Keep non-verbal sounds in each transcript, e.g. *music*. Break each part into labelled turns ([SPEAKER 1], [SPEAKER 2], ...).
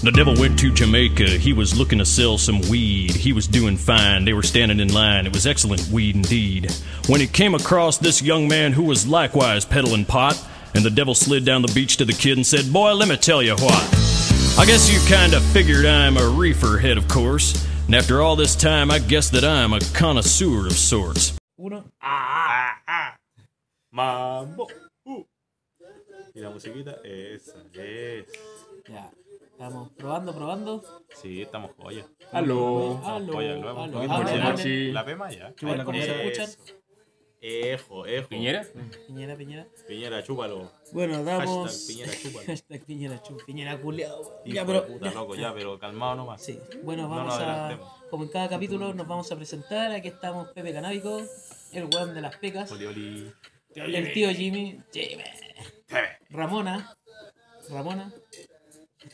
[SPEAKER 1] The devil went to Jamaica. He was looking to sell some weed. He was doing fine. They were standing in line. It was excellent weed indeed. When he came across this young man who was likewise peddling pot, and the devil slid down the beach to the kid and said, Boy, let me tell you what. I guess you kinda figured I'm a reefer head, of course. And after all this time, I guess that I'm a connoisseur of sorts.
[SPEAKER 2] Uno. Ah, ah, ah. Mambo. Uh.
[SPEAKER 3] Y la musiquita, esa, es.
[SPEAKER 2] Ya. Estamos probando, probando.
[SPEAKER 3] Sí, estamos joya.
[SPEAKER 4] Aló.
[SPEAKER 3] Estamos joya, lo hemos
[SPEAKER 2] aló,
[SPEAKER 3] cogido.
[SPEAKER 4] aló,
[SPEAKER 3] Por
[SPEAKER 4] aló.
[SPEAKER 3] si no, La pema ya.
[SPEAKER 2] A ver cómo se
[SPEAKER 3] Eso.
[SPEAKER 2] escuchan.
[SPEAKER 3] Ejo, ejo.
[SPEAKER 4] ¿Piñera?
[SPEAKER 2] Piñera, piñera.
[SPEAKER 3] Piñera, chúpalo.
[SPEAKER 2] Bueno, damos.
[SPEAKER 3] Hashtag
[SPEAKER 2] *laughs*
[SPEAKER 3] Piñera chúpalo.
[SPEAKER 2] Hashtag Piñera chup. Piñera culeado,
[SPEAKER 3] Hijo
[SPEAKER 2] Ya,
[SPEAKER 3] de
[SPEAKER 2] pero.
[SPEAKER 3] puta, loco, ya, pero calmado nomás.
[SPEAKER 2] Sí. Bueno,
[SPEAKER 3] No
[SPEAKER 2] vamos
[SPEAKER 3] nos adelantemos.
[SPEAKER 2] a. Como en cada capítulo, nos vamos a presentar. Aquí estamos Pepe Canábico, el weón de las pecas,
[SPEAKER 3] Oli, oli.
[SPEAKER 2] el tío Jimmy, Jimmy. Ramona. Ramona.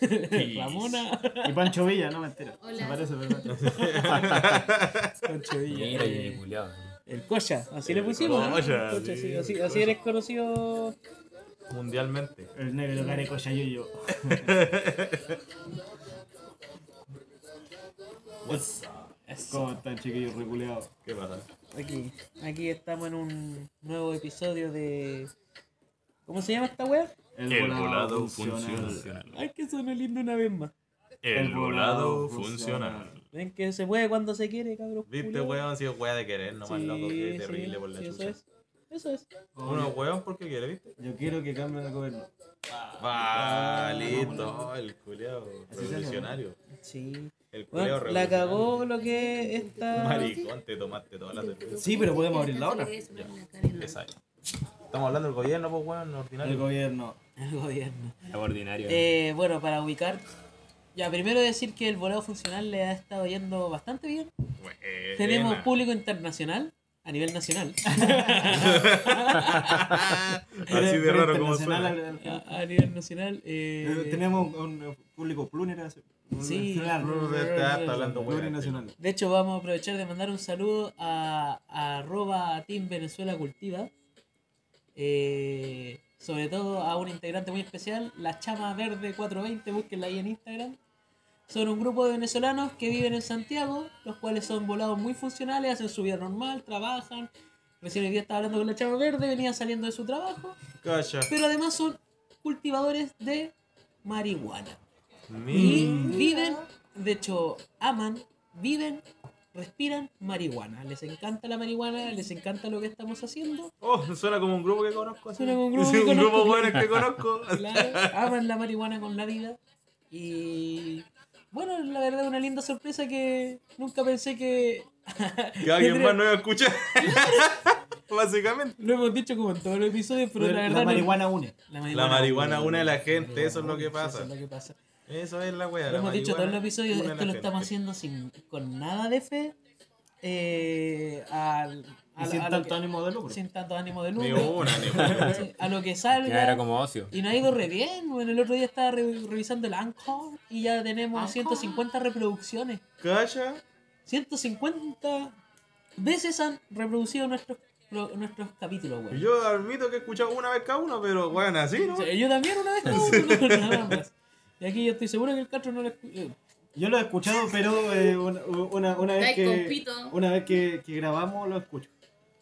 [SPEAKER 2] Ramona.
[SPEAKER 5] Y Pancho Villa, no mentira.
[SPEAKER 6] Hola.
[SPEAKER 5] Se parece,
[SPEAKER 3] *laughs*
[SPEAKER 5] ¿verdad?
[SPEAKER 2] Pancho Villa,
[SPEAKER 4] Piñera
[SPEAKER 2] eh,
[SPEAKER 4] y culiado.
[SPEAKER 2] El Cocha, así le pusimos. ¿no?
[SPEAKER 3] Cocha,
[SPEAKER 2] El Cocha,
[SPEAKER 3] sí,
[SPEAKER 2] sí,
[SPEAKER 3] el
[SPEAKER 2] así,
[SPEAKER 3] Cocha.
[SPEAKER 2] así eres conocido.
[SPEAKER 3] Mundialmente.
[SPEAKER 5] El negro careco *laughs* Yayuyo.
[SPEAKER 2] Pues,
[SPEAKER 5] ¿Cómo están, chiquillos reculeados?
[SPEAKER 3] ¿Qué pasa?
[SPEAKER 2] Aquí, aquí estamos en un nuevo episodio de. ¿Cómo se llama esta wea?
[SPEAKER 3] El volado funcional.
[SPEAKER 2] Ay, que suena lindo una vez más.
[SPEAKER 3] El volado
[SPEAKER 5] volado
[SPEAKER 3] funcional.
[SPEAKER 2] Ven que se puede cuando se quiere, cabrón.
[SPEAKER 3] ¿Viste,
[SPEAKER 2] culiao.
[SPEAKER 3] weón? Si es wea de querer, nomás
[SPEAKER 2] Sí,
[SPEAKER 3] loco, que
[SPEAKER 2] sí,
[SPEAKER 3] terrible por la
[SPEAKER 2] sí,
[SPEAKER 3] chucha.
[SPEAKER 2] Eso es. Eso es.
[SPEAKER 3] Uno
[SPEAKER 5] Oye,
[SPEAKER 3] weón porque quiere, ¿viste?
[SPEAKER 5] Yo quiero que cambien el gobierno.
[SPEAKER 3] Va, listo. Ah, El culeado
[SPEAKER 5] Así sale,
[SPEAKER 3] revolucionario.
[SPEAKER 2] Sí.
[SPEAKER 3] El
[SPEAKER 2] Bueno,
[SPEAKER 3] culeado
[SPEAKER 2] la
[SPEAKER 3] revolucionario.
[SPEAKER 2] cagó lo que está.
[SPEAKER 3] Maricón, te tomaste todas las cerveza.
[SPEAKER 5] Sí, pero podemos abrir la hora.
[SPEAKER 3] Esa es. Estamos hablando del gobierno, pues, weón,
[SPEAKER 5] El
[SPEAKER 3] ordinario.
[SPEAKER 5] gobierno.
[SPEAKER 2] El gobierno.
[SPEAKER 4] Es ordinario.
[SPEAKER 2] Eh, bueno, para ubicar. Ya, primero decir que el volado funcional le ha estado yendo bastante bien.
[SPEAKER 3] Buena.
[SPEAKER 2] Tenemos *laughs* público internacional a nivel nacional.
[SPEAKER 3] *laughs*
[SPEAKER 2] *laughs*
[SPEAKER 3] Así de raro como
[SPEAKER 5] Internacional,
[SPEAKER 3] suena.
[SPEAKER 5] al- al-
[SPEAKER 2] A, a nivel nacional. eh,
[SPEAKER 5] Tenemos un un público plurinacional.
[SPEAKER 2] Sí.
[SPEAKER 3] Bruno está está hablando, weón.
[SPEAKER 5] Plurinacional.
[SPEAKER 2] De hecho, vamos a aprovechar de mandar un saludo a, a arroba Team Venezuela Cultiva. Eh, sobre todo a un integrante muy especial, la Chama Verde 420, búsquenla ahí en Instagram. Son un grupo de venezolanos que viven en Santiago, los cuales son volados muy funcionales, hacen su vida normal, trabajan. Recién el día estaba hablando con la Chama Verde, venía saliendo de su trabajo,
[SPEAKER 3] Cacha.
[SPEAKER 2] pero además son cultivadores de marihuana. Y
[SPEAKER 3] Mi.
[SPEAKER 2] viven, de hecho, aman, viven, respiran marihuana. Les encanta la marihuana, les encanta lo que estamos haciendo.
[SPEAKER 3] Oh, suena como un grupo que conozco. así.
[SPEAKER 2] Suena como un grupo
[SPEAKER 3] Sí,
[SPEAKER 2] que
[SPEAKER 3] un
[SPEAKER 2] conozco.
[SPEAKER 3] grupo bueno
[SPEAKER 2] *laughs*
[SPEAKER 3] que conozco. *laughs*
[SPEAKER 2] Claro, aman la marihuana con la vida. Y bueno, la verdad, una linda sorpresa que nunca pensé que. *laughs*
[SPEAKER 3] Que alguien
[SPEAKER 2] tendría-
[SPEAKER 3] más no iba a escuchar. *laughs* Básicamente.
[SPEAKER 2] Lo hemos dicho como en todos los episodios, pero la verdad.
[SPEAKER 5] La
[SPEAKER 2] no-
[SPEAKER 5] marihuana une.
[SPEAKER 2] la
[SPEAKER 3] La marihuana une a la gente,
[SPEAKER 2] marihuana
[SPEAKER 3] eso es lo
[SPEAKER 2] une,
[SPEAKER 3] que
[SPEAKER 2] sí,
[SPEAKER 3] pasa.
[SPEAKER 2] Eso es lo que pasa.
[SPEAKER 3] Eso es la wea.
[SPEAKER 2] Lo
[SPEAKER 3] la
[SPEAKER 2] hemos dicho todos los
[SPEAKER 3] marihuana
[SPEAKER 2] episodios,
[SPEAKER 3] une a
[SPEAKER 2] esto
[SPEAKER 3] la
[SPEAKER 2] lo estamos
[SPEAKER 3] gente.
[SPEAKER 2] haciendo sin, con nada de fe. eh, al,
[SPEAKER 5] Y
[SPEAKER 2] al-
[SPEAKER 5] sin
[SPEAKER 2] a lo
[SPEAKER 5] tanto
[SPEAKER 2] que-
[SPEAKER 5] ánimo de lucro.
[SPEAKER 2] sin tanto ánimo de
[SPEAKER 3] Ni
[SPEAKER 2] lucro.
[SPEAKER 3] una, ni una.
[SPEAKER 2] Sí, A lo que
[SPEAKER 4] Ya era
[SPEAKER 2] salga.
[SPEAKER 4] como ocio.
[SPEAKER 2] Y nos ha ido re bien. Bueno, el otro día estaba re- revisando el Anchor y ya tenemos 150 reproducciones.
[SPEAKER 3] Cacha.
[SPEAKER 2] 150 veces han reproducido nuestros, pro- nuestros capítulos, güey. Yo,
[SPEAKER 3] Yo admito que he escuchado una vez cada uno, pero bueno, así, ¿no?
[SPEAKER 2] también una vez cada uno, nada más. Y aquí yo estoy seguro que el Castro no lo escucha.
[SPEAKER 5] Yo lo he escuchado, pero eh, una, una, una
[SPEAKER 6] Dai
[SPEAKER 5] vez
[SPEAKER 6] con
[SPEAKER 5] que
[SPEAKER 6] pito.
[SPEAKER 5] una vez que, que grabamos lo escucho.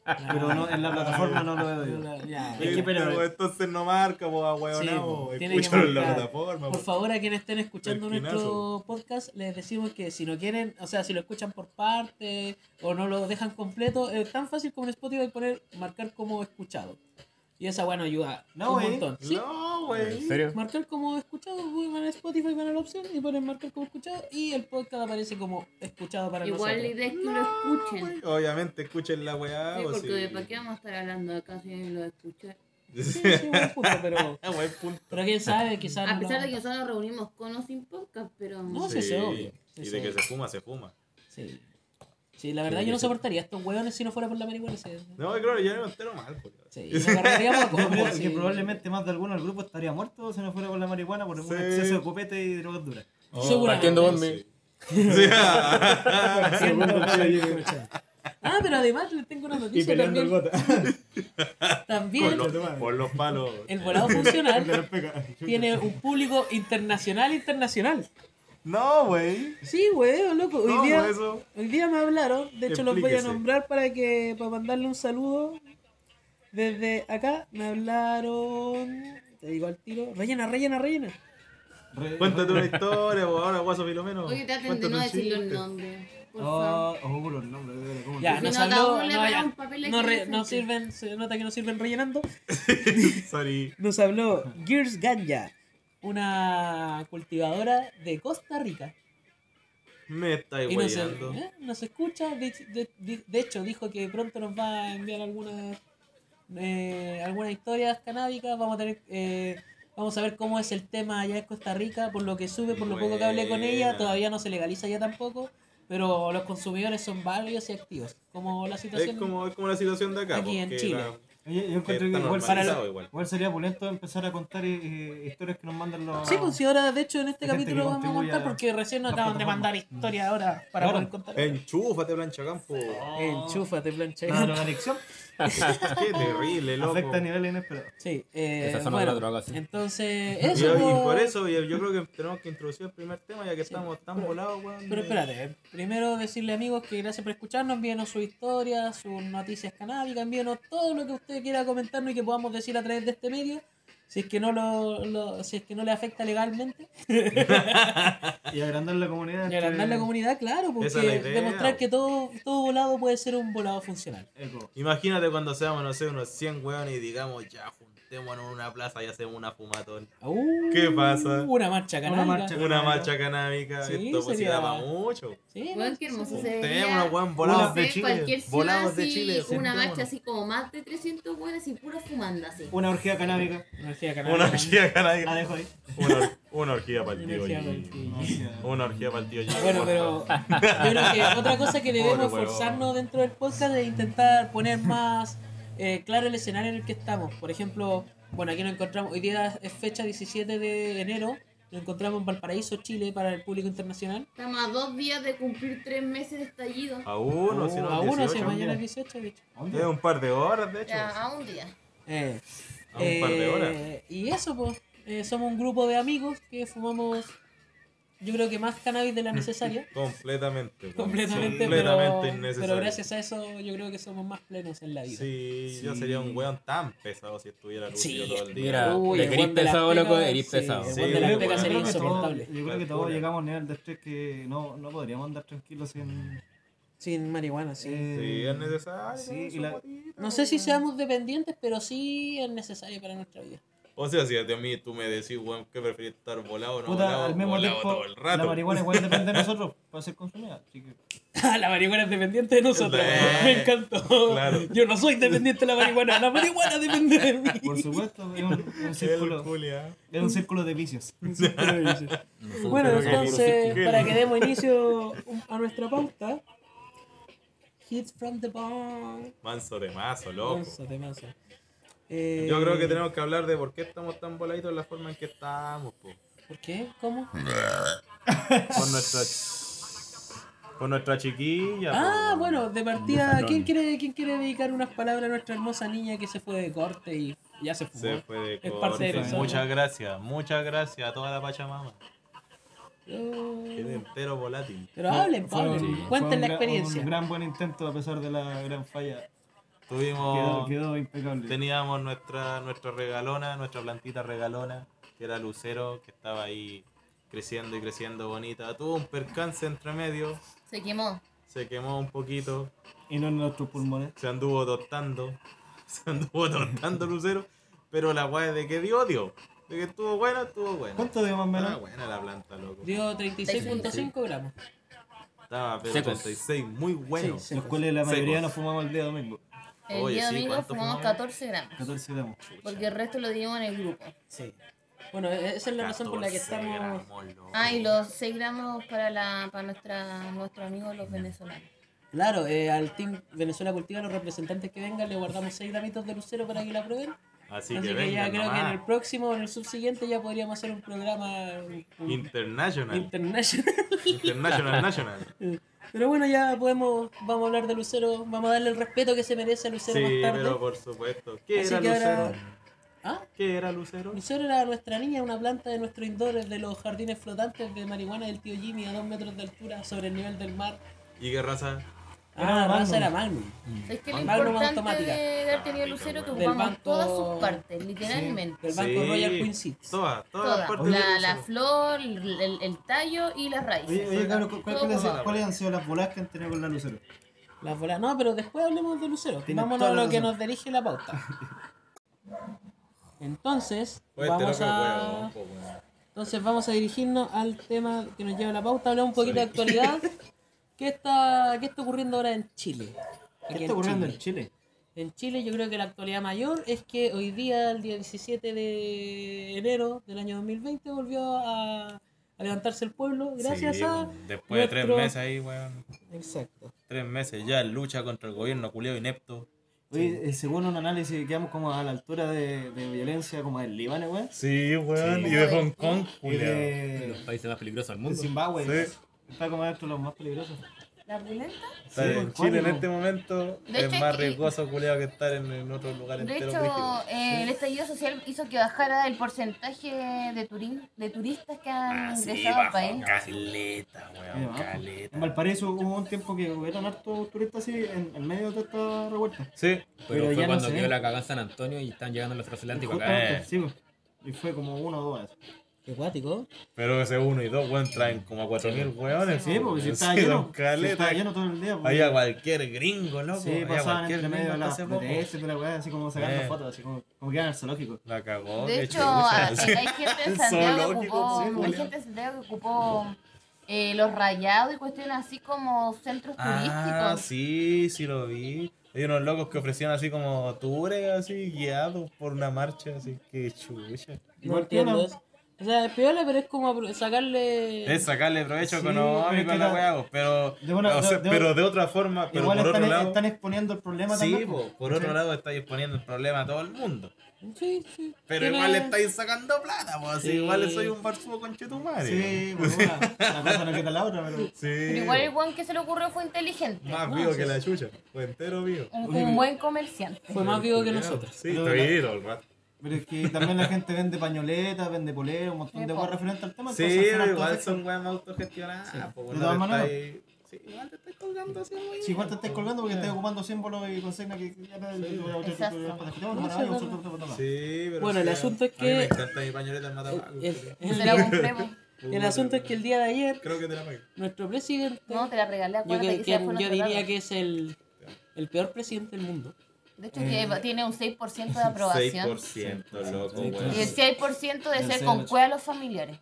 [SPEAKER 5] Pero no, en la plataforma no lo veo. Es que, pero-
[SPEAKER 3] Pero Este, entonces no marca, pues, a
[SPEAKER 2] Sí,
[SPEAKER 3] weonado.
[SPEAKER 2] pues, tiene que
[SPEAKER 3] Escúchalo en la
[SPEAKER 2] marcar.
[SPEAKER 3] plataforma.
[SPEAKER 2] Por
[SPEAKER 3] pues.
[SPEAKER 2] favor, a quienes estén escuchando
[SPEAKER 3] Del
[SPEAKER 2] nuestro
[SPEAKER 3] pinazo.
[SPEAKER 2] podcast, les decimos que si no quieren, o sea, si lo escuchan por parte o no lo dejan completo, es tan fácil como en Spotify poner marcar como escuchado. Y esa, bueno, ayuda
[SPEAKER 5] No,
[SPEAKER 2] un
[SPEAKER 5] eh.
[SPEAKER 2] montón. Sí,
[SPEAKER 3] No,
[SPEAKER 4] ¿En
[SPEAKER 3] wey.
[SPEAKER 4] serio?
[SPEAKER 2] marcar como escuchado, van a Spotify, van a la opción y ponen marcar como escuchado y el podcast aparece como escuchado para
[SPEAKER 6] Igual la
[SPEAKER 2] nosotros.
[SPEAKER 6] idea es que lo escuchen.
[SPEAKER 3] Wey, pues, Obviamente, escuchen la weá.
[SPEAKER 6] Sí,
[SPEAKER 3] pues,
[SPEAKER 6] porque ¿para qué vamos a estar hablando acá si nadie lo escucha?
[SPEAKER 2] Sí, sí, buen punto, pero,
[SPEAKER 3] *laughs* Ah, buen punto.
[SPEAKER 2] pero quién sabe, quizás
[SPEAKER 6] A
[SPEAKER 2] Ah, no,
[SPEAKER 6] pesar
[SPEAKER 2] lo-
[SPEAKER 6] de que nosotros nos reunimos con o sin podcast, pero...
[SPEAKER 2] No, sí, sí, obvio. Sí,
[SPEAKER 3] Y
[SPEAKER 2] sí.
[SPEAKER 3] de que se fuma, se fuma.
[SPEAKER 2] Sí. Sí, la verdad yo no soportaría estos hueones si no fuera por la marihuana. sí.
[SPEAKER 3] No, claro, yo no me entero mal. pues.
[SPEAKER 2] Sí, y nos agarraríamos a
[SPEAKER 3] *laughs*
[SPEAKER 5] Yo creo
[SPEAKER 2] combos, sí.
[SPEAKER 5] que probablemente más de alguno del grupo estaría muerto si no fuera por la marihuana por un
[SPEAKER 3] Sí.
[SPEAKER 5] exceso de copete y drogas duras.
[SPEAKER 2] Seguramente.
[SPEAKER 4] Partiendo por mí.
[SPEAKER 3] Sí, ah,
[SPEAKER 2] Ah, pero además les tengo una noticia también.
[SPEAKER 5] gota.
[SPEAKER 2] *laughs*
[SPEAKER 3] por,
[SPEAKER 2] También
[SPEAKER 3] los, por los palos.
[SPEAKER 5] *laughs*
[SPEAKER 2] el volado funcional
[SPEAKER 5] Pega.
[SPEAKER 2] tiene un público internacional internacional.
[SPEAKER 5] No, güey.
[SPEAKER 2] Sí, weón, loco. Hoy,
[SPEAKER 5] No, pues
[SPEAKER 2] día,
[SPEAKER 5] eso.
[SPEAKER 2] hoy día me hablaron, de hecho los voy a
[SPEAKER 5] Explíquese.
[SPEAKER 2] nombrar para que para mandarle un saludo. Desde acá me hablaron, te digo al tiro, rellena, rellena, rellena.
[SPEAKER 5] Re-
[SPEAKER 3] Cuéntate una historia, po, ahora guaso filomeno.
[SPEAKER 6] Oye, traten de
[SPEAKER 3] Cuéntate
[SPEAKER 6] no
[SPEAKER 3] un
[SPEAKER 6] decir los
[SPEAKER 3] chiste.
[SPEAKER 6] nombres. Por favor.
[SPEAKER 5] Oh, oh, los nombres, de verdad, ¿cómo
[SPEAKER 2] Ya,
[SPEAKER 6] Si
[SPEAKER 2] nos
[SPEAKER 6] no,
[SPEAKER 2] habló,
[SPEAKER 6] cada uno le
[SPEAKER 2] ah, no,
[SPEAKER 6] pega
[SPEAKER 2] ya.
[SPEAKER 6] un papel
[SPEAKER 2] No,
[SPEAKER 6] aquí
[SPEAKER 2] re-
[SPEAKER 6] de
[SPEAKER 2] no
[SPEAKER 6] frente.
[SPEAKER 2] sirven, se nota que no sirven rellenando.
[SPEAKER 3] Sorry.
[SPEAKER 2] Nos habló Gears Ganja, una cultivadora de Costa Rica.
[SPEAKER 3] Me estáis
[SPEAKER 2] Y nos,
[SPEAKER 3] guayando.
[SPEAKER 2] eh, nos escucha, de, de- de- de hecho dijo que pronto nos va a enviar algunas eh, algunas historias canábicas, vamos a tener eh, vamos a ver cómo es el tema allá en Costa Rica, por lo que sube, por lo poco que hablé con ella,
[SPEAKER 3] Buena.
[SPEAKER 2] todavía no se legaliza ya tampoco, pero los consumidores son válidos y activos, como la
[SPEAKER 3] Es
[SPEAKER 2] situación
[SPEAKER 3] como, es como la situación de acá.
[SPEAKER 2] Aquí
[SPEAKER 3] po,
[SPEAKER 2] en
[SPEAKER 3] que
[SPEAKER 2] Chile.
[SPEAKER 3] la-
[SPEAKER 5] Oye, yo encuentro
[SPEAKER 3] Está
[SPEAKER 5] que igual,
[SPEAKER 3] normalizado
[SPEAKER 5] sería-
[SPEAKER 3] igual.
[SPEAKER 5] igual sería polento empezar a contar eh, eh, historias que nos mandan los.
[SPEAKER 2] Sí, pues si ahora de hecho en este
[SPEAKER 5] Hay gente
[SPEAKER 2] capítulo
[SPEAKER 5] que
[SPEAKER 2] vamos a
[SPEAKER 5] contribuye
[SPEAKER 2] contar
[SPEAKER 5] a-
[SPEAKER 2] porque recién nos
[SPEAKER 5] las
[SPEAKER 2] acaban de
[SPEAKER 5] plataformas.
[SPEAKER 2] mandar historia ahora para
[SPEAKER 5] Claro. Eh,
[SPEAKER 2] poder contar.
[SPEAKER 3] Enchúfate, plancha campo.
[SPEAKER 2] Enchúfate, plancha.
[SPEAKER 5] La drogadicción
[SPEAKER 3] Ah, Qué terrible, loco.
[SPEAKER 5] afecta a niveles inesperados.
[SPEAKER 2] Sí, eh,
[SPEAKER 4] Esas son
[SPEAKER 2] bueno,
[SPEAKER 4] las drogas, sí.
[SPEAKER 2] entonces
[SPEAKER 3] *laughs* Y,
[SPEAKER 2] eso.
[SPEAKER 3] y
[SPEAKER 2] po.
[SPEAKER 3] por eso yo, yo creo que tenemos que introducir el primer tema ya que estamos tan volados, weón.
[SPEAKER 2] Pero
[SPEAKER 3] de-
[SPEAKER 2] espérate, eh, primero decirle amigos que gracias por escucharnos, envíenos su historia, sus noticias canábicas, envíenos todo lo que usted quiera comentarnos y que podamos decir a través de este medio, si es que no lo, lo- si es que no le afecta legalmente.
[SPEAKER 5] Y agrandar la comunidad.
[SPEAKER 2] Y
[SPEAKER 5] entre-
[SPEAKER 2] agrandar la comunidad, claro, porque
[SPEAKER 3] Este, Esa es la idea,
[SPEAKER 2] demostrar
[SPEAKER 3] po.
[SPEAKER 2] que todo, todo volado puede ser un volado funcional.
[SPEAKER 5] Eco.
[SPEAKER 3] Imagínate cuando seamos, no sé, unos 100 weones y digamos, ya, juntémonos en una plaza y hacemos una fumatón.
[SPEAKER 2] Uh,
[SPEAKER 3] ¿Qué pasa?
[SPEAKER 2] Una marcha canábica.
[SPEAKER 5] marcha.
[SPEAKER 3] Una marcha canábica.
[SPEAKER 2] Sí,
[SPEAKER 3] Esto pues sí
[SPEAKER 2] sería-
[SPEAKER 3] daba mucho.
[SPEAKER 2] Sí,
[SPEAKER 6] Weón,
[SPEAKER 2] no, sí,
[SPEAKER 6] qué hermoso
[SPEAKER 2] sí.
[SPEAKER 6] se
[SPEAKER 3] Juntémonos,
[SPEAKER 6] veía.
[SPEAKER 3] weón, volados
[SPEAKER 5] Una
[SPEAKER 3] de
[SPEAKER 6] Sí, cualquier
[SPEAKER 3] Chile.
[SPEAKER 6] ciudad
[SPEAKER 3] Volados de
[SPEAKER 6] así,
[SPEAKER 3] Chile.
[SPEAKER 6] una
[SPEAKER 3] juntémonos.
[SPEAKER 6] marcha así como más de 300 buenas y pura fumanda así.
[SPEAKER 5] Una orgía canábica.
[SPEAKER 2] Energía canábica.
[SPEAKER 3] Una orgía
[SPEAKER 5] La
[SPEAKER 3] canábica.
[SPEAKER 5] dejo ahí.
[SPEAKER 3] Una, or- una orgía para el tío
[SPEAKER 2] Energía
[SPEAKER 3] G.
[SPEAKER 2] canábica.
[SPEAKER 3] Una orgía para el tío G.
[SPEAKER 2] Bueno, pero *laughs* yo creo que otra cosa que debemos
[SPEAKER 4] Pobre huevón.
[SPEAKER 2] esforzarnos dentro del podcast es intentar poner más eh, claro el escenario en el que estamos. Por ejemplo, bueno, aquí nos encontramos, hoy día es fecha 17 de enero, nos encontramos en Valparaíso, Chile, para el público internacional.
[SPEAKER 6] Estamos a dos días de cumplir tres meses de estallido.
[SPEAKER 3] A uno, si Oh, no,
[SPEAKER 2] a uno, si
[SPEAKER 3] 18.
[SPEAKER 2] mañana es 18, de hecho.
[SPEAKER 3] Es un par de horas, de hecho.
[SPEAKER 6] Ya, a un día.
[SPEAKER 2] Eh,
[SPEAKER 3] A un par de
[SPEAKER 2] eh,
[SPEAKER 3] horas.
[SPEAKER 2] Y eso, pues, eh, somos un grupo de amigos que fumamos, yo creo que más cannabis
[SPEAKER 3] *laughs*
[SPEAKER 2] de la necesaria.
[SPEAKER 3] Completamente. weón.
[SPEAKER 2] Completamente,
[SPEAKER 3] Completamente
[SPEAKER 2] pero,
[SPEAKER 3] innecesario.
[SPEAKER 2] pero gracias a eso yo creo que somos más plenos en la vida.
[SPEAKER 3] Sí, yo sería un weón tan pesado si estuviera lucido todo el día.
[SPEAKER 4] Mira,
[SPEAKER 2] Uy,
[SPEAKER 4] te
[SPEAKER 2] el
[SPEAKER 4] querís
[SPEAKER 2] Juan de las
[SPEAKER 4] pesado,
[SPEAKER 2] Pegas,
[SPEAKER 4] loco, eres
[SPEAKER 2] sí,
[SPEAKER 4] pesado.
[SPEAKER 2] el
[SPEAKER 3] Sí,
[SPEAKER 2] Juan de las
[SPEAKER 3] yo
[SPEAKER 2] Pegas
[SPEAKER 3] creo
[SPEAKER 2] sería
[SPEAKER 3] que todo-
[SPEAKER 2] insoportable.
[SPEAKER 5] yo creo que todos llegamos a un nivel de estrés que no, no podríamos andar tranquilos sin.
[SPEAKER 2] Sin marihuana, sí.
[SPEAKER 5] eh,
[SPEAKER 3] Sí, es necesario.
[SPEAKER 5] Sí,
[SPEAKER 3] su
[SPEAKER 5] y la-
[SPEAKER 3] motita,
[SPEAKER 2] no sé si
[SPEAKER 3] weón.
[SPEAKER 2] seamos dependientes, pero sí es necesario para nuestra vida. *laughs*
[SPEAKER 3] O sea, si a mí tú me decís, weón, que preferís estar volado o no
[SPEAKER 5] Puta,
[SPEAKER 3] volado,
[SPEAKER 5] al mismo
[SPEAKER 3] volado
[SPEAKER 5] tiempo,
[SPEAKER 3] todo el rato.
[SPEAKER 5] la marihuana igual depende de nosotros para ser consumida. Así que.
[SPEAKER 2] la marihuana es dependiente de nosotros.
[SPEAKER 3] Eh,
[SPEAKER 2] Me encantó.
[SPEAKER 3] claro.
[SPEAKER 2] Yo no soy dependiente de la marihuana. La marihuana depende de mí.
[SPEAKER 5] Por supuesto, es un,
[SPEAKER 3] *laughs*
[SPEAKER 5] un
[SPEAKER 3] El
[SPEAKER 5] círculo,
[SPEAKER 3] Julia.
[SPEAKER 5] es un círculo de vicios.
[SPEAKER 2] Bueno, entonces,
[SPEAKER 3] Qué
[SPEAKER 2] para
[SPEAKER 3] lindo.
[SPEAKER 2] que demos inicio a nuestra pauta. Hits from the bong.
[SPEAKER 3] Manso de mazo, loco.
[SPEAKER 2] Manso, temazo. Eh,
[SPEAKER 3] Yo Oh. creo que tenemos que hablar de por qué estamos tan voladitos en la forma en que estamos, po.
[SPEAKER 2] ¿Por qué? ¿Cómo?
[SPEAKER 3] Con nuestra, con nuestra chiquilla.
[SPEAKER 2] Ah,
[SPEAKER 3] po.
[SPEAKER 2] bueno, de partida, ¿quién quiere, ¿quién quiere dedicar unas palabras a nuestra hermosa niña que se fue de corte y ya se fue?
[SPEAKER 3] Se fue de
[SPEAKER 2] Es
[SPEAKER 3] corte.
[SPEAKER 2] parte de nosotros.
[SPEAKER 3] Muchas gracias, muchas gracias a toda la Pachamama. Quedé
[SPEAKER 2] Pero,
[SPEAKER 3] entero volátil.
[SPEAKER 2] pero hablen,
[SPEAKER 5] Fue un-
[SPEAKER 2] Pablo,
[SPEAKER 5] fue
[SPEAKER 2] cuenten
[SPEAKER 5] un
[SPEAKER 2] la
[SPEAKER 5] gran-
[SPEAKER 2] experiencia.
[SPEAKER 5] Un gran buen intento a pesar de la gran falla. Quedó,
[SPEAKER 3] Tuvimos,
[SPEAKER 5] quedó impecable.
[SPEAKER 3] teníamos nuestra, nuestra regalona, nuestra plantita regalona, que era Lucero, que estaba ahí creciendo y creciendo bonita. Tuvo un percance entre medio,
[SPEAKER 6] Se quemó.
[SPEAKER 3] se quemó un poquito,
[SPEAKER 5] Y no en nuestros pulmones.
[SPEAKER 3] se anduvo tostando, *laughs* se anduvo
[SPEAKER 2] *laughs*
[SPEAKER 3] tostando Lucero, pero la guay de que dio, dio. De que estuvo buena, estuvo buena.
[SPEAKER 5] ¿Cuánto dio más o
[SPEAKER 3] Estaba
[SPEAKER 5] menos?
[SPEAKER 3] buena la planta, loco.
[SPEAKER 2] Dio 36.5 gramos.
[SPEAKER 3] Estaba pero
[SPEAKER 4] Secos.
[SPEAKER 3] 36, muy bueno.
[SPEAKER 2] Sí,
[SPEAKER 5] Los
[SPEAKER 2] sí.
[SPEAKER 5] cuales la
[SPEAKER 3] Secos.
[SPEAKER 5] mayoría nos fumamos el día domingo.
[SPEAKER 6] El
[SPEAKER 3] Oye,
[SPEAKER 6] día
[SPEAKER 3] sí,
[SPEAKER 6] domingo
[SPEAKER 3] ¿cuánto
[SPEAKER 6] fumamos
[SPEAKER 3] fumamos?
[SPEAKER 6] 14 gramos.
[SPEAKER 5] 14 gramos.
[SPEAKER 6] Porque el resto lo dimos en el grupo.
[SPEAKER 2] Sí. Bueno, e- esa es la razón por la que
[SPEAKER 3] 14
[SPEAKER 2] estamos.
[SPEAKER 3] gramos, loco.
[SPEAKER 6] Ah, y los 6 gramos para, la, para nuestra, nuestros amigos los venezolanos.
[SPEAKER 2] Claro, eh, al Team Venezuela Cultiva, los representantes que vengan, le guardamos 6 gramitos de lucero para que la prueben.
[SPEAKER 3] Así,
[SPEAKER 2] Así que,
[SPEAKER 3] que, venga,
[SPEAKER 2] ya creo que en el próximo o en el subsiguiente ya podríamos hacer un programa un-
[SPEAKER 3] International.
[SPEAKER 2] internacional. *laughs*
[SPEAKER 3] International National.
[SPEAKER 2] Pero bueno, ya podemos, vamos a hablar de Lucero, vamos a darle el respeto que se merece a Lucero
[SPEAKER 3] Sí,
[SPEAKER 2] más tarde.
[SPEAKER 3] pero por supuesto. ¿Qué
[SPEAKER 2] Así
[SPEAKER 3] era
[SPEAKER 2] que
[SPEAKER 3] Lucero?
[SPEAKER 2] ahora- ¿Ah?
[SPEAKER 7] ¿Qué era Lucero?
[SPEAKER 2] Lucero era nuestra niña, una planta de nuestros indoores de los jardines flotantes de marihuana del tío Jimmy a dos metros de altura sobre el nivel del mar.
[SPEAKER 7] ¿Y qué raza?
[SPEAKER 2] Era una raza, era Magnum.
[SPEAKER 6] Es que lo
[SPEAKER 2] Magnum
[SPEAKER 6] importante
[SPEAKER 2] automática.
[SPEAKER 6] de Arteria Lucero es que
[SPEAKER 2] Del
[SPEAKER 6] ocupamos
[SPEAKER 2] banco-
[SPEAKER 6] todas sus partes, literalmente.
[SPEAKER 2] Del banco
[SPEAKER 7] Sí,
[SPEAKER 2] Royal Queen Seeds.
[SPEAKER 7] Todas, todas las
[SPEAKER 6] Todas.
[SPEAKER 7] partes de
[SPEAKER 6] La,
[SPEAKER 7] Lucero.
[SPEAKER 6] la flor, el, el- el tallo y las raíces.
[SPEAKER 5] Oye, oye, cabrón, ¿cu- cu-
[SPEAKER 6] Todo
[SPEAKER 5] ¿cuáles han-
[SPEAKER 6] ocupado.
[SPEAKER 5] ¿cuáles han sido las bolas que han tenido con la lucero?
[SPEAKER 2] Las bolas. No, pero después hablemos de Lucero.
[SPEAKER 5] Tienes
[SPEAKER 2] Vámonos
[SPEAKER 5] toda
[SPEAKER 2] a
[SPEAKER 5] la
[SPEAKER 2] lo que
[SPEAKER 5] razón.
[SPEAKER 2] nos dirige la pauta. Entonces,
[SPEAKER 7] Oye, este
[SPEAKER 2] vamos
[SPEAKER 7] loco es
[SPEAKER 2] a.
[SPEAKER 7] huevón, po, weón.
[SPEAKER 2] Entonces vamos a dirigirnos al tema que nos lleva la pauta, hablar un poquito de actualidad.
[SPEAKER 5] *laughs*
[SPEAKER 2] ¿Qué está, ¿Qué está ocurriendo ahora en Chile? Aquí
[SPEAKER 5] ¿Qué está ocurriendo en Chile?
[SPEAKER 2] En Chile yo creo que la actualidad mayor es que hoy día, el día 17 de enero del año 2020, volvió a, a levantarse el pueblo gracias
[SPEAKER 7] Sí,
[SPEAKER 2] a...
[SPEAKER 7] weón. Después de tres
[SPEAKER 2] nuestro-
[SPEAKER 7] meses ahí, weón.
[SPEAKER 2] Exacto.
[SPEAKER 7] Tres meses ya en lucha contra el gobierno culiado inepto.
[SPEAKER 5] Oye, eh, según un análisis quedamos como a la altura de, de violencia como del Líbano, weón.
[SPEAKER 3] Sí, weón.
[SPEAKER 6] Sí.
[SPEAKER 3] Y de Hong Kong,
[SPEAKER 5] Y
[SPEAKER 3] culiao.
[SPEAKER 5] de,
[SPEAKER 4] Los países más peligrosos del
[SPEAKER 5] de
[SPEAKER 4] mundo.
[SPEAKER 5] Zimbabue.
[SPEAKER 3] Sí.
[SPEAKER 5] Está como dentro de los más peligrosos.
[SPEAKER 6] ¿La pulenta?
[SPEAKER 3] Estar
[SPEAKER 5] Sí, pues,
[SPEAKER 3] en
[SPEAKER 5] Juan,
[SPEAKER 3] Chile en
[SPEAKER 5] no.
[SPEAKER 3] este momento
[SPEAKER 6] De
[SPEAKER 3] es
[SPEAKER 6] hecho,
[SPEAKER 3] más
[SPEAKER 6] es que-
[SPEAKER 3] riesgoso, culiao, que estar en, en otro lugar
[SPEAKER 6] De
[SPEAKER 3] entero.
[SPEAKER 6] hecho, eh, el estallido social hizo que bajara el porcentaje de, turin- de turistas que han ingresado al país.
[SPEAKER 3] Caleta, weón.
[SPEAKER 5] Mira, pues. En Valparaíso hubo un tiempo que hubieron hartos turistas así en, en medio de esta revuelta.
[SPEAKER 3] Sí,
[SPEAKER 4] Pero,
[SPEAKER 5] Pero
[SPEAKER 4] fue
[SPEAKER 5] ya no
[SPEAKER 4] cuando
[SPEAKER 5] se
[SPEAKER 4] quedó
[SPEAKER 5] ve.
[SPEAKER 4] la cagada en San Antonio y están llegando los transatlánticos acá.
[SPEAKER 5] Justamente,
[SPEAKER 4] Eh,
[SPEAKER 5] sí, weón. Y fue como uno o dos veces.
[SPEAKER 2] Qué guático.
[SPEAKER 3] pero ese uno y dos, weón, traen como a 4.000 weones.
[SPEAKER 5] Sí, porque pues, si estaba
[SPEAKER 3] Sí,
[SPEAKER 5] lleno.
[SPEAKER 3] son caletas.
[SPEAKER 5] si estaba lleno todo el día. pues.
[SPEAKER 3] Había cualquier gringo, loco.
[SPEAKER 5] Sí,
[SPEAKER 3] había
[SPEAKER 5] pasaban
[SPEAKER 3] cualquier
[SPEAKER 5] entre medio
[SPEAKER 3] gringo
[SPEAKER 5] de la
[SPEAKER 3] hace poco.
[SPEAKER 5] BTS, de la weá, así como sacando
[SPEAKER 3] Eh.
[SPEAKER 5] fotos, así como, como que eran el zoológico.
[SPEAKER 3] La cagó.
[SPEAKER 6] De
[SPEAKER 3] qué *laughs*
[SPEAKER 6] hecho,
[SPEAKER 3] chucha,
[SPEAKER 6] a- hay
[SPEAKER 3] sí.
[SPEAKER 6] hay gente en Santiago que
[SPEAKER 3] Zoológico, sí,
[SPEAKER 6] ocupó, hay
[SPEAKER 3] Julián.
[SPEAKER 6] gente en Santiago que ocupó eh, los rayados y cuestiones así como centros
[SPEAKER 3] Ah,
[SPEAKER 6] turísticos.
[SPEAKER 3] sí, sí lo vi. Hay unos locos que ofrecían así como tours, así guiados por una marcha, así que chucha.
[SPEAKER 2] No
[SPEAKER 5] Igual
[SPEAKER 2] entiendo
[SPEAKER 5] piola.
[SPEAKER 2] eso. O sea, es piola, pero es como apro- sacarle...
[SPEAKER 3] Es sacarle provecho
[SPEAKER 5] Sí, pero es
[SPEAKER 3] económico
[SPEAKER 5] que
[SPEAKER 3] a la
[SPEAKER 5] la-
[SPEAKER 3] weá, vos, pero,
[SPEAKER 5] de una-
[SPEAKER 3] o sea,
[SPEAKER 5] de- de-
[SPEAKER 3] pero de otra forma, pero
[SPEAKER 5] Igual
[SPEAKER 3] por
[SPEAKER 5] están, e-
[SPEAKER 3] otro lado.
[SPEAKER 5] están exponiendo el problema
[SPEAKER 3] sí,
[SPEAKER 5] también.
[SPEAKER 3] po,
[SPEAKER 5] pues.
[SPEAKER 3] por otro
[SPEAKER 5] Sí.
[SPEAKER 3] lado estáis poniendo el problema a todo el mundo.
[SPEAKER 2] Sí, sí.
[SPEAKER 3] Pero
[SPEAKER 2] Tiene-
[SPEAKER 3] igual le estáis sacando plata, pues así
[SPEAKER 2] Sí.
[SPEAKER 3] igual soy un barzudo con chetumare.
[SPEAKER 5] Sí, pues, una, una cosa no quita la otra, pero.
[SPEAKER 6] Pero igual el guan que se le ocurrió fue inteligente,
[SPEAKER 3] Más vivo que la chucha, fue entero vivo.
[SPEAKER 6] un, un
[SPEAKER 3] *laughs*
[SPEAKER 6] buen comerciante.
[SPEAKER 2] Fue más vivo que nosotros.
[SPEAKER 3] Sí,
[SPEAKER 5] Pero-
[SPEAKER 3] estoy todo el rato.
[SPEAKER 5] Pero es que también la gente vende pañoletas, vende poleros, un montón
[SPEAKER 6] Sí,
[SPEAKER 5] de
[SPEAKER 6] po.
[SPEAKER 5] cosas referentes al tema.
[SPEAKER 3] Sí,
[SPEAKER 5] entonces, al final
[SPEAKER 3] pero
[SPEAKER 5] todo
[SPEAKER 3] igual
[SPEAKER 5] se-
[SPEAKER 3] son weas más autogestionadas. pues,
[SPEAKER 5] De
[SPEAKER 3] no
[SPEAKER 5] todas
[SPEAKER 3] te
[SPEAKER 5] maneras.
[SPEAKER 3] estáis- Sí, igual te estáis colgando así, güey.
[SPEAKER 5] Sí, igual te estáis colgando porque estás ocupando símbolos y consignas que ya te- te- te- te- te- te- te- te- te- te-
[SPEAKER 2] No, sí,
[SPEAKER 5] te- te- te-
[SPEAKER 2] no,
[SPEAKER 5] te-
[SPEAKER 2] no.
[SPEAKER 5] te- te- te- te-
[SPEAKER 3] Sí, pero
[SPEAKER 2] Bueno, el
[SPEAKER 3] sea,
[SPEAKER 2] asunto es
[SPEAKER 3] a mí me
[SPEAKER 2] que-
[SPEAKER 3] encanta mi pañoleta en Matapaco.
[SPEAKER 2] El, el-
[SPEAKER 6] Se la compré, po.
[SPEAKER 2] el asunto es que el día de ayer,
[SPEAKER 3] Creo que te la pagué.
[SPEAKER 2] nuestro presidente,
[SPEAKER 6] no, te la regalé,
[SPEAKER 2] yo,
[SPEAKER 6] acuérdate
[SPEAKER 2] que-
[SPEAKER 6] que,
[SPEAKER 2] que-
[SPEAKER 6] esa fue
[SPEAKER 2] yo
[SPEAKER 6] nuestra
[SPEAKER 2] diría
[SPEAKER 6] data.
[SPEAKER 2] que es el, el peor presidente del mundo.
[SPEAKER 6] De hecho,
[SPEAKER 3] Mm.
[SPEAKER 6] que tiene un 6%
[SPEAKER 3] *laughs*
[SPEAKER 6] de aprobación
[SPEAKER 3] 6%, loco,
[SPEAKER 6] y
[SPEAKER 3] weón.
[SPEAKER 6] el 6% de ser
[SPEAKER 5] ser
[SPEAKER 6] con
[SPEAKER 5] ocho.
[SPEAKER 6] cueva a los familiares.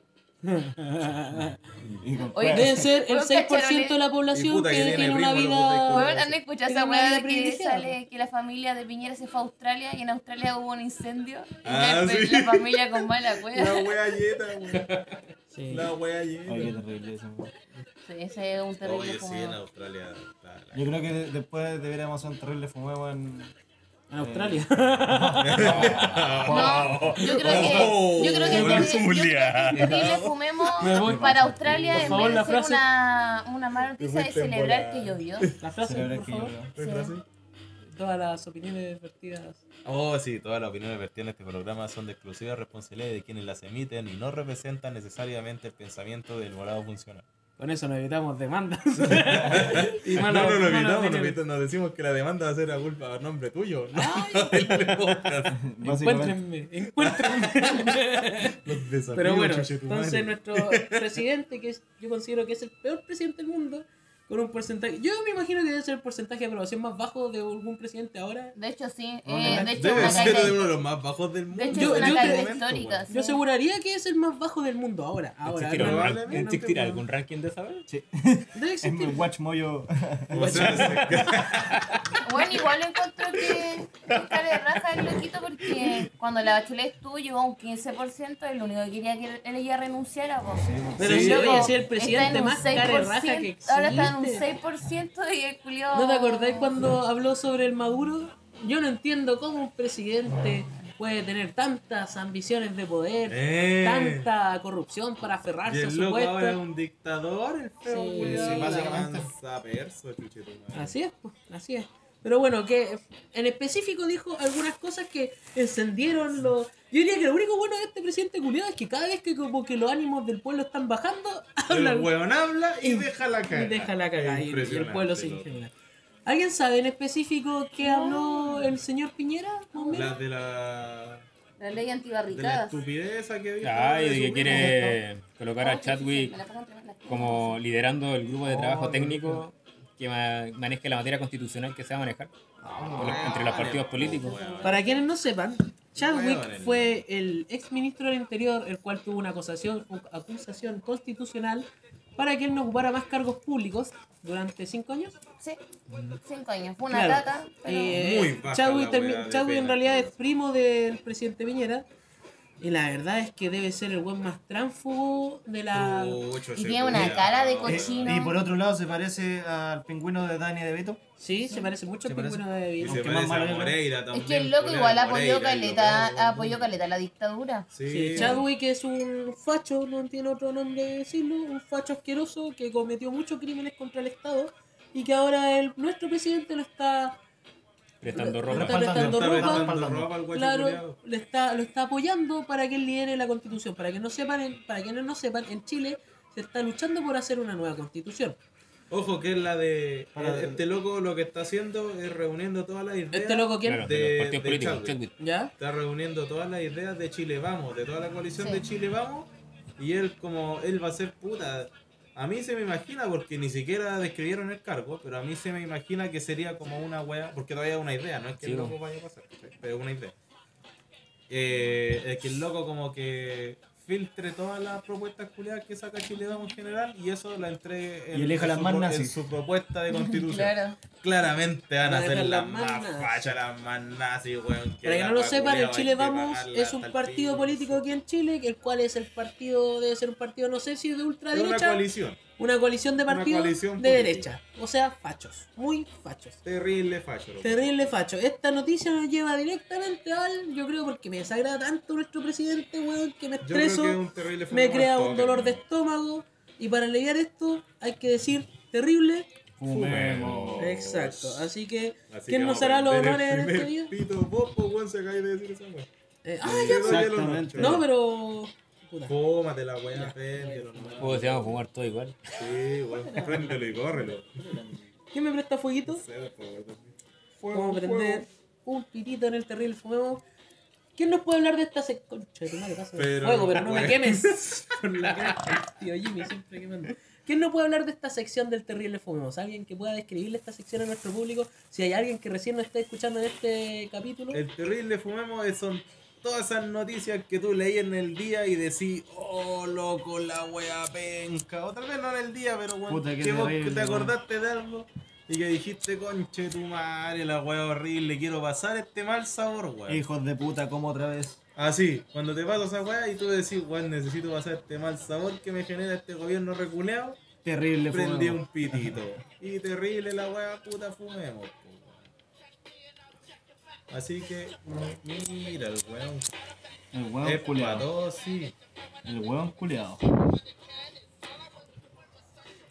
[SPEAKER 5] Y con-
[SPEAKER 6] Oye,
[SPEAKER 2] Debe ser el
[SPEAKER 6] Weón,
[SPEAKER 2] 6% de la
[SPEAKER 3] Y
[SPEAKER 2] población
[SPEAKER 3] puta
[SPEAKER 2] que
[SPEAKER 3] que tiene
[SPEAKER 2] tiene una
[SPEAKER 3] primo, lo puta y
[SPEAKER 2] vida...
[SPEAKER 3] culo.
[SPEAKER 6] Weón, han escuchado esa
[SPEAKER 2] Tiene
[SPEAKER 6] weá
[SPEAKER 2] una
[SPEAKER 6] de que
[SPEAKER 2] privilegiada.
[SPEAKER 6] sale que la familia de Piñera se fue a Australia y en Australia hubo un incendio y
[SPEAKER 3] Ah,
[SPEAKER 6] la,
[SPEAKER 3] sí.
[SPEAKER 6] la familia con mala
[SPEAKER 3] *laughs* La
[SPEAKER 6] cueva.
[SPEAKER 3] wea yeta, weón.
[SPEAKER 2] Sí.
[SPEAKER 3] La wea
[SPEAKER 5] Oye, qué
[SPEAKER 3] yeta.
[SPEAKER 5] terrible eso, weón.
[SPEAKER 6] Sí, ese es un terrible
[SPEAKER 3] Oye, sí, en
[SPEAKER 6] fumado.
[SPEAKER 3] Australia. está la-
[SPEAKER 5] Yo creo que de- después deberíamos hacer un terrible fumeo en.
[SPEAKER 2] En Australia.
[SPEAKER 6] No,
[SPEAKER 2] Oh,
[SPEAKER 6] yo creo que yo creo que,
[SPEAKER 3] Hola,
[SPEAKER 6] es
[SPEAKER 3] Julia.
[SPEAKER 6] terrible fumemos
[SPEAKER 2] voy.
[SPEAKER 6] para Australia
[SPEAKER 2] Por
[SPEAKER 6] en
[SPEAKER 2] favor,
[SPEAKER 6] vez
[SPEAKER 2] la
[SPEAKER 6] de ser
[SPEAKER 2] frase.
[SPEAKER 6] una, una mala noticia de
[SPEAKER 3] fuiste en
[SPEAKER 6] celebrar que
[SPEAKER 3] volada.
[SPEAKER 6] llovió.
[SPEAKER 2] La frase,
[SPEAKER 5] celebrar
[SPEAKER 2] por
[SPEAKER 5] que yo
[SPEAKER 2] favor.
[SPEAKER 3] ¿Qué
[SPEAKER 5] creo.
[SPEAKER 3] frase?
[SPEAKER 2] Todas las opiniones vertidas.
[SPEAKER 3] Oh, sí, todas las opiniones vertidas en este programa son de exclusiva responsabilidad de quienes las emiten y no representan necesariamente el pensamiento del morado funcional.
[SPEAKER 2] Con eso nos evitamos *laughs* demandas. y
[SPEAKER 3] No,
[SPEAKER 2] malas-
[SPEAKER 3] no lo
[SPEAKER 2] malas
[SPEAKER 3] evitamos,
[SPEAKER 2] opiniones.
[SPEAKER 3] nos decimos que la demanda va a ser la culpa a nombre tuyo. ¿no?
[SPEAKER 5] Básicamente.
[SPEAKER 2] Encuéntrenme, encuéntrenme.
[SPEAKER 3] *laughs* Los desafíos,
[SPEAKER 2] Pero bueno,
[SPEAKER 3] chuchetumare.
[SPEAKER 2] entonces nuestro presidente, que es- yo considero que es el peor presidente del mundo, con un porcentaje. Yo me imagino que debe ser el porcentaje de aprobación más bajo de algún presidente ahora.
[SPEAKER 6] De hecho, sí.
[SPEAKER 5] No,
[SPEAKER 6] eh,
[SPEAKER 5] no,
[SPEAKER 6] de hecho,
[SPEAKER 3] Debe
[SPEAKER 6] una
[SPEAKER 3] ser
[SPEAKER 6] caída,
[SPEAKER 3] de uno de los más bajos del mundo. este
[SPEAKER 6] de hecho,
[SPEAKER 2] Yo-
[SPEAKER 6] es una
[SPEAKER 2] yo
[SPEAKER 6] caída
[SPEAKER 2] creo-
[SPEAKER 6] histórica. sí.
[SPEAKER 2] Yo aseguraría que es el más bajo del mundo ahora. ahora
[SPEAKER 4] ¿existirá un ran-
[SPEAKER 3] probablemente,
[SPEAKER 4] ¿Existirá
[SPEAKER 3] weón.
[SPEAKER 4] algún ranking de esa vez?
[SPEAKER 2] Debe existir.
[SPEAKER 5] En Watch Moyo.
[SPEAKER 3] *laughs* O sea,
[SPEAKER 6] Bueno, igual encuentro que cara de raja es loquito porque cuando la bachelet estuvo llegó a un 15% y lo único que quería que él ella renunciara. po.
[SPEAKER 2] Pero
[SPEAKER 3] Sí,
[SPEAKER 2] si
[SPEAKER 3] loco,
[SPEAKER 2] oye, si el
[SPEAKER 6] Está
[SPEAKER 2] presidente
[SPEAKER 6] en un
[SPEAKER 2] más cara de
[SPEAKER 6] 6%,
[SPEAKER 2] raja que existe.
[SPEAKER 6] Ahora está en un 6% y el culiao...
[SPEAKER 2] ¿No te acordáis cuando habló sobre el Maduro? Yo no entiendo cómo un presidente puede tener tantas ambiciones de poder,
[SPEAKER 3] Eh.
[SPEAKER 2] tanta corrupción para
[SPEAKER 3] y
[SPEAKER 2] aferrarse a
[SPEAKER 3] el
[SPEAKER 2] su
[SPEAKER 3] loco ahora es
[SPEAKER 2] puesto.
[SPEAKER 3] un dictador, el feo.
[SPEAKER 2] Sí,
[SPEAKER 3] culiao,
[SPEAKER 2] sí,
[SPEAKER 3] la
[SPEAKER 5] básicamente.
[SPEAKER 3] mansa perso, chuchetumare.
[SPEAKER 2] Así es, pues, así es. Pero bueno, que en específico dijo algunas cosas que encendieron los... Yo diría que lo único bueno de este presidente culiado es que cada vez que como que los ánimos del pueblo están bajando, *laughs* habla
[SPEAKER 3] El weón habla y deja la cara.
[SPEAKER 2] y deja la cagada y, y el pueblo se
[SPEAKER 3] Impresionante, loco.
[SPEAKER 2] indigna. ¿Alguien sabe en específico qué habló el señor Piñera? Más o menos?
[SPEAKER 3] La de la.
[SPEAKER 6] La ley
[SPEAKER 3] De la
[SPEAKER 6] antibarricadas.
[SPEAKER 3] estupidez que dijo.
[SPEAKER 4] Ay, de que
[SPEAKER 3] su-
[SPEAKER 4] quiere colocar a Chadwick
[SPEAKER 6] Oh, Me la pasan tremenda.
[SPEAKER 4] como liderando el grupo de trabajo técnico que ma- maneje la materia constitucional que se va a manejar por los- entre los partidos políticos.
[SPEAKER 2] Para quienes no sepan,
[SPEAKER 3] Hueón,
[SPEAKER 2] Chadwick
[SPEAKER 3] el-
[SPEAKER 2] fue el ex ministro del Interior, el cual tuvo una acusación, acusación constitucional para que él no ocupara más cargos públicos durante cinco años.
[SPEAKER 6] Sí, cinco años. Fue una
[SPEAKER 2] Claro.
[SPEAKER 6] lata, pero
[SPEAKER 2] Eh,
[SPEAKER 3] Muy baja
[SPEAKER 2] Chadwick
[SPEAKER 3] la
[SPEAKER 2] termi-
[SPEAKER 3] weá de
[SPEAKER 2] Chadwick en
[SPEAKER 3] pena,
[SPEAKER 2] realidad
[SPEAKER 3] weón.
[SPEAKER 2] es primo del presidente Piñera. Y la verdad es que debe ser el buen más tránsfugo de la.
[SPEAKER 3] Pucho,
[SPEAKER 6] Y
[SPEAKER 3] ese
[SPEAKER 6] tiene una
[SPEAKER 3] culiao.
[SPEAKER 6] cara de
[SPEAKER 5] Eh,
[SPEAKER 6] cochino.
[SPEAKER 5] Y por otro lado se parece al pingüino de Dani de Beto.
[SPEAKER 2] Sí, se parece mucho al
[SPEAKER 5] Se parece.
[SPEAKER 2] pingüino de
[SPEAKER 3] Y
[SPEAKER 2] Vigo.
[SPEAKER 3] se
[SPEAKER 5] Aunque más
[SPEAKER 3] parece a
[SPEAKER 5] malo
[SPEAKER 3] Moreira
[SPEAKER 6] Es
[SPEAKER 3] también.
[SPEAKER 6] que el loco
[SPEAKER 3] culiao,
[SPEAKER 6] igual apoyó
[SPEAKER 3] Moreira, el loco.
[SPEAKER 6] caleta, apoyó caleta la dictadura.
[SPEAKER 2] Sí,
[SPEAKER 3] Sí,
[SPEAKER 2] Eh, Chadwick es un facho, no tiene otro nombre de decirlo, un facho asqueroso que cometió muchos crímenes contra el Estado y que ahora el, nuestro presidente lo está,
[SPEAKER 4] Prestando
[SPEAKER 2] lo
[SPEAKER 4] ropa.
[SPEAKER 2] está prestando
[SPEAKER 3] Está
[SPEAKER 2] ropa,
[SPEAKER 3] prestando ropa al guacho
[SPEAKER 2] claro,
[SPEAKER 3] culiao.
[SPEAKER 2] le está, lo está apoyando para que él lidere la constitución. Para que no sepan, en- para quienes no sepan, en Chile se está luchando por hacer una nueva constitución.
[SPEAKER 3] Ojo que es la de.
[SPEAKER 5] Para-
[SPEAKER 3] Este loco lo que está haciendo es reuniendo todas las ideas.
[SPEAKER 2] Este loco quién,
[SPEAKER 4] Claro,
[SPEAKER 3] De-
[SPEAKER 4] de los partidos
[SPEAKER 3] de
[SPEAKER 4] políticos.
[SPEAKER 3] Chadwick.
[SPEAKER 2] ¿ya?
[SPEAKER 3] Está reuniendo todas las ideas de Chile Vamos, de toda la coalición
[SPEAKER 6] Sí.
[SPEAKER 3] de Chile Vamos. Y él como, él va a ser puta. A mí se me imagina, porque ni siquiera describieron el cargo, pero a mí se me imagina que sería como una wea, porque todavía es una idea, no es que
[SPEAKER 4] Sí,
[SPEAKER 3] el
[SPEAKER 4] bo.
[SPEAKER 3] loco vaya a pasar, ¿cachai? pero es una idea. Eh, es que el loco como que filtre todas las propuestas culiadas que saca Chile Vamos en general y eso la entregue en,
[SPEAKER 5] Y elija
[SPEAKER 3] en
[SPEAKER 5] las
[SPEAKER 3] su
[SPEAKER 5] más
[SPEAKER 3] pro- en
[SPEAKER 5] nazis.
[SPEAKER 3] su propuesta
[SPEAKER 6] *laughs*
[SPEAKER 3] de constitución.
[SPEAKER 6] Claro.
[SPEAKER 3] Claramente van
[SPEAKER 2] Van a
[SPEAKER 3] a ser
[SPEAKER 2] dejar
[SPEAKER 3] las
[SPEAKER 2] las más
[SPEAKER 3] más
[SPEAKER 2] nazis.
[SPEAKER 3] fachas, las más nazis, weón.
[SPEAKER 2] Para que
[SPEAKER 3] la
[SPEAKER 2] no lo
[SPEAKER 3] wea
[SPEAKER 2] sepan, el
[SPEAKER 3] culiao
[SPEAKER 2] Chile
[SPEAKER 3] hay que
[SPEAKER 2] Vamos
[SPEAKER 3] pagarla
[SPEAKER 2] es un
[SPEAKER 3] hasta el
[SPEAKER 2] partido
[SPEAKER 3] pico.
[SPEAKER 2] político aquí en Chile, el cual es el partido, debe ser un partido, no sé si de
[SPEAKER 3] Es una
[SPEAKER 2] ultraderecha.
[SPEAKER 3] coalición.
[SPEAKER 2] Una coalición de
[SPEAKER 3] Una
[SPEAKER 2] partidos
[SPEAKER 3] coalición
[SPEAKER 2] de
[SPEAKER 3] política.
[SPEAKER 2] derecha. O sea, fachos. Muy fachos.
[SPEAKER 3] Terrible fallo. loco.
[SPEAKER 2] Terrible facho. Esta noticia nos lleva directamente al. Yo creo porque me desagrada tanto nuestro presidente, weón, que me
[SPEAKER 3] Yo creo
[SPEAKER 2] estreso.
[SPEAKER 3] que es un terrible fallo
[SPEAKER 2] me
[SPEAKER 3] al
[SPEAKER 2] crea un
[SPEAKER 3] toque,
[SPEAKER 2] dolor de
[SPEAKER 3] hermano.
[SPEAKER 2] estómago. Y para aliviar esto, hay que decir terrible.
[SPEAKER 4] Fumemos.
[SPEAKER 2] Exacto. Así que,
[SPEAKER 3] Así que
[SPEAKER 2] ¿quién
[SPEAKER 3] vamos
[SPEAKER 2] nos
[SPEAKER 3] a
[SPEAKER 2] hará los
[SPEAKER 3] prender
[SPEAKER 2] honores
[SPEAKER 3] el
[SPEAKER 2] en este
[SPEAKER 3] primer
[SPEAKER 2] día?
[SPEAKER 3] Pito, vos, po, weón, se acabáis de decir esa
[SPEAKER 2] *laughs*
[SPEAKER 3] weón.
[SPEAKER 2] Eh, ah, ya.
[SPEAKER 5] Exactamente.
[SPEAKER 2] No, pero. Puta.
[SPEAKER 3] Fómate la weá, préndelo nomás.
[SPEAKER 4] O sea, Oh, vamos a fumar todo igual.
[SPEAKER 3] Sí, weón, préndelo y córrelo. *laughs*
[SPEAKER 2] ¿Quién me presta fueguito?
[SPEAKER 3] Cero, po, weón.
[SPEAKER 2] Vamos a prender un pitito en el terrible fumemos. ¿Quién nos puede hablar de esta sec... Concha de tu madre, pásame el
[SPEAKER 3] Pero pues.
[SPEAKER 2] fuego,
[SPEAKER 3] no
[SPEAKER 2] pero no me
[SPEAKER 3] puede. *laughs*
[SPEAKER 2] quemes. Por la cara, *laughs* tío Jimmy, siempre quemando. ¿Quién nos puede hablar de esta sección del terrible fumemos? ¿Alguien que pueda describirle esta sección a nuestro público? Si hay alguien que recién nos esté escuchando en este capítulo.
[SPEAKER 3] El terrible fumemos es- son todas esas noticias que tú leí en el día y decís, oh loco, la wea penca. Otra vez no en el día, pero bueno,
[SPEAKER 5] Puta, qué
[SPEAKER 3] que vos
[SPEAKER 5] terrible,
[SPEAKER 3] te
[SPEAKER 5] weón.
[SPEAKER 3] acordaste de algo y que dijiste, conche tu madre, la wea horrible, quiero pasar este mal sabor, weón.
[SPEAKER 5] Hijos de puta, como otra vez.
[SPEAKER 3] Así, cuando te pasa esa weá y tú decís, weón, necesito pasar este mal sabor que me genera este gobierno reculeado,
[SPEAKER 5] Terrible
[SPEAKER 3] prendí
[SPEAKER 5] fumemos.
[SPEAKER 3] un pitito. Y terrible la weá, puta, fumemos. po, weón. Así que, mira el weón.
[SPEAKER 5] El hueón
[SPEAKER 3] Es para
[SPEAKER 5] culeado.
[SPEAKER 3] todos, sí.
[SPEAKER 5] El hueón culeado.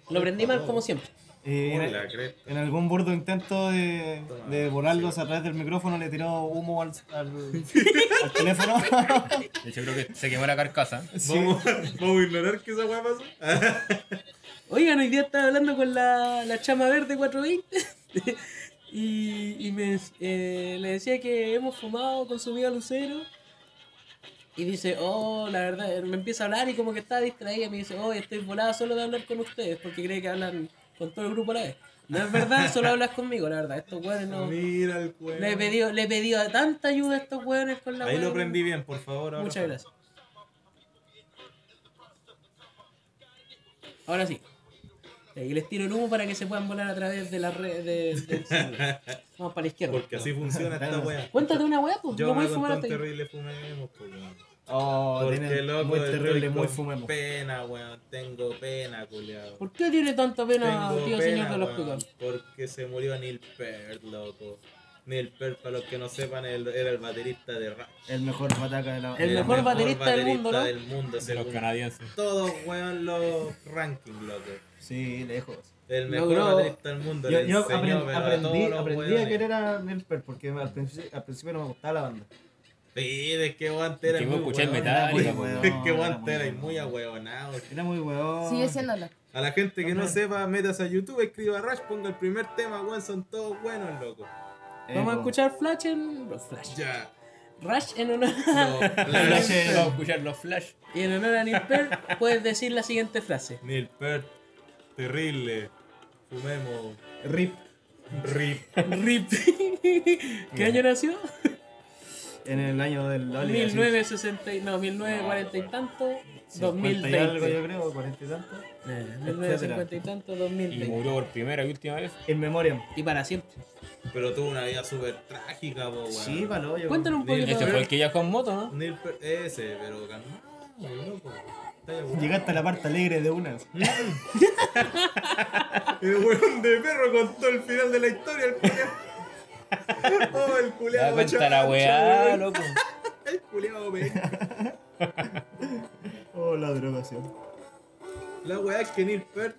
[SPEAKER 2] Lo prendí mal como siempre.
[SPEAKER 5] Eh,
[SPEAKER 3] Por
[SPEAKER 5] en-
[SPEAKER 3] la cresta.
[SPEAKER 5] en algún burdo intento de,
[SPEAKER 3] Toma,
[SPEAKER 5] de volarlos a través del micrófono le tiró humo al,
[SPEAKER 3] *laughs*
[SPEAKER 5] al- al teléfono.
[SPEAKER 4] De hecho, creo que se quemó la carcasa.
[SPEAKER 5] Sí.
[SPEAKER 3] Vamos, vamos a ignorar que esa weá pasó. Ah,
[SPEAKER 2] Oigan, hoy día estaba hablando con la, la chama verde 420 *laughs* y, y me, eh, le decía que hemos fumado, consumido lucero. Y dice, oh, la verdad, me empieza a hablar y como que está distraída. Me dice, oh, estoy volada solo de hablar con ustedes porque cree que hablan con todo el grupo a la vez. No es
[SPEAKER 3] *laughs*
[SPEAKER 2] verdad, solo hablas conmigo, la verdad. Estos hueones no.
[SPEAKER 3] *laughs* Mira el
[SPEAKER 2] Le he
[SPEAKER 3] weón.
[SPEAKER 2] pedido, le he pedido tanta ayuda a estos hueones con la
[SPEAKER 3] Ahí lo
[SPEAKER 2] hueá.
[SPEAKER 3] prendí bien, por favor. ahora.
[SPEAKER 2] Muchas gracias. Ahora sí. Eh, Y les tiro el humo para que se puedan volar a través de la red de,
[SPEAKER 3] *laughs*
[SPEAKER 2] del celular. Vamos para la izquierda.
[SPEAKER 3] Porque así funciona esta weá.
[SPEAKER 2] Cuéntate una weá, pues.
[SPEAKER 3] Yo
[SPEAKER 2] no
[SPEAKER 3] me
[SPEAKER 2] voy a
[SPEAKER 3] hago
[SPEAKER 2] fumar
[SPEAKER 3] tan
[SPEAKER 2] hasta aquí.
[SPEAKER 3] terrible fumemos, po, weón.
[SPEAKER 5] Oh, tiene-
[SPEAKER 3] Porque loco,
[SPEAKER 5] muy terrible,
[SPEAKER 3] estoy
[SPEAKER 5] muy
[SPEAKER 3] con
[SPEAKER 5] fumemos.
[SPEAKER 3] Pena, weón, tengo pena, culiao.
[SPEAKER 2] ¿Por qué tiene tanta pena,
[SPEAKER 3] Tengo
[SPEAKER 2] tío señor
[SPEAKER 3] pena,
[SPEAKER 2] de los
[SPEAKER 3] weón,
[SPEAKER 2] picones?
[SPEAKER 3] Porque se murió Neil Peart, loco. Neil Peart, para los que no sepan, él- era el baterista de rap.
[SPEAKER 5] El mejor pataca de la
[SPEAKER 2] El
[SPEAKER 5] de la-
[SPEAKER 2] mejor baterista del mundo, ¿no?
[SPEAKER 3] del mundo,
[SPEAKER 4] De los
[SPEAKER 3] según
[SPEAKER 4] canadienses.
[SPEAKER 3] todos, weón, los rankings, loco.
[SPEAKER 5] Sí, lejos.
[SPEAKER 3] El mejor
[SPEAKER 5] Logró-
[SPEAKER 3] baterista del mundo.
[SPEAKER 5] Yo,
[SPEAKER 3] le
[SPEAKER 5] yo
[SPEAKER 3] enseñó,
[SPEAKER 5] aprend-
[SPEAKER 3] pero a
[SPEAKER 5] aprendí,
[SPEAKER 3] todos los
[SPEAKER 5] aprendí a
[SPEAKER 3] hueones.
[SPEAKER 5] querer a Melper porque al principio, al principio no me gustaba la banda.
[SPEAKER 3] Sí, de qué guante era.
[SPEAKER 4] Que vos
[SPEAKER 3] muy
[SPEAKER 4] escucháis
[SPEAKER 3] hueón. *laughs*
[SPEAKER 4] Metallica,
[SPEAKER 5] muy
[SPEAKER 4] pues,
[SPEAKER 5] bueno.
[SPEAKER 3] Es que
[SPEAKER 5] era
[SPEAKER 3] guante era y
[SPEAKER 5] bueno.
[SPEAKER 3] muy ahueonado.
[SPEAKER 5] Era muy weón.
[SPEAKER 6] Sigue siéndolo.
[SPEAKER 3] A la gente que no sepa, metas a YouTube, escriba Rush, ponga el primer tema, weón, son todos buenos, loco.
[SPEAKER 5] Eh,
[SPEAKER 2] Vamos a
[SPEAKER 5] weón.
[SPEAKER 2] escuchar Flash en. los Flash.
[SPEAKER 5] *laughs*
[SPEAKER 3] Ya.
[SPEAKER 2] Rush en honor. *laughs*
[SPEAKER 3] No, la-
[SPEAKER 4] Flash, Vamos a escuchar los flash.
[SPEAKER 2] y en honor a Neil Peart, puedes decir la siguiente frase.
[SPEAKER 3] Neil Peart, terrible. Fumemos.
[SPEAKER 5] Rip.
[SPEAKER 3] Rip.
[SPEAKER 2] RIP. *laughs* ¿Qué año nació?
[SPEAKER 5] En el año del Oli, así,
[SPEAKER 2] 1960. y- No, 1940 y tanto.
[SPEAKER 5] 50 y algo, yo
[SPEAKER 2] 2020.
[SPEAKER 5] creo, 40 y tanto.
[SPEAKER 2] Eh, 1950 y tanto,
[SPEAKER 4] Y
[SPEAKER 2] 2020.
[SPEAKER 4] murió por primera y última vez.
[SPEAKER 5] En memoriam.
[SPEAKER 2] Y para siempre.
[SPEAKER 3] Pero tuvo una vida súper trágica, po, weón.
[SPEAKER 5] Sí, palo, yo.
[SPEAKER 2] Cuéntanos un
[SPEAKER 3] Neil
[SPEAKER 2] poquito.
[SPEAKER 4] Este fue el que ya con moto, ¿no?
[SPEAKER 3] Neil Peart, ese, pero calmado, loco. Está ahueonado.
[SPEAKER 5] Llegaste a la parte alegre de una.
[SPEAKER 3] El weón de perro contó el final de la historia, el *laughs* culeado. Oh, el
[SPEAKER 4] Ya
[SPEAKER 3] culeado.
[SPEAKER 4] cuenta la
[SPEAKER 3] chancho,
[SPEAKER 4] weá,
[SPEAKER 3] weón.
[SPEAKER 4] loco.
[SPEAKER 3] El culeado, weón.
[SPEAKER 5] Oh, la drogación.
[SPEAKER 3] La weá es que Neil Peart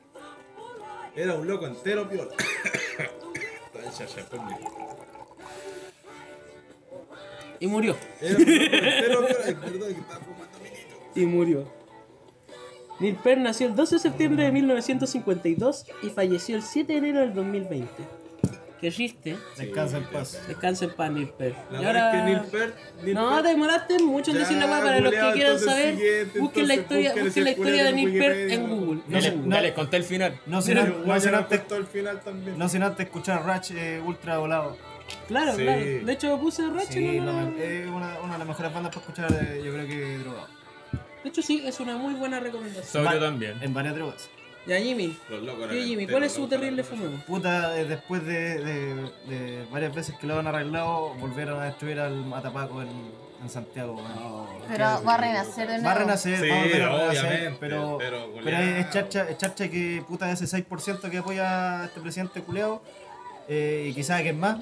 [SPEAKER 3] era un loco entero *coughs* piola. Está en chacha, conmigo.
[SPEAKER 2] Y murió.
[SPEAKER 3] Era un loco entero piola. Es verdad que estaba fumando minito.
[SPEAKER 2] Y murió. Neil Peart nació el 12 de septiembre de 1952 y falleció el 7 de enero del 2020. Qué triste.
[SPEAKER 5] Descansa en paz.
[SPEAKER 2] Descansa en paz, Neil Peart.
[SPEAKER 3] La
[SPEAKER 2] Y
[SPEAKER 3] weá
[SPEAKER 2] ahora-
[SPEAKER 3] es que Neil Peart. Neil
[SPEAKER 2] No,
[SPEAKER 3] Peart-
[SPEAKER 2] te demoraste mucho en
[SPEAKER 3] Ya,
[SPEAKER 2] decir la weá. Para los
[SPEAKER 3] culiao,
[SPEAKER 2] que quieran
[SPEAKER 3] entonces
[SPEAKER 2] saber,
[SPEAKER 3] siguiente,
[SPEAKER 2] busquen la
[SPEAKER 3] entonces
[SPEAKER 2] historia,
[SPEAKER 3] busquen
[SPEAKER 2] busquen
[SPEAKER 3] ese
[SPEAKER 2] la historia de
[SPEAKER 3] culiao
[SPEAKER 2] Neil
[SPEAKER 3] en
[SPEAKER 2] Peart
[SPEAKER 3] Wikipedia,
[SPEAKER 2] en
[SPEAKER 3] ¿no?
[SPEAKER 2] Google.
[SPEAKER 5] No
[SPEAKER 2] No,
[SPEAKER 4] Ya
[SPEAKER 5] sé,
[SPEAKER 4] les-
[SPEAKER 5] no.
[SPEAKER 4] ya les conté el final.
[SPEAKER 5] No sin,
[SPEAKER 3] Pero el
[SPEAKER 5] an- no
[SPEAKER 3] weón
[SPEAKER 5] sin
[SPEAKER 3] ya
[SPEAKER 5] antes,
[SPEAKER 3] contó el final también.
[SPEAKER 5] no sin antes escuchar Ratch ultra volado.
[SPEAKER 2] Claro,
[SPEAKER 3] Sí.
[SPEAKER 2] claro. De hecho, puse Ratchet.
[SPEAKER 5] Sí,
[SPEAKER 2] no,
[SPEAKER 5] no eh.
[SPEAKER 2] no,
[SPEAKER 5] me-
[SPEAKER 2] no.
[SPEAKER 5] es una, una de las mejores bandas para escuchar, eh, yo creo que drogado.
[SPEAKER 2] De hecho, sí, es una muy buena recomendación.
[SPEAKER 4] Sobrio
[SPEAKER 5] Mal.
[SPEAKER 4] también.
[SPEAKER 5] En varias drogas.
[SPEAKER 2] Ya, Jimmy.
[SPEAKER 3] Los locos eran
[SPEAKER 2] Oye, Jimmy,
[SPEAKER 3] enteros,
[SPEAKER 2] ¿cuál es su
[SPEAKER 3] locos eran
[SPEAKER 2] terrible
[SPEAKER 3] enteros.
[SPEAKER 2] fumeo?
[SPEAKER 5] Puta, eh, después de, de- de varias veces que lo han arreglado, volvieron a destruir al Matapaco en, en Santiago. weón.
[SPEAKER 6] Pero va a renacer de nuevo.
[SPEAKER 5] Va a renacer,
[SPEAKER 3] Sí,
[SPEAKER 5] va a volver a
[SPEAKER 3] obviamente,
[SPEAKER 5] renacer, pero,
[SPEAKER 3] pero
[SPEAKER 5] pero,
[SPEAKER 3] goleado.
[SPEAKER 5] es, charcha, es charcha que puta ese 6% que apoya a este presidente culeado eh, y quizás que es más.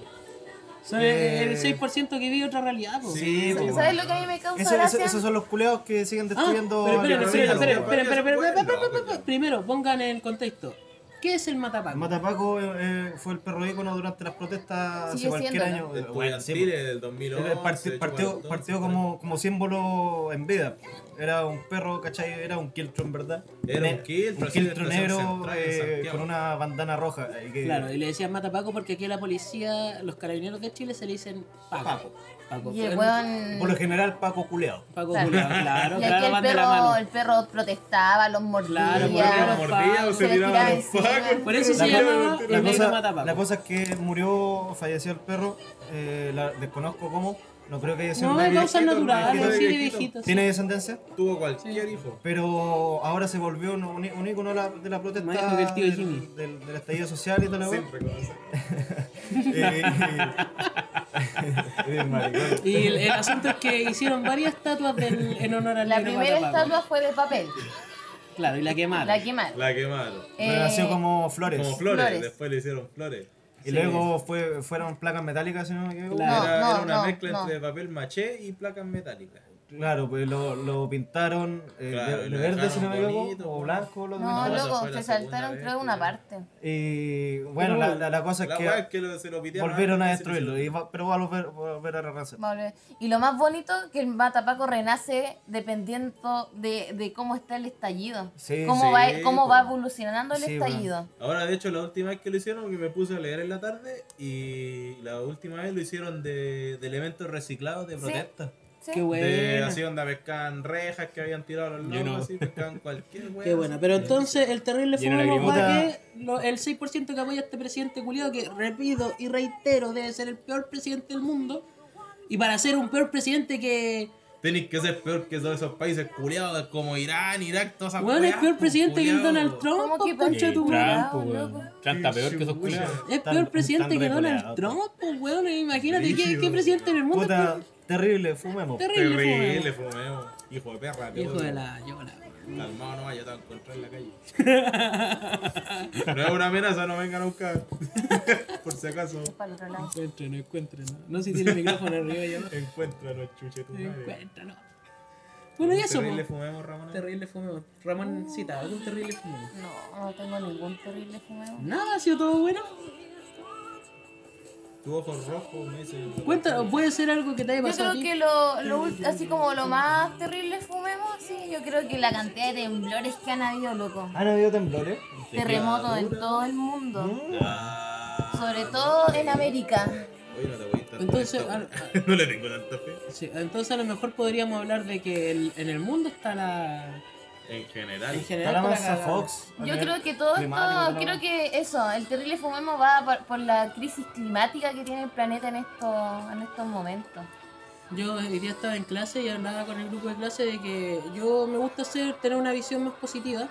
[SPEAKER 2] Son
[SPEAKER 5] Eh,
[SPEAKER 2] el 6% que vive otra realidad, po.
[SPEAKER 5] Sí, po,
[SPEAKER 6] ¿Sabes
[SPEAKER 5] weón.
[SPEAKER 6] lo que a mí me causa
[SPEAKER 5] Eso- eso-
[SPEAKER 6] gracia?
[SPEAKER 5] esos son los culeados que siguen
[SPEAKER 2] Ah,
[SPEAKER 5] destruyendo.
[SPEAKER 2] pero
[SPEAKER 5] a
[SPEAKER 2] esperen,
[SPEAKER 5] los
[SPEAKER 2] esperen,
[SPEAKER 5] vecinos,
[SPEAKER 2] esperen,
[SPEAKER 5] weón.
[SPEAKER 2] esperen, esperen, esperen,
[SPEAKER 3] Bueno,
[SPEAKER 2] esperen, esperen,
[SPEAKER 3] bueno.
[SPEAKER 2] Primero, pongan en contexto. ¿Qué es el matapaco?
[SPEAKER 5] El Matapaco eh, eh, fue el perro ícono durante las protestas hace
[SPEAKER 6] Sigue
[SPEAKER 5] cualquier
[SPEAKER 6] siéndolo.
[SPEAKER 5] año. eh,
[SPEAKER 3] Después
[SPEAKER 5] weón,
[SPEAKER 3] del
[SPEAKER 5] sí,
[SPEAKER 2] pues.
[SPEAKER 3] Chile del 2011.
[SPEAKER 5] Era- Partió, partió,
[SPEAKER 3] 2014,
[SPEAKER 5] partió como, como símbolo en vida. Era un perro, ¿cachai? Era un quiltro en verdad.
[SPEAKER 3] Era un
[SPEAKER 5] Ne-
[SPEAKER 3] quiltro,
[SPEAKER 5] Un
[SPEAKER 3] así de
[SPEAKER 5] quiltro
[SPEAKER 3] estación
[SPEAKER 5] negro
[SPEAKER 3] central en
[SPEAKER 5] eh,
[SPEAKER 3] Santiago.
[SPEAKER 5] con una bandana roja. eh, que-
[SPEAKER 2] Claro, y le decían matapaco porque aquí a la policía, los carabineros de Chile se le dicen Paco.
[SPEAKER 5] Paco.
[SPEAKER 2] Paco.
[SPEAKER 6] Y el
[SPEAKER 2] Pero-
[SPEAKER 6] weón.
[SPEAKER 5] Por lo general, Paco culeado.
[SPEAKER 2] Paco
[SPEAKER 6] Claro.
[SPEAKER 2] culiao, claro,
[SPEAKER 6] Y
[SPEAKER 2] claro,
[SPEAKER 6] aquí el
[SPEAKER 2] van de la mano.
[SPEAKER 6] perro, el perro protestaba, los mordía.
[SPEAKER 2] Claro,
[SPEAKER 3] Como era
[SPEAKER 2] los
[SPEAKER 3] mordido,
[SPEAKER 2] pacos,
[SPEAKER 3] se
[SPEAKER 6] se
[SPEAKER 3] tiraba
[SPEAKER 6] tiraba
[SPEAKER 3] los
[SPEAKER 6] encima.
[SPEAKER 3] pacos.
[SPEAKER 2] Por eso
[SPEAKER 5] La
[SPEAKER 2] se
[SPEAKER 5] cosa-
[SPEAKER 2] llamaba
[SPEAKER 5] La
[SPEAKER 2] el negro
[SPEAKER 5] cosa, la
[SPEAKER 2] matapaco.
[SPEAKER 5] cosa es que murió, falleció el perro. eh, la- desconozco cómo. No creo que haya sido
[SPEAKER 2] No,
[SPEAKER 5] una
[SPEAKER 2] de
[SPEAKER 5] vida-
[SPEAKER 2] causas
[SPEAKER 3] viejito,
[SPEAKER 2] naturales,
[SPEAKER 3] viejito,
[SPEAKER 2] sí, de
[SPEAKER 3] viejito.
[SPEAKER 2] viejitos.
[SPEAKER 5] Tiene descendencia,
[SPEAKER 3] Tuvo cualquier hijo.
[SPEAKER 5] pero ahora se volvió un, un, un ícono de la- de la protesta.
[SPEAKER 2] Más hijo que el tío
[SPEAKER 5] del-
[SPEAKER 2] Jimmy.
[SPEAKER 5] Del, del estallido social y todo lo
[SPEAKER 3] Siempre con eso.
[SPEAKER 6] *laughs*
[SPEAKER 2] Y el, el asunto es que hicieron varias estatuas del- en honor al
[SPEAKER 6] La
[SPEAKER 2] negro
[SPEAKER 6] primera
[SPEAKER 2] Matapaco.
[SPEAKER 6] estatua fue de papel,
[SPEAKER 2] Claro, y Ah, la quemaron.
[SPEAKER 6] la quemaron.
[SPEAKER 3] La quemaron.
[SPEAKER 6] Eh,
[SPEAKER 5] Nació como flores.
[SPEAKER 3] Como flores.
[SPEAKER 6] Flores.
[SPEAKER 3] después le hicieron flores.
[SPEAKER 5] Y luego fue, fueron placas metálicas, si no me equivoco.
[SPEAKER 2] Claro.
[SPEAKER 6] No,
[SPEAKER 3] era,
[SPEAKER 6] no,
[SPEAKER 3] era una
[SPEAKER 6] no,
[SPEAKER 3] mezcla
[SPEAKER 6] no.
[SPEAKER 3] entre papel maché y placas metálicas.
[SPEAKER 5] Claro, pues lo, lo pintaron eh,
[SPEAKER 3] Claro,
[SPEAKER 5] de,
[SPEAKER 3] y
[SPEAKER 5] de
[SPEAKER 3] lo
[SPEAKER 5] verde, si no me
[SPEAKER 3] dejaron
[SPEAKER 5] equivoco,
[SPEAKER 3] bonito,
[SPEAKER 5] o
[SPEAKER 3] bueno.
[SPEAKER 5] blanco. Lo
[SPEAKER 6] No,
[SPEAKER 5] pintaron.
[SPEAKER 3] esa
[SPEAKER 6] loco,
[SPEAKER 3] fue la
[SPEAKER 6] se
[SPEAKER 3] segunda
[SPEAKER 6] saltaron
[SPEAKER 3] vez,
[SPEAKER 6] creo una
[SPEAKER 3] creo.
[SPEAKER 6] parte.
[SPEAKER 5] Y bueno, la, la, la cosa es
[SPEAKER 3] La
[SPEAKER 5] que,
[SPEAKER 3] weá es que lo- se lo pitearon.
[SPEAKER 5] volvieron a
[SPEAKER 3] antes de que se
[SPEAKER 5] destruirlo, y va- pero va a volver, va a, volver a renacer.
[SPEAKER 6] Vale. Y lo más bonito que el Matapaco renace dependiendo de, de cómo está el estallido.
[SPEAKER 5] Sí,
[SPEAKER 6] cómo
[SPEAKER 3] sí,
[SPEAKER 6] va, cómo
[SPEAKER 3] po.
[SPEAKER 6] va evolucionando el
[SPEAKER 5] Sí,
[SPEAKER 6] estallido.
[SPEAKER 3] Ahora, de hecho, la última vez que lo hicieron, que me puse a leer en la tarde, y la última vez lo hicieron de, de elementos reciclados de protesta.
[SPEAKER 6] Sí.
[SPEAKER 2] Qué
[SPEAKER 3] De
[SPEAKER 2] buena.
[SPEAKER 3] así onda pescaban rejas que habían tirado los
[SPEAKER 4] Yo
[SPEAKER 3] locos,
[SPEAKER 4] no.
[SPEAKER 3] así pescaban
[SPEAKER 6] *laughs*
[SPEAKER 3] cualquier wea.
[SPEAKER 2] Qué buena. Pero entonces el terrible
[SPEAKER 4] Lleno de
[SPEAKER 2] fumo va
[SPEAKER 5] lagrimotas.
[SPEAKER 2] que lo- el 6% que apoya a este presidente culiado, que repito y reitero, debe ser el peor presidente del mundo. Y para ser un peor presidente que.
[SPEAKER 3] Tenéis que ser peor que todos esos países culiados como Irán, Irak, todas esas
[SPEAKER 2] Bueno, el
[SPEAKER 3] weas,
[SPEAKER 2] peor
[SPEAKER 3] pues,
[SPEAKER 2] presidente que el
[SPEAKER 3] culiao.
[SPEAKER 2] Donald Trump,
[SPEAKER 6] ¿Cómo que
[SPEAKER 2] pues, concha
[SPEAKER 4] Y
[SPEAKER 2] de tu
[SPEAKER 6] peor?
[SPEAKER 2] madre.
[SPEAKER 4] Trump,
[SPEAKER 6] weón,
[SPEAKER 4] weón.
[SPEAKER 6] loco.
[SPEAKER 4] Trump está peor que esos
[SPEAKER 3] Chucha.
[SPEAKER 4] culiados.
[SPEAKER 2] Es
[SPEAKER 5] Tan-
[SPEAKER 2] peor presidente
[SPEAKER 5] tan
[SPEAKER 2] que Donald
[SPEAKER 5] reculeado.
[SPEAKER 2] Trump, pues, weón. Imagínate qué,
[SPEAKER 3] Brígido.
[SPEAKER 2] qué presidente en el mundo.
[SPEAKER 5] Puta,
[SPEAKER 2] es
[SPEAKER 5] terrible, fumemos.
[SPEAKER 2] terrible,
[SPEAKER 3] Terrible,
[SPEAKER 2] fumeo.
[SPEAKER 3] fumeo. Hijo de perra, te
[SPEAKER 2] Hijo
[SPEAKER 3] odio.
[SPEAKER 2] de la yola.
[SPEAKER 3] Calmado nomás, yo te voy a encontrar en la
[SPEAKER 2] *laughs*
[SPEAKER 3] calle. no es una amenaza, no vengan a buscar. *laughs* Por si acaso,
[SPEAKER 6] Para el otro lado.
[SPEAKER 2] Encuéntrenlo, *laughs* encuéntrenlo. No sé si tiene micrófono arriba ya.
[SPEAKER 3] encuéntralo, chuche tu madre.
[SPEAKER 2] Encuéntralo. Bueno, y eso,
[SPEAKER 3] Terrible
[SPEAKER 2] terrible,
[SPEAKER 3] fumemos, Ramón.
[SPEAKER 2] terrible fumeo.
[SPEAKER 6] Oh.
[SPEAKER 2] Ramón, cita, algún terrible fumeo.
[SPEAKER 6] No, no tengo ningún terrible fumeo.
[SPEAKER 2] Nada, ha sido todo bueno.
[SPEAKER 3] Tu ojo rojo me dice.
[SPEAKER 2] Cuéntanos, puede ser algo que te haya
[SPEAKER 6] Yo
[SPEAKER 2] pasado.
[SPEAKER 6] creo
[SPEAKER 2] a ti?
[SPEAKER 6] que lo, lo ult- así como lo más terrible fumemos, sí, yo creo que la cantidad de temblores que han habido, loco.
[SPEAKER 5] ¿Han habido temblores?
[SPEAKER 6] Terremotos en todo el mundo. Sobre todo en América.
[SPEAKER 3] Oye, no te voy a
[SPEAKER 2] *laughs*
[SPEAKER 3] estar.
[SPEAKER 2] Entonces, a-
[SPEAKER 3] *laughs* No le tengo tanta fe.
[SPEAKER 2] a- sí, entonces a lo mejor podríamos hablar de que el- en el mundo está la.
[SPEAKER 3] En general.
[SPEAKER 2] En general,
[SPEAKER 5] Está la
[SPEAKER 2] está la
[SPEAKER 5] masa
[SPEAKER 2] cagada.
[SPEAKER 5] Fox.
[SPEAKER 6] Yo creo que todo esto,
[SPEAKER 5] Climático,
[SPEAKER 6] creo que eso, el terrible fumemos va por, por la crisis climática que tiene el planeta en estos, en estos momentos.
[SPEAKER 2] Yo hoy día estaba en clase y hablaba con el grupo de clase de que yo me gusta hacer, tener una visión más positiva.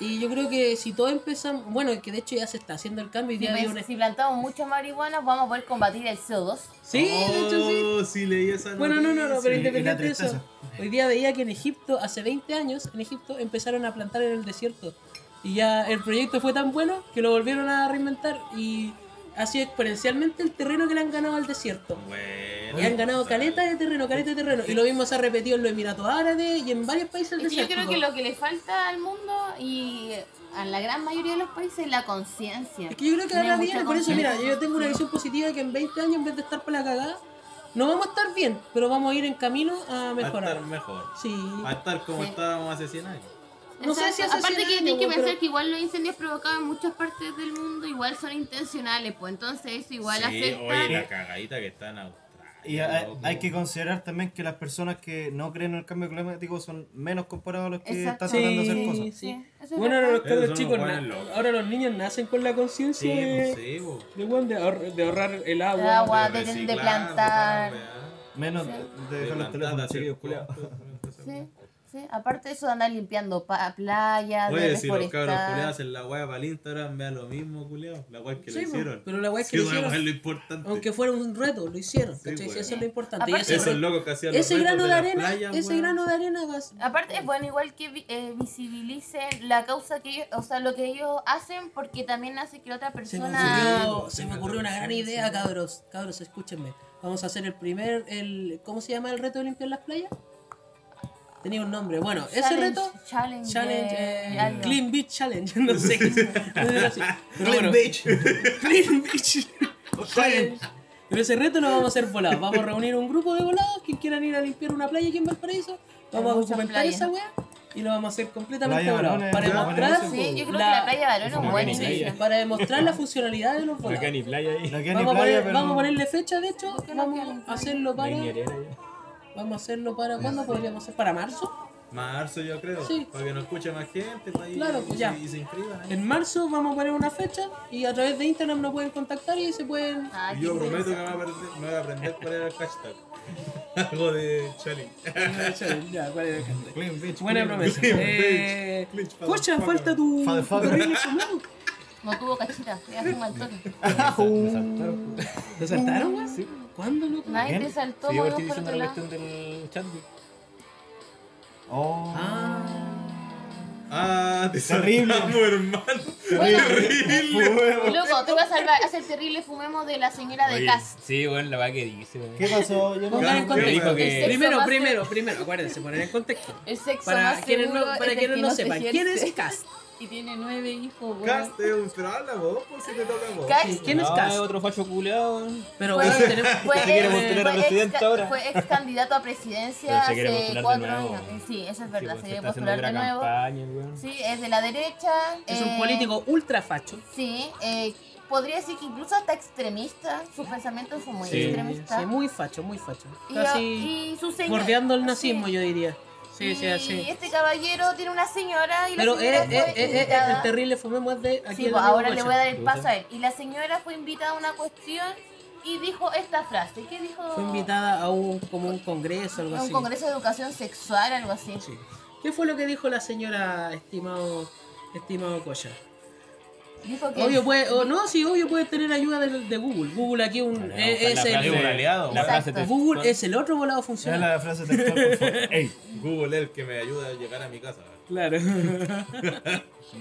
[SPEAKER 2] Y yo creo que si todos empezamos, bueno, que de hecho ya se está haciendo el cambio y
[SPEAKER 6] Si,
[SPEAKER 2] día había
[SPEAKER 6] pe-
[SPEAKER 2] una-
[SPEAKER 6] si plantamos mucha marihuana, vamos a poder combatir el CO2.
[SPEAKER 2] Sí, de hecho sí.
[SPEAKER 3] Oh, sí, leí esa
[SPEAKER 2] Bueno, no, no, no,
[SPEAKER 3] noticia.
[SPEAKER 2] pero
[SPEAKER 5] Sí, la
[SPEAKER 2] independiente de eso.
[SPEAKER 5] tristeza.
[SPEAKER 2] Hoy día veía que en Egipto, hace 20 años, en Egipto empezaron a plantar en el desierto. Y ya el proyecto fue tan bueno que lo volvieron a reinventar y ha sido exponencialmente el terreno que le han ganado al desierto.
[SPEAKER 3] Bueno.
[SPEAKER 2] Y han ganado caleta de terreno, caleta de terreno. Y lo mismo se ha repetido en los Emiratos Árabes y en varios países
[SPEAKER 6] Es que yo creo
[SPEAKER 2] desérticos.
[SPEAKER 6] que lo que le falta al mundo y a la gran mayoría de los países es la conciencia.
[SPEAKER 2] Es que yo creo que
[SPEAKER 6] Tiene
[SPEAKER 2] ahora
[SPEAKER 6] mucha
[SPEAKER 2] viene, por eso, mira,
[SPEAKER 6] conciencia.
[SPEAKER 2] yo tengo una visión positiva de que en 20 años, en vez de estar para la cagada, no vamos a estar bien, pero vamos a ir en camino a
[SPEAKER 3] Va a estar
[SPEAKER 2] mejorar.
[SPEAKER 3] mejor.
[SPEAKER 2] Sí.
[SPEAKER 3] Va a estar como
[SPEAKER 6] Sí.
[SPEAKER 3] estábamos hace 100 años.
[SPEAKER 2] No sé
[SPEAKER 6] Exacto.
[SPEAKER 2] si hace
[SPEAKER 6] Aparte
[SPEAKER 2] 100
[SPEAKER 6] que
[SPEAKER 2] años,
[SPEAKER 6] tenés que
[SPEAKER 2] pero-
[SPEAKER 6] pensar que igual los incendios provocados en muchas partes del mundo igual son intencionales, pues entonces eso igual
[SPEAKER 3] sí,
[SPEAKER 6] afecta.
[SPEAKER 3] oye, la cagadita que está en Australia.
[SPEAKER 5] Y hay,
[SPEAKER 3] loco.
[SPEAKER 5] hay que considerar también que las personas que no creen en el cambio climático son menos comparados a los que
[SPEAKER 6] Exacto.
[SPEAKER 5] están tratando de hacer cosas.
[SPEAKER 2] Sí, sí.
[SPEAKER 6] Sí, eso es
[SPEAKER 2] Bueno,
[SPEAKER 6] verdad.
[SPEAKER 2] ahora los
[SPEAKER 3] Esos
[SPEAKER 2] cabros
[SPEAKER 3] son
[SPEAKER 2] chicos,
[SPEAKER 3] los buenos
[SPEAKER 2] na-
[SPEAKER 3] locos.
[SPEAKER 2] ahora los niños nacen con la
[SPEAKER 3] Sí,
[SPEAKER 2] conciencia de,
[SPEAKER 3] pues, sí, pues.
[SPEAKER 2] de, weón, de ahor- de ahorrar el
[SPEAKER 6] El
[SPEAKER 2] agua.
[SPEAKER 6] agua, de, de
[SPEAKER 3] reciclar,
[SPEAKER 6] plantar.
[SPEAKER 3] de tal, weá.
[SPEAKER 5] Menos de- de dejar los
[SPEAKER 3] plantar, de
[SPEAKER 5] teléfonos
[SPEAKER 3] hacer
[SPEAKER 5] chiquillos,
[SPEAKER 3] cosas.
[SPEAKER 5] culiados.
[SPEAKER 6] *laughs* Sí, sí. Aparte de eso de andar limpiando pa- playas, de
[SPEAKER 3] Oye, si los cabros culiados
[SPEAKER 6] reforestar.
[SPEAKER 3] hacen la weá para el Instagram, vea lo mismo, culiados. La weá que
[SPEAKER 2] Sí,
[SPEAKER 3] le
[SPEAKER 2] po,
[SPEAKER 3] hicieron.
[SPEAKER 2] pero la weá
[SPEAKER 3] Sí, pues,
[SPEAKER 2] que le
[SPEAKER 3] weá,
[SPEAKER 2] hicieron.
[SPEAKER 3] es lo importante.
[SPEAKER 2] Aunque fuera un reto, lo hicieron.
[SPEAKER 3] Sí,
[SPEAKER 2] ¿cachai?
[SPEAKER 3] weón.
[SPEAKER 2] Eso es lo importante. Y
[SPEAKER 6] Aparte-
[SPEAKER 2] ese, re-
[SPEAKER 3] Esos locos que hacían los
[SPEAKER 2] ese
[SPEAKER 3] retos
[SPEAKER 2] grano de
[SPEAKER 3] la
[SPEAKER 2] arena,
[SPEAKER 3] playa,
[SPEAKER 2] ese
[SPEAKER 3] weá.
[SPEAKER 2] grano de arena vas.
[SPEAKER 6] Aparte es bueno igual que vi- eh, visibilice la causa que ellos, o sea, lo que ellos hacen porque también hace que otra
[SPEAKER 2] Se me,
[SPEAKER 6] persona...
[SPEAKER 2] ocurrió, se me ocurrió una gran idea, cabros. Cabros, escúchenme. Vamos a hacer el primer. El, ¿Cómo se llama el reto de limpiar las playas? Tenía un nombre. Bueno, ese
[SPEAKER 6] Challenge-
[SPEAKER 2] reto.
[SPEAKER 6] Challenge.
[SPEAKER 2] Challenge. eh,
[SPEAKER 6] eh, algo.
[SPEAKER 2] Clean Beach Challenge. *laughs* No
[SPEAKER 3] *laughs*
[SPEAKER 2] sé. qué sea. Pero bueno,
[SPEAKER 5] Bitch. *laughs*
[SPEAKER 2] Clean *laughs* Beach Challenge. Pero ese reto lo vamos a hacer volados. Vamos a reunir un grupo de volados que quieran ir a limpiar una playa aquí en Valparaíso. Vamos a
[SPEAKER 6] Muchas
[SPEAKER 2] documentar
[SPEAKER 6] playas.
[SPEAKER 2] esa wea y lo vamos a hacer completamente
[SPEAKER 5] Playa
[SPEAKER 2] volados.
[SPEAKER 5] Varones,
[SPEAKER 2] Para
[SPEAKER 5] ya,
[SPEAKER 2] demostrar.
[SPEAKER 5] buenísimo.
[SPEAKER 6] Sí, yo creo
[SPEAKER 2] la-
[SPEAKER 6] que la playa Barón es un buen
[SPEAKER 4] buena
[SPEAKER 6] inicio.
[SPEAKER 4] idea.
[SPEAKER 2] Para demostrar la funcionalidad de los
[SPEAKER 4] No queda
[SPEAKER 2] volados.
[SPEAKER 4] ni playa ahí.
[SPEAKER 5] No
[SPEAKER 4] No
[SPEAKER 5] queda ni
[SPEAKER 2] Vamos a,
[SPEAKER 5] playa,
[SPEAKER 2] poner-
[SPEAKER 5] pero-
[SPEAKER 2] vamos a ponerle fecha, de hecho,
[SPEAKER 6] ¿Por qué no
[SPEAKER 2] vamos
[SPEAKER 6] quieren?
[SPEAKER 2] a hacerlo para.
[SPEAKER 4] hay ni arena ya.
[SPEAKER 2] Vamos a hacerlo para. ¿Cuándo podríamos hacer? ¿Para marzo?
[SPEAKER 3] Marzo, yo creo.
[SPEAKER 2] Sí.
[SPEAKER 3] Para que nos escuche más gente. Para ir
[SPEAKER 2] Claro, pues,
[SPEAKER 3] y,
[SPEAKER 2] ya.
[SPEAKER 3] y se inscriban. ahí.
[SPEAKER 2] En marzo vamos a poner una fecha y a través de Instagram nos pueden contactar y se pueden.
[SPEAKER 6] Ah,
[SPEAKER 3] Yo
[SPEAKER 6] qué
[SPEAKER 3] prometo que me
[SPEAKER 6] interesante.
[SPEAKER 3] voy a aprender, me voy a aprender cuál era el hashtag. *laughs* Algo de challenge.
[SPEAKER 2] ya, ¿cuál es el
[SPEAKER 5] Clean bitch.
[SPEAKER 2] Buena
[SPEAKER 5] clean
[SPEAKER 2] promesa.
[SPEAKER 3] Clean,
[SPEAKER 2] Eh,
[SPEAKER 3] bitch, clean,
[SPEAKER 2] Pocha, falta tu. tu
[SPEAKER 5] Motherfucker.
[SPEAKER 2] terrible fumado.
[SPEAKER 6] No tuvo cachita, ya fuma
[SPEAKER 2] *laughs*
[SPEAKER 6] el toque.
[SPEAKER 2] ¿Te saltaron, güey? Uh, ¿Cuándo, loco?
[SPEAKER 6] Nadie te
[SPEAKER 5] Bien.
[SPEAKER 6] saltó,
[SPEAKER 4] Sí, yo
[SPEAKER 6] vamos
[SPEAKER 4] estoy
[SPEAKER 6] por
[SPEAKER 4] diciendo
[SPEAKER 6] otro
[SPEAKER 4] la
[SPEAKER 6] lado.
[SPEAKER 4] cuestión del chat.
[SPEAKER 5] Oh.
[SPEAKER 2] Ah.
[SPEAKER 3] Ah, te
[SPEAKER 5] Terrible.
[SPEAKER 3] saltamos, hermano.
[SPEAKER 6] Bueno, loco, te voy a salvar, haz el terrible fumemos de la señora de
[SPEAKER 4] Oye,
[SPEAKER 6] Cas.
[SPEAKER 4] Sí, bueno, la va que dice. weón.
[SPEAKER 5] ¿Qué pasó? Yo no-
[SPEAKER 2] Pongan en
[SPEAKER 3] Claro,
[SPEAKER 2] contexto.
[SPEAKER 4] dijo que-
[SPEAKER 2] Primero,
[SPEAKER 6] Sexo
[SPEAKER 2] primero, primero, acuérdense, poner en contexto.
[SPEAKER 6] El sexo
[SPEAKER 2] Para
[SPEAKER 6] más
[SPEAKER 2] quienes no,
[SPEAKER 6] seguro es
[SPEAKER 2] para
[SPEAKER 6] el
[SPEAKER 2] quienes
[SPEAKER 6] que
[SPEAKER 2] no
[SPEAKER 6] se
[SPEAKER 2] sepan, ¿quién
[SPEAKER 6] ejerce.
[SPEAKER 2] es
[SPEAKER 6] *laughs*
[SPEAKER 2] Cast?
[SPEAKER 6] Y tiene nueve hijos, weón.
[SPEAKER 3] Caste, un- pero habla vos, pues si te toca a vos.
[SPEAKER 6] Cast.
[SPEAKER 2] ¿Quién es
[SPEAKER 4] Ah,
[SPEAKER 2] Cast?
[SPEAKER 4] otro facho culeado.
[SPEAKER 2] Pero
[SPEAKER 6] Fue-
[SPEAKER 2] bueno, tenemos.
[SPEAKER 6] fue
[SPEAKER 4] Se quiere
[SPEAKER 6] ex-
[SPEAKER 4] postular a
[SPEAKER 6] fue ex-
[SPEAKER 4] presidente ahora.
[SPEAKER 6] Fue ex candidato a presidencia
[SPEAKER 4] Pero se quiere
[SPEAKER 6] hace
[SPEAKER 4] postular de
[SPEAKER 6] cuatro
[SPEAKER 4] nuevo.
[SPEAKER 6] años. Sí, eso es
[SPEAKER 4] Sí,
[SPEAKER 6] verdad,
[SPEAKER 2] pues,
[SPEAKER 4] weón,
[SPEAKER 6] se
[SPEAKER 4] se
[SPEAKER 6] quiere
[SPEAKER 4] está haciendo
[SPEAKER 6] postular
[SPEAKER 4] otra
[SPEAKER 6] de nuevo.
[SPEAKER 4] campaña, weón.
[SPEAKER 6] pues, Sí, es de la derecha.
[SPEAKER 2] Es
[SPEAKER 6] eh,
[SPEAKER 2] un político ultra facho.
[SPEAKER 6] Sí, eh, podría decir que incluso hasta extremista. Sus pensamientos son muy
[SPEAKER 4] Sí,
[SPEAKER 6] extremistas.
[SPEAKER 2] Sí, muy facho, muy facho.
[SPEAKER 6] Y-
[SPEAKER 2] Casi
[SPEAKER 6] y su señor-
[SPEAKER 2] bordeando el nazismo,
[SPEAKER 6] sí.
[SPEAKER 2] yo diría. Sí, sí,
[SPEAKER 6] y
[SPEAKER 2] así.
[SPEAKER 6] este caballero tiene una señora y la
[SPEAKER 2] Pero eh,
[SPEAKER 6] señora
[SPEAKER 2] es,
[SPEAKER 6] fue
[SPEAKER 2] es, es- es-
[SPEAKER 6] invitada-
[SPEAKER 2] el terrible fumemos de aquí
[SPEAKER 6] Sí,
[SPEAKER 2] el amigo
[SPEAKER 6] pues, ahora le
[SPEAKER 2] Guacho.
[SPEAKER 6] voy a dar el
[SPEAKER 4] Puta.
[SPEAKER 6] paso a él. Y la señora fue invitada a una cuestión y dijo esta frase. ¿Qué dijo?
[SPEAKER 2] Fue invitada a un, como un congreso, algo
[SPEAKER 6] a un
[SPEAKER 2] así.
[SPEAKER 6] congreso de educación sexual, algo así.
[SPEAKER 2] Sí. ¿Qué fue lo que dijo la señora, estimado, estimado Coya?
[SPEAKER 6] Dijo que
[SPEAKER 2] Obvio puede, o no, sí, obvio puede tener ayuda de, de Google. Google aquí un,
[SPEAKER 4] Vamos a
[SPEAKER 2] eh, es,
[SPEAKER 4] buscar la
[SPEAKER 2] el-
[SPEAKER 4] frase-
[SPEAKER 3] aliado,
[SPEAKER 4] La frase
[SPEAKER 6] Exacto.
[SPEAKER 2] Google
[SPEAKER 4] textual.
[SPEAKER 2] es el otro volado
[SPEAKER 5] Ya
[SPEAKER 2] funcional.
[SPEAKER 5] la frase textual, por
[SPEAKER 2] *laughs*
[SPEAKER 5] favor.
[SPEAKER 4] Ey,
[SPEAKER 3] Google es el que me ayuda a llegar a mi casa.
[SPEAKER 2] Claro.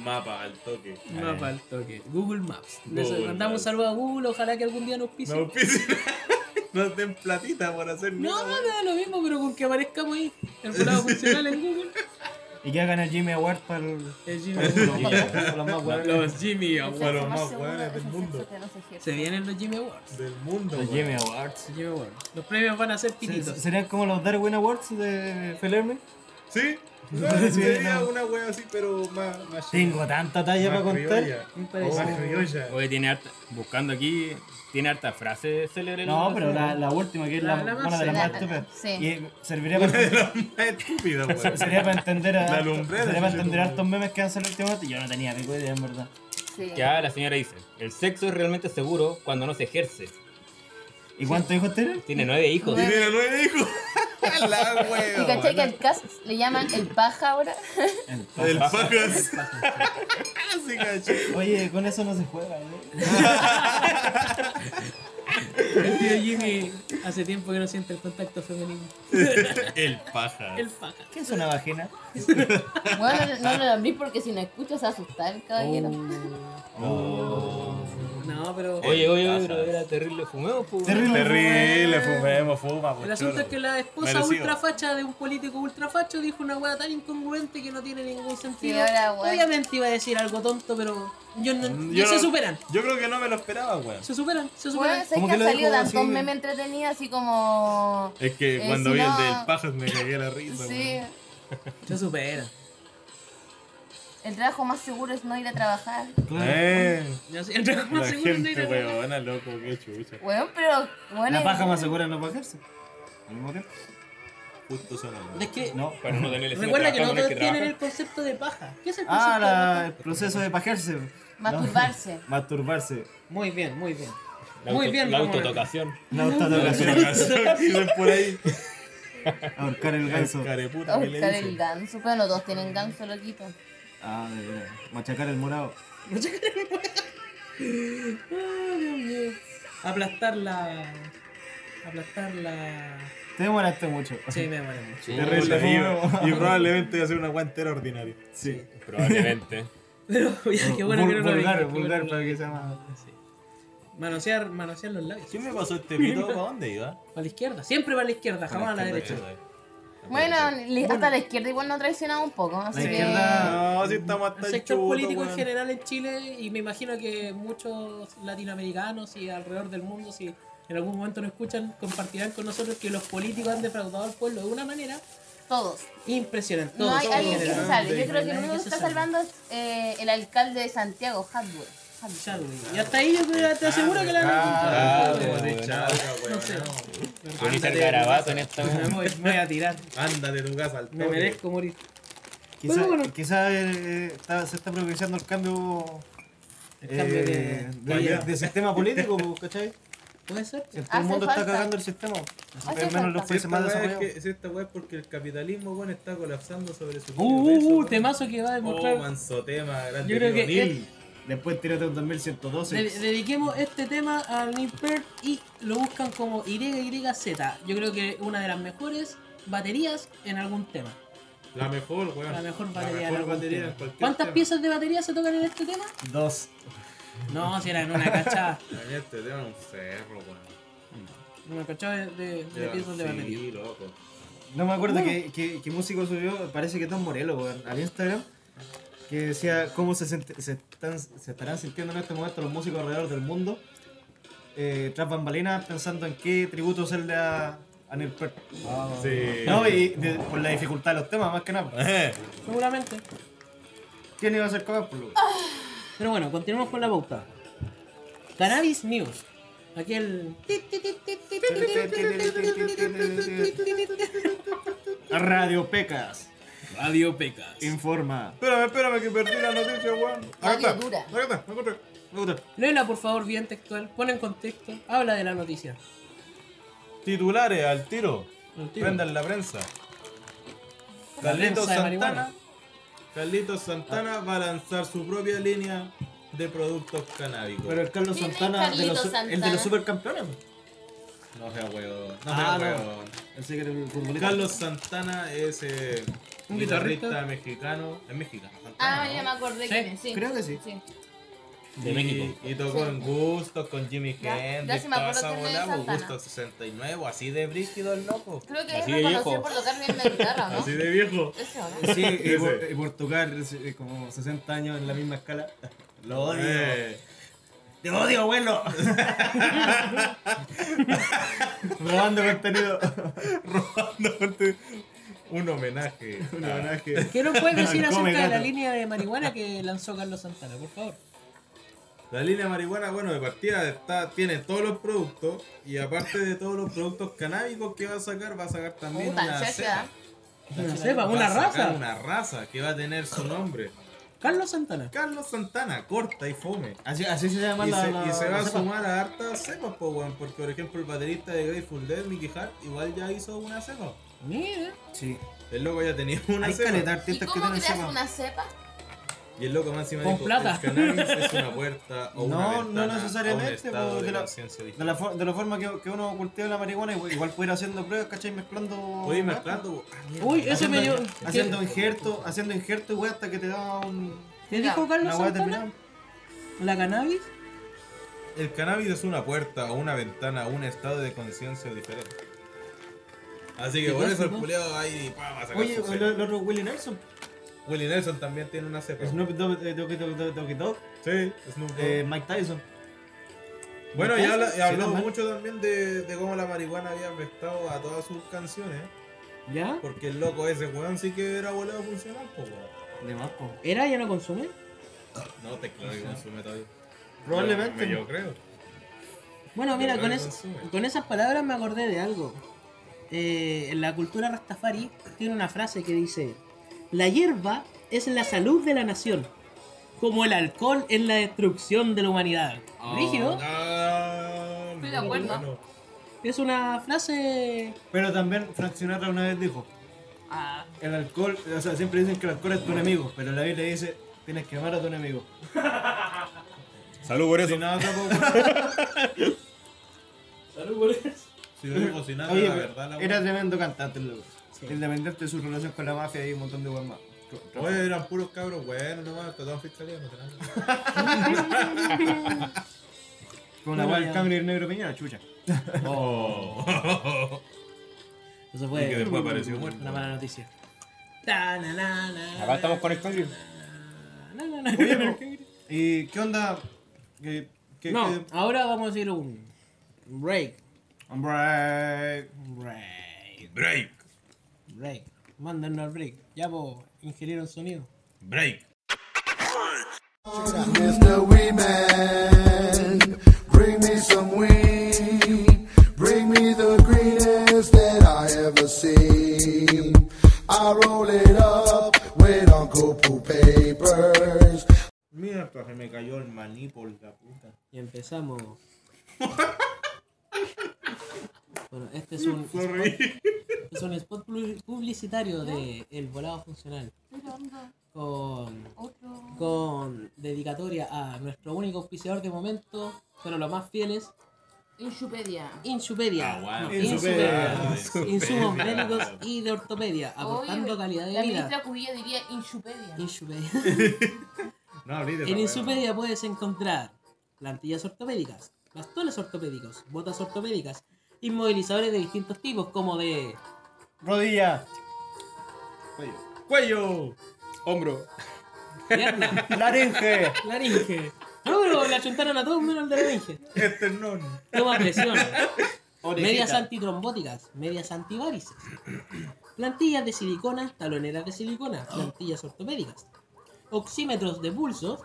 [SPEAKER 3] Mapa al toque.
[SPEAKER 2] Mapa al toque. Google Maps. Les
[SPEAKER 3] Google
[SPEAKER 2] mandamos un
[SPEAKER 3] Maps.
[SPEAKER 2] saludo a Google, ojalá que algún día nos pise.
[SPEAKER 3] *laughs* No, pis- Nos den platita por hacer ni
[SPEAKER 2] No,
[SPEAKER 3] una
[SPEAKER 2] no,
[SPEAKER 3] wea.
[SPEAKER 2] me da lo mismo, pero con que aparezcamos ahí. El volado funcional en Google.
[SPEAKER 5] Y que hagan el Jimmy Award
[SPEAKER 3] *laughs*
[SPEAKER 5] para el.
[SPEAKER 2] El Jimmy Awards.
[SPEAKER 5] para los más hueones.
[SPEAKER 2] Los Jimmy Awards.
[SPEAKER 3] Bueno, más hueones
[SPEAKER 6] Formarse uno de
[SPEAKER 3] del
[SPEAKER 6] esos
[SPEAKER 3] mundo.
[SPEAKER 6] sexos que no se ejercen.
[SPEAKER 2] Se vienen los Jimmy Awards.
[SPEAKER 3] del mundo.
[SPEAKER 5] Los
[SPEAKER 3] wea.
[SPEAKER 5] Jimmy Awards.
[SPEAKER 2] Los Jimmy Awards. Los premios van a ser
[SPEAKER 5] Se- se-
[SPEAKER 2] pinitos.
[SPEAKER 5] ¿Serían como los Darwin Awards de Felerme?
[SPEAKER 3] ¿Sí? No,
[SPEAKER 5] Sí,
[SPEAKER 3] sería
[SPEAKER 5] no.
[SPEAKER 3] una wea así, pero más. más
[SPEAKER 5] Tengo tanta talla
[SPEAKER 3] más
[SPEAKER 5] para contar.
[SPEAKER 3] criolla.
[SPEAKER 2] Me
[SPEAKER 3] Oh,
[SPEAKER 2] parece.
[SPEAKER 3] más criolla. *laughs*
[SPEAKER 4] Oye, tiene harta. Buscando aquí, tiene harta frase célebre.
[SPEAKER 5] No, pero la, la última, que es la,
[SPEAKER 2] La- la más
[SPEAKER 5] una de las
[SPEAKER 6] seria.
[SPEAKER 5] más estúpidas.
[SPEAKER 6] Sí.
[SPEAKER 5] Y
[SPEAKER 3] *laughs*
[SPEAKER 5] serviría para,
[SPEAKER 3] Más estúpida, wea.
[SPEAKER 5] *laughs* sería para entender a,
[SPEAKER 3] La lumbrera,
[SPEAKER 5] sería para
[SPEAKER 3] sí,
[SPEAKER 5] entender
[SPEAKER 3] la
[SPEAKER 5] hartos memes que han salido últimamente. Yo no tenía pico idea, en verdad.
[SPEAKER 6] Sí.
[SPEAKER 4] Ya la señora dice: el sexo es realmente seguro cuando no se ejerce.
[SPEAKER 5] ¿Y cuántos hijos tienen?
[SPEAKER 4] Tiene nueve hijos.
[SPEAKER 3] Y tiene nueve *laughs* hijos. la wea.
[SPEAKER 6] ¿Y cachai que al cast le llaman el paja ahora? *laughs*
[SPEAKER 3] El pajas. *laughs* sí, caché.
[SPEAKER 5] Oye, con eso no se juega, ¿eh?
[SPEAKER 2] El tío Jimmy hace tiempo que no siente el contacto femenino.
[SPEAKER 3] El paja.
[SPEAKER 2] El paca.
[SPEAKER 5] ¿Qué es una vagina?
[SPEAKER 6] Bueno, no, no lo abrí porque si no escuchas se asusta el caballero.
[SPEAKER 2] No, pero.
[SPEAKER 4] Oye, oye, oye, pero era terrible fumeo, pues.
[SPEAKER 5] Terrible.
[SPEAKER 3] Terrible, fumemos, fuma, pues,
[SPEAKER 2] El asunto es que la esposa
[SPEAKER 3] Merecido.
[SPEAKER 2] ultrafacha de un político ultrafacho dijo una hueá tan incongruente que no tiene ningún sentido.
[SPEAKER 6] ahora, weón.
[SPEAKER 2] Obviamente iba a decir algo tonto, pero yo no, yo se superan.
[SPEAKER 3] Mm, Yo creo que no me lo esperaba, weón.
[SPEAKER 2] Se superan, se
[SPEAKER 6] Bueno,
[SPEAKER 2] superan.
[SPEAKER 6] sé
[SPEAKER 5] ¿Cómo
[SPEAKER 6] que
[SPEAKER 5] que
[SPEAKER 6] han
[SPEAKER 5] lo dijo
[SPEAKER 6] salido tantos
[SPEAKER 5] así?
[SPEAKER 6] memes entretenidos así como.
[SPEAKER 3] Es que
[SPEAKER 6] Eh,
[SPEAKER 3] cuando
[SPEAKER 6] si
[SPEAKER 3] vi
[SPEAKER 6] no-
[SPEAKER 3] el del pajas me cagué la risa,
[SPEAKER 6] Sí.
[SPEAKER 3] weón.
[SPEAKER 2] Se superan.
[SPEAKER 6] El trabajo más seguro es no ir a trabajar.
[SPEAKER 3] Eh,
[SPEAKER 2] Yo sí, entre
[SPEAKER 3] la
[SPEAKER 2] más seguro no
[SPEAKER 3] gente,
[SPEAKER 2] irá a-
[SPEAKER 3] weona, loco, qué chucha.
[SPEAKER 6] Bueno, pero. Bueno,
[SPEAKER 5] La paja más segura no bajarse. ¿Al mismo tiempo?
[SPEAKER 3] Justo sonó.
[SPEAKER 2] Es que
[SPEAKER 5] No.
[SPEAKER 4] Para no tener el estilo
[SPEAKER 2] recuerda
[SPEAKER 4] de
[SPEAKER 2] que
[SPEAKER 4] trabajo
[SPEAKER 2] no
[SPEAKER 4] con el
[SPEAKER 2] todos tienen el
[SPEAKER 4] trabaja.
[SPEAKER 2] concepto de paja. ¿Qué es el concepto
[SPEAKER 5] Ah, la-
[SPEAKER 2] de
[SPEAKER 5] el proceso de pajarse. *laughs*
[SPEAKER 6] masturbarse.
[SPEAKER 5] No. Masturbarse.
[SPEAKER 2] paja? Muy bien, muy bien.
[SPEAKER 4] La
[SPEAKER 2] Muy
[SPEAKER 4] auto-
[SPEAKER 2] bien,
[SPEAKER 4] La
[SPEAKER 2] Ramón.
[SPEAKER 4] autotocación.
[SPEAKER 5] La autotocación.
[SPEAKER 3] *laughs* *laughs* Dicen por ahí.
[SPEAKER 5] Ahorcar el ganso.
[SPEAKER 3] Careputa, ¿qué le
[SPEAKER 6] Buscar el
[SPEAKER 3] dicen?
[SPEAKER 6] ganso. Pero no todos tienen ganso, loquito.
[SPEAKER 5] Ah, de veras. Machacar el morado.
[SPEAKER 2] Ay, Dios mío. Aplastar la. Aplastar la.
[SPEAKER 5] Te demoraste mucho.
[SPEAKER 2] Sí, me muero mucho. *laughs*
[SPEAKER 3] Terrible,
[SPEAKER 5] Sí.
[SPEAKER 3] y, y probablemente voy a hacer una guantera ordinaria.
[SPEAKER 5] Sí.
[SPEAKER 2] *laughs*
[SPEAKER 4] Probablemente.
[SPEAKER 2] Pero ya, qué bueno que no lo dije, qué
[SPEAKER 5] vulgar,
[SPEAKER 2] bueno
[SPEAKER 5] vulgar,
[SPEAKER 2] que no
[SPEAKER 5] para
[SPEAKER 2] lo
[SPEAKER 5] que
[SPEAKER 2] dije.
[SPEAKER 5] se llama.
[SPEAKER 2] Manosear, manosear los labios.
[SPEAKER 3] ¿Qué me pasó este pito? ¿Para dónde iba?
[SPEAKER 2] Para la izquierda, siempre para la izquierda, jamás a la derecha.
[SPEAKER 6] Bueno, li- hasta la izquierda igual nos ha traicionado un poco. Así que-
[SPEAKER 5] izquierda-
[SPEAKER 3] No, si estamos
[SPEAKER 2] El
[SPEAKER 3] hasta el
[SPEAKER 2] sector
[SPEAKER 3] chuto,
[SPEAKER 2] político en
[SPEAKER 3] weón.
[SPEAKER 2] general en Chile, y me imagino que muchos latinoamericanos y alrededor del mundo, si en algún momento nos escuchan, compartirán con nosotros que los políticos han defraudado al pueblo de una manera
[SPEAKER 6] Todos.
[SPEAKER 2] impresionante.
[SPEAKER 6] No
[SPEAKER 2] Todos,
[SPEAKER 6] hay
[SPEAKER 2] todos
[SPEAKER 6] alguien
[SPEAKER 2] en
[SPEAKER 6] que se
[SPEAKER 2] general.
[SPEAKER 6] salve. Yo
[SPEAKER 2] No
[SPEAKER 6] creo
[SPEAKER 2] hay
[SPEAKER 6] que el
[SPEAKER 2] nadie
[SPEAKER 6] único que
[SPEAKER 2] se
[SPEAKER 6] está
[SPEAKER 2] salve.
[SPEAKER 6] salvando es eh, el alcalde de Santiago, Hadwell.
[SPEAKER 2] Ya, güey. Y hasta ahí yo te- te aseguro que la
[SPEAKER 3] Ah,
[SPEAKER 2] no,
[SPEAKER 3] como
[SPEAKER 4] weón.
[SPEAKER 3] de chaga,
[SPEAKER 2] no
[SPEAKER 3] weón.
[SPEAKER 2] sé.
[SPEAKER 4] Ponerse el garabato en esta
[SPEAKER 2] Me
[SPEAKER 4] weón.
[SPEAKER 2] voy, me voy a tirar.
[SPEAKER 3] Ándate tu casa al
[SPEAKER 2] Me
[SPEAKER 3] toque.
[SPEAKER 2] merezco morir.
[SPEAKER 5] Quizá,
[SPEAKER 2] Bueno, bueno.
[SPEAKER 5] quizá, eh, está- se está progresando el cambio,
[SPEAKER 2] El cambio
[SPEAKER 5] eh,
[SPEAKER 2] de-
[SPEAKER 5] de,
[SPEAKER 2] de-
[SPEAKER 5] de sistema político, pues, ¿cachai?
[SPEAKER 2] ¿Puede ser?
[SPEAKER 5] Si todo
[SPEAKER 6] Hace
[SPEAKER 5] el mundo
[SPEAKER 6] falta.
[SPEAKER 5] está cagando el sistema, al menos
[SPEAKER 6] falta.
[SPEAKER 5] los
[SPEAKER 3] Si
[SPEAKER 5] países
[SPEAKER 3] esta,
[SPEAKER 5] más
[SPEAKER 3] weá es
[SPEAKER 5] desarrollados.
[SPEAKER 3] que, si esta weá es porque el capitalismo, weón, está colapsando sobre su propio
[SPEAKER 2] Uh,
[SPEAKER 3] peso,
[SPEAKER 2] uh, uh,
[SPEAKER 3] weón.
[SPEAKER 2] temazo que va a demostrar.
[SPEAKER 3] Oh, manso tema, grande.
[SPEAKER 2] Yo creo que
[SPEAKER 3] Lionel.
[SPEAKER 2] él-
[SPEAKER 5] Después tírate un 2112.
[SPEAKER 2] De- dediquemos este tema al Nimpert y lo buscan como YYZ. Yo creo que una de las mejores baterías en algún tema.
[SPEAKER 3] La mejor, weón.
[SPEAKER 2] La mejor batería. en
[SPEAKER 3] mejor
[SPEAKER 2] algún
[SPEAKER 3] batería en
[SPEAKER 2] tema.
[SPEAKER 3] cualquier
[SPEAKER 2] ¿Cuántas
[SPEAKER 3] tema.
[SPEAKER 2] piezas de batería se tocan en este tema?
[SPEAKER 5] Dos.
[SPEAKER 2] No, si era en una cachada.
[SPEAKER 3] La mía Este tema es un cerro, weón.
[SPEAKER 2] Una cachada de, de- de piezas de batería.
[SPEAKER 3] Sí, loco.
[SPEAKER 5] No me acuerdo qué que, músico subió, parece que Tom Morello, weón, al Instagram, que decía cómo se, sent- se, están- se estarán sintiendo en este momento los músicos alrededor del mundo, eh, tras bambalinas, pensando en qué tributo hacerle a, a Neil Peart.
[SPEAKER 3] Ah. Sí.
[SPEAKER 5] No, y de- por la dificultad de los temas, más que nada.
[SPEAKER 3] Eh,
[SPEAKER 2] Seguramente.
[SPEAKER 5] ¿Quién iba a ser capaz, por lo
[SPEAKER 2] Pero bueno, continuamos con la pauta. Cannabis News. Aquí el.
[SPEAKER 5] Radio Pecas
[SPEAKER 2] Radio Pecas.
[SPEAKER 5] informa.
[SPEAKER 3] Espérame, espérame que perdí la noticia, weón. Acá
[SPEAKER 6] Radio
[SPEAKER 3] está.
[SPEAKER 6] dura.
[SPEAKER 3] Acá está, me encontré.
[SPEAKER 5] Me gusta.
[SPEAKER 2] Léela por favor bien textual, pon en contexto, habla de la noticia.
[SPEAKER 3] Titulares al tiro.
[SPEAKER 2] Al tiro.
[SPEAKER 3] Prendan la prensa.
[SPEAKER 2] La
[SPEAKER 3] Carlitos
[SPEAKER 2] prensa de marihuana. Ah.
[SPEAKER 3] Santana. Carlitos Santana va a lanzar su propia línea de productos canábicos.
[SPEAKER 5] Pero el Carlos
[SPEAKER 6] ¿Quién es
[SPEAKER 5] Santana, de los,
[SPEAKER 6] Carlitos
[SPEAKER 5] el de
[SPEAKER 6] Santana?
[SPEAKER 5] los supercampeones.
[SPEAKER 3] No sea weón. No sea
[SPEAKER 5] Ah,
[SPEAKER 3] weón.
[SPEAKER 5] no. Él sí que era el futbolista.
[SPEAKER 3] Carlos Santana es eh,
[SPEAKER 2] Un
[SPEAKER 3] un
[SPEAKER 2] guitarrista.
[SPEAKER 3] guitarrista mexicano. Es mexicano. Santana,
[SPEAKER 6] Ah,
[SPEAKER 3] ¿no?
[SPEAKER 6] ya me acordé
[SPEAKER 2] Sí,
[SPEAKER 6] quién es, sí.
[SPEAKER 5] creo que sí.
[SPEAKER 4] de
[SPEAKER 3] y,
[SPEAKER 4] México.
[SPEAKER 3] Y tocó en Gusto con Jimmy
[SPEAKER 6] Ya,
[SPEAKER 3] Hendrix,
[SPEAKER 6] ya sí me
[SPEAKER 3] toda
[SPEAKER 6] acuerdo
[SPEAKER 3] esa
[SPEAKER 6] que no es
[SPEAKER 3] bola, pues,
[SPEAKER 6] Santana.
[SPEAKER 3] Gusto 69, así de brígido el loco.
[SPEAKER 6] Creo que es
[SPEAKER 4] Así de
[SPEAKER 6] reconocido
[SPEAKER 4] viejo.
[SPEAKER 6] por tocar bien la guitarra, ¿no?
[SPEAKER 3] *laughs* Así de viejo.
[SPEAKER 6] Ese, ¿o no?
[SPEAKER 5] Sí, y por, y por tocar eh, como 60 años en la
[SPEAKER 3] *laughs*
[SPEAKER 5] misma escala. Lo odio.
[SPEAKER 3] Eh,
[SPEAKER 5] ¡Te
[SPEAKER 3] *laughs*
[SPEAKER 5] odio, abuelo! Robando contenido.
[SPEAKER 3] robando gente. Un homenaje.
[SPEAKER 5] La verdad es que.
[SPEAKER 2] ¿Qué nos
[SPEAKER 5] *laughs*
[SPEAKER 2] puedes decir
[SPEAKER 5] Come
[SPEAKER 2] acerca de la
[SPEAKER 5] gato.
[SPEAKER 2] línea de marihuana que lanzó Carlos Santana, por favor?
[SPEAKER 3] La línea de marihuana, bueno, de partida está, tiene todos los productos y aparte de todos los productos canábicos que va a sacar, va a sacar también
[SPEAKER 6] Puta,
[SPEAKER 3] una
[SPEAKER 6] ansiosa.
[SPEAKER 3] cepa.
[SPEAKER 2] No sepa,
[SPEAKER 3] Va
[SPEAKER 2] una
[SPEAKER 3] a sacar
[SPEAKER 2] raza.
[SPEAKER 3] Una raza que va a tener su nombre.
[SPEAKER 2] Carlos Santana.
[SPEAKER 3] Carlos Santana, corta y fome.
[SPEAKER 5] Así, así se llama
[SPEAKER 3] Y
[SPEAKER 5] la,
[SPEAKER 3] se,
[SPEAKER 5] la-
[SPEAKER 3] y se va
[SPEAKER 5] la
[SPEAKER 3] a
[SPEAKER 5] cepa.
[SPEAKER 3] sumar a hartas cepas, po, weón, porque por ejemplo el baterista de Grateful Dead, Mickey Hart, igual ya hizo una cepa.
[SPEAKER 2] Mira.
[SPEAKER 5] Sí.
[SPEAKER 3] El loco ya tenía *laughs* una
[SPEAKER 5] Hay
[SPEAKER 3] cepa.
[SPEAKER 5] caleta de
[SPEAKER 6] ¿Y
[SPEAKER 5] artistas que
[SPEAKER 6] cómo
[SPEAKER 5] tienen
[SPEAKER 6] creas
[SPEAKER 5] cepa.
[SPEAKER 6] una cepa?
[SPEAKER 3] Y el loco más encima
[SPEAKER 2] Con
[SPEAKER 3] dijo,
[SPEAKER 2] plata.
[SPEAKER 3] el cannabis es una puerta
[SPEAKER 5] *laughs*
[SPEAKER 3] o una
[SPEAKER 5] No, no
[SPEAKER 3] ventana a un
[SPEAKER 5] necesariamente,
[SPEAKER 3] estado
[SPEAKER 5] po,
[SPEAKER 3] de,
[SPEAKER 5] de la-
[SPEAKER 3] conciencia
[SPEAKER 5] De la, for- de la forma que, que uno cultiva la marihuana, igual igual puede ir haciendo pruebas, ¿cachai? Mezclando.
[SPEAKER 3] Voy a ir mezclando. po. Ah, mierda.
[SPEAKER 2] Uy, eso me dio.
[SPEAKER 5] Haciendo injerto, haciendo injerto, güey, hasta que te da un.
[SPEAKER 2] ¿Qué dijo Carlos
[SPEAKER 5] Una weá
[SPEAKER 2] Santana?
[SPEAKER 5] terminada.
[SPEAKER 2] ¿La cannabis?
[SPEAKER 3] El cannabis es una puerta o una ventana a un estado de conciencia diferente. Así que
[SPEAKER 2] Qué
[SPEAKER 3] por eso el
[SPEAKER 2] clásico.
[SPEAKER 3] culeo ahí pa, va a sacar
[SPEAKER 5] Oye,
[SPEAKER 3] su
[SPEAKER 5] el,
[SPEAKER 3] cepa.
[SPEAKER 5] el otro Willie Nelson.
[SPEAKER 3] Willie Nelson también tiene una cepa.
[SPEAKER 5] Snoop Dogg, eh, Doggy Dogg, Doggy Doggy Dogg,
[SPEAKER 3] Sí, Snoop Dogg.
[SPEAKER 5] eh, Mike Tyson.
[SPEAKER 3] Bueno, ya, habla- ya
[SPEAKER 5] Sí,
[SPEAKER 3] hablamos
[SPEAKER 5] normal.
[SPEAKER 3] mucho también de, de cómo la marihuana había afectado a todas sus canciones.
[SPEAKER 2] ¿Ya?
[SPEAKER 3] Porque el loco ese weón sí que era volado funcional, po, weón.
[SPEAKER 5] De más, po.
[SPEAKER 2] ¿Era? ¿Ya no consume?
[SPEAKER 3] No te creo que consume todavía.
[SPEAKER 5] Probablemente.
[SPEAKER 3] Yo, yo creo.
[SPEAKER 2] Bueno, mira,
[SPEAKER 3] Pero
[SPEAKER 2] con,
[SPEAKER 3] no
[SPEAKER 2] es-
[SPEAKER 3] consume.
[SPEAKER 2] con esas palabras me acordé de algo. Eh, en la cultura rastafari tiene una frase que dice: La hierba es la salud de la nación, como el alcohol es la destrucción de la humanidad.
[SPEAKER 3] Oh,
[SPEAKER 2] Rígido,
[SPEAKER 3] Ah,
[SPEAKER 6] Estoy de acuerdo.
[SPEAKER 3] bueno.
[SPEAKER 2] es una frase.
[SPEAKER 5] Pero también Frank Sinatra una vez dijo,
[SPEAKER 2] ah,
[SPEAKER 5] el alcohol, o sea, siempre dicen que el alcohol es tu enemigo, pero la Biblia dice, tienes que amar a tu enemigo.
[SPEAKER 4] Salud por eso.
[SPEAKER 3] Sin *laughs* nada, po, weón.
[SPEAKER 2] salud por eso.
[SPEAKER 3] Si lo digo sin nada,
[SPEAKER 5] Oye,
[SPEAKER 3] la
[SPEAKER 5] pero
[SPEAKER 3] verdad, la
[SPEAKER 5] era
[SPEAKER 3] weón.
[SPEAKER 5] tremendo cantante el loco. Independiente de su relación con la mafia y un montón de weas más.
[SPEAKER 3] Oye, eran puros cabros buenos nomás, trataban fiscalía, no sé nada.
[SPEAKER 5] Con la
[SPEAKER 2] Pero
[SPEAKER 5] wea
[SPEAKER 2] ya.
[SPEAKER 5] del cambio y el negro piñera, chucha.
[SPEAKER 2] Eso fue
[SPEAKER 3] Y que después apareció muerto.
[SPEAKER 2] una mala noticia. Ta, na, na, na,
[SPEAKER 4] Acá estamos con el cambio.
[SPEAKER 2] na, na, na,
[SPEAKER 5] Oye,
[SPEAKER 2] na,
[SPEAKER 3] *laughs*
[SPEAKER 5] pero- ¿Y qué onda? ¿Qué, qué,
[SPEAKER 2] No,
[SPEAKER 5] qué-
[SPEAKER 2] ahora vamos a hacer un break.
[SPEAKER 5] Hombre.
[SPEAKER 2] Break.
[SPEAKER 3] Break,
[SPEAKER 2] Break. Mándanos al break. Ya vos, ingeniero en sonido.
[SPEAKER 3] break.
[SPEAKER 8] Mr. Weedman, bring me some weed. Bring me the greenest that I ever seen. I roll it up with Uncle Pooh papers.
[SPEAKER 3] Mira, hasta se me cayó el maní por la puta.
[SPEAKER 2] Y empezamos. bueno, este es un, es un spot pu- publicitario de El Volado Funcional. Con,
[SPEAKER 6] Otro.
[SPEAKER 2] con dedicatoria a nuestro único auspiciador de momento, pero los más fieles,
[SPEAKER 6] Inshupedia.
[SPEAKER 2] Inshupedia.
[SPEAKER 3] Ah,
[SPEAKER 2] No,
[SPEAKER 3] bueno.
[SPEAKER 2] Insupedia.
[SPEAKER 3] Insupedia.
[SPEAKER 2] Insumos médicos y de ortopedia, aportando
[SPEAKER 6] Oye,
[SPEAKER 2] calidad de
[SPEAKER 6] La
[SPEAKER 2] vida.
[SPEAKER 6] ministra Cubillo diría Inshupedia.
[SPEAKER 2] Inshupedia.
[SPEAKER 3] No, abrí de esa
[SPEAKER 2] En
[SPEAKER 3] weá.
[SPEAKER 2] Insupedia puedes encontrar plantillas ortopédicas, bastones ortopédicos, botas ortopédicas, inmovilizadores de distintos tipos como de
[SPEAKER 5] Rodilla.
[SPEAKER 4] Cuello. Hombro.
[SPEAKER 5] *laughs*
[SPEAKER 2] pierna,
[SPEAKER 5] Laringe.
[SPEAKER 2] laringe. No, pero le achuntaron a todos menos al de laringe.
[SPEAKER 3] Esternón.
[SPEAKER 2] Toma presión. Medias
[SPEAKER 5] Orejita.
[SPEAKER 2] antitrombóticas, medias antivarices. Plantillas de silicona, taloneras de silicona, plantillas ortopédicas. Oxímetros de pulso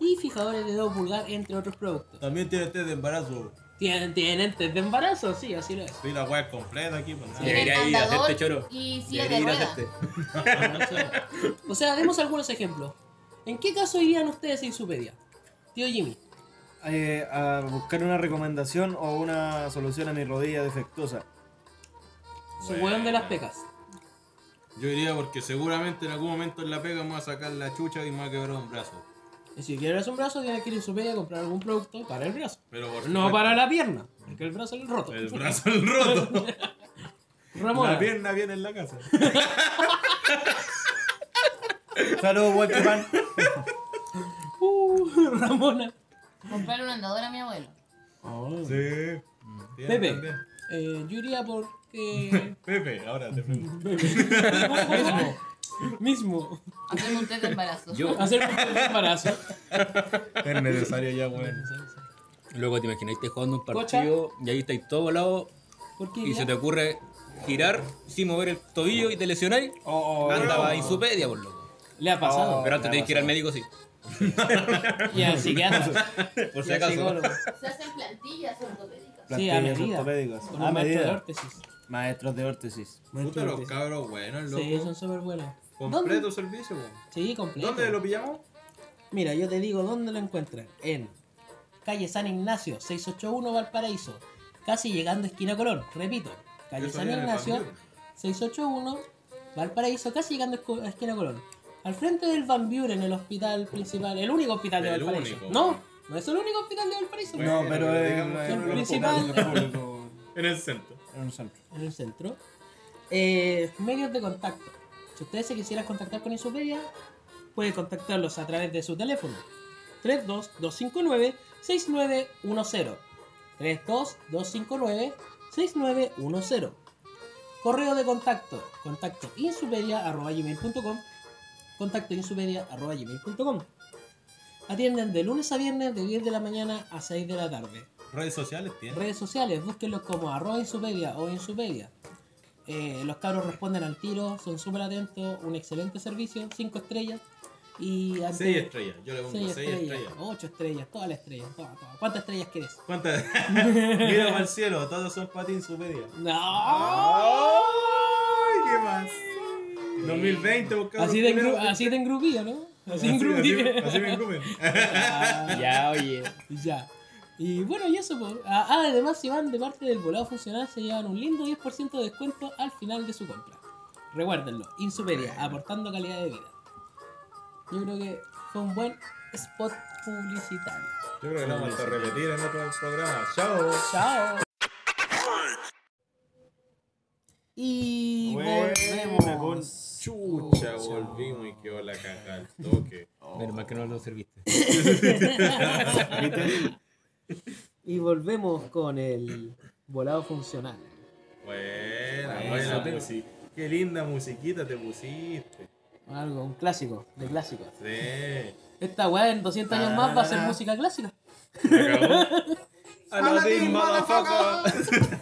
[SPEAKER 2] y fijadores de dedo pulgar, entre otros productos.
[SPEAKER 3] También tiene test de embarazo.
[SPEAKER 2] Tienen, tienen test de embarazo, sí, así lo es.
[SPEAKER 3] Estoy la wea completa aquí, pues nada.
[SPEAKER 4] Sí. Debería ir a hacerte choro.
[SPEAKER 6] Y silla de
[SPEAKER 4] Debería ir a
[SPEAKER 6] ruedas.
[SPEAKER 4] hacerte.
[SPEAKER 2] O sea, demos algunos ejemplos. ¿En qué caso irían ustedes a Insupedia? Tío Jimmy.
[SPEAKER 5] Eh, a buscar una recomendación o una solución a mi rodilla defectuosa.
[SPEAKER 2] Su weón de las pecas.
[SPEAKER 3] Yo diría porque seguramente en algún momento en la pega me voy a sacar la chucha y me va a quebrar un brazo.
[SPEAKER 2] Y si quieres un brazo, tienes que ir a Insupedia a comprar algún producto para el brazo.
[SPEAKER 3] Pero por
[SPEAKER 2] No
[SPEAKER 3] supuesto,
[SPEAKER 2] para la pierna, porque el brazo es roto.
[SPEAKER 3] El brazo
[SPEAKER 2] *laughs*
[SPEAKER 3] al roto.
[SPEAKER 2] Ramona.
[SPEAKER 3] La pierna viene en la casa.
[SPEAKER 5] Saludos, Walter Pan.
[SPEAKER 2] Uh, *laughs* Ramona.
[SPEAKER 6] Comprarle una andadora a mi abuelo.
[SPEAKER 3] Oh, Sí. Bien,
[SPEAKER 2] Pepe,
[SPEAKER 3] bien.
[SPEAKER 2] eh, yo iría porque.
[SPEAKER 3] Pepe, ahora te pregunto.
[SPEAKER 2] mismo. Mismo.
[SPEAKER 6] Hacerme un test de embarazo.
[SPEAKER 4] Yo,
[SPEAKER 2] Hacer un test de embarazo.
[SPEAKER 3] Es necesario ya, weón.
[SPEAKER 4] luego te imagináis te jugando un partido y ahí estáis todo volado
[SPEAKER 2] ¿Por qué?
[SPEAKER 4] y
[SPEAKER 2] iría?
[SPEAKER 4] se te ocurre girar sin mover el tobillo y te lesionáis.
[SPEAKER 2] Oh,
[SPEAKER 4] Andaba insupedia, por loco.
[SPEAKER 2] Le ha pasado.
[SPEAKER 4] Pero antes tenés que ir al médico, sí.
[SPEAKER 3] Oh.
[SPEAKER 2] Y al
[SPEAKER 3] *laughs*
[SPEAKER 2] psiquiatra.
[SPEAKER 4] Por si
[SPEAKER 2] Y al
[SPEAKER 4] acaso.
[SPEAKER 2] psicólogo.
[SPEAKER 6] Se hacen plantillas ortopédicas.
[SPEAKER 2] Sí, a
[SPEAKER 5] Plantillas
[SPEAKER 2] medida.
[SPEAKER 5] ortopédicas.
[SPEAKER 2] Con
[SPEAKER 5] A
[SPEAKER 2] un maestro de
[SPEAKER 5] medida.
[SPEAKER 2] órtesis.
[SPEAKER 5] Maestros de órtesis.
[SPEAKER 3] Puta los cabros buenos, loco.
[SPEAKER 2] Sí, son súper buenos.
[SPEAKER 3] Completo servicio, weón.
[SPEAKER 2] Sí, completo.
[SPEAKER 3] ¿Dónde lo pillamos?
[SPEAKER 2] Mira, yo te digo dónde lo encuentran. En calle San Ignacio, 681 Valparaíso. Casi llegando a esquina Colón. Repito, calle
[SPEAKER 3] Eso
[SPEAKER 2] San
[SPEAKER 3] viene en el
[SPEAKER 2] Ignacio,
[SPEAKER 3] Van Buren.
[SPEAKER 2] 681 Valparaíso. Casi llegando a esco- a esquina Colón. Al frente del Van Buren, el hospital principal. El único hospital de
[SPEAKER 3] El
[SPEAKER 2] Valparaíso.
[SPEAKER 3] único.
[SPEAKER 2] No, no es el único hospital de Valparaíso.
[SPEAKER 3] Bueno,
[SPEAKER 5] No, pero eh, es
[SPEAKER 3] digamos,
[SPEAKER 5] es
[SPEAKER 3] son
[SPEAKER 5] un
[SPEAKER 2] principal.
[SPEAKER 5] hospital público
[SPEAKER 3] En el centro.
[SPEAKER 5] en un centro.
[SPEAKER 2] en el centro. Eh, medios de contacto. Si ustedes se quisieran contactar con Insupedia, pueden contactarlos a través de su teléfono. 32259-6910. 32259-6910. Correo de contacto. Contacto insupedia.com. Contacto insupedia.com. Atienden de lunes a viernes de 10 de la mañana a 6 de la tarde.
[SPEAKER 3] Redes sociales tiene.
[SPEAKER 2] Redes sociales, búsquenlos como arroba insupedia o insupedia. Eh, los cabros responden al tiro, son súper atentos, un excelente servicio, 5 estrellas. Y antes-
[SPEAKER 3] 6 estrellas. Yo le pongo
[SPEAKER 2] seis
[SPEAKER 3] 6 estrellas.
[SPEAKER 2] 8 estrellas, Oh. todas las estrellas, todas, todas. ¿Cuántas estrellas quieres? *laughs*
[SPEAKER 3] ¿Cuántas? Mira para el cielo, todos son patín superior.
[SPEAKER 2] ¡No!
[SPEAKER 3] ¡Ay! ¿Qué más? 2020 buscamos.
[SPEAKER 2] Así de, engru- así de engrupido, ¿no? Así, de engrupido.
[SPEAKER 3] Así me *laughs* engrupen.
[SPEAKER 2] Ah,
[SPEAKER 4] Ya, oye.
[SPEAKER 2] *laughs* ya. Y bueno, y eso, pues. Ah, ah, además, si van de parte del volado funcional, se llevan un lindo 10% de descuento al final de su compra. Recuérdenlo, Insuperia, aportando calidad de vida. Yo creo que fue un buen spot publicitario.
[SPEAKER 3] Yo creo que lo vamos a repetir en otro programa. ¡Chao!
[SPEAKER 2] ¡Chao! Y
[SPEAKER 3] Buena, con
[SPEAKER 2] volvemos.
[SPEAKER 3] chucha, volvimos y quedó la caja al toque.
[SPEAKER 4] Menos mal que no lo serviste.
[SPEAKER 2] Y volvemos con el volado funcional.
[SPEAKER 3] Buena,
[SPEAKER 4] Eso,
[SPEAKER 3] buena
[SPEAKER 4] Pepe.
[SPEAKER 3] música. Qué linda musiquita te pusiste.
[SPEAKER 2] Algo, un clásico, de clásicos.
[SPEAKER 3] Sí.
[SPEAKER 2] Esta weá en 200
[SPEAKER 4] Ah,
[SPEAKER 2] años más va a ser música clásica.
[SPEAKER 3] Se *laughs* acabó. Aladdin, motherfucker.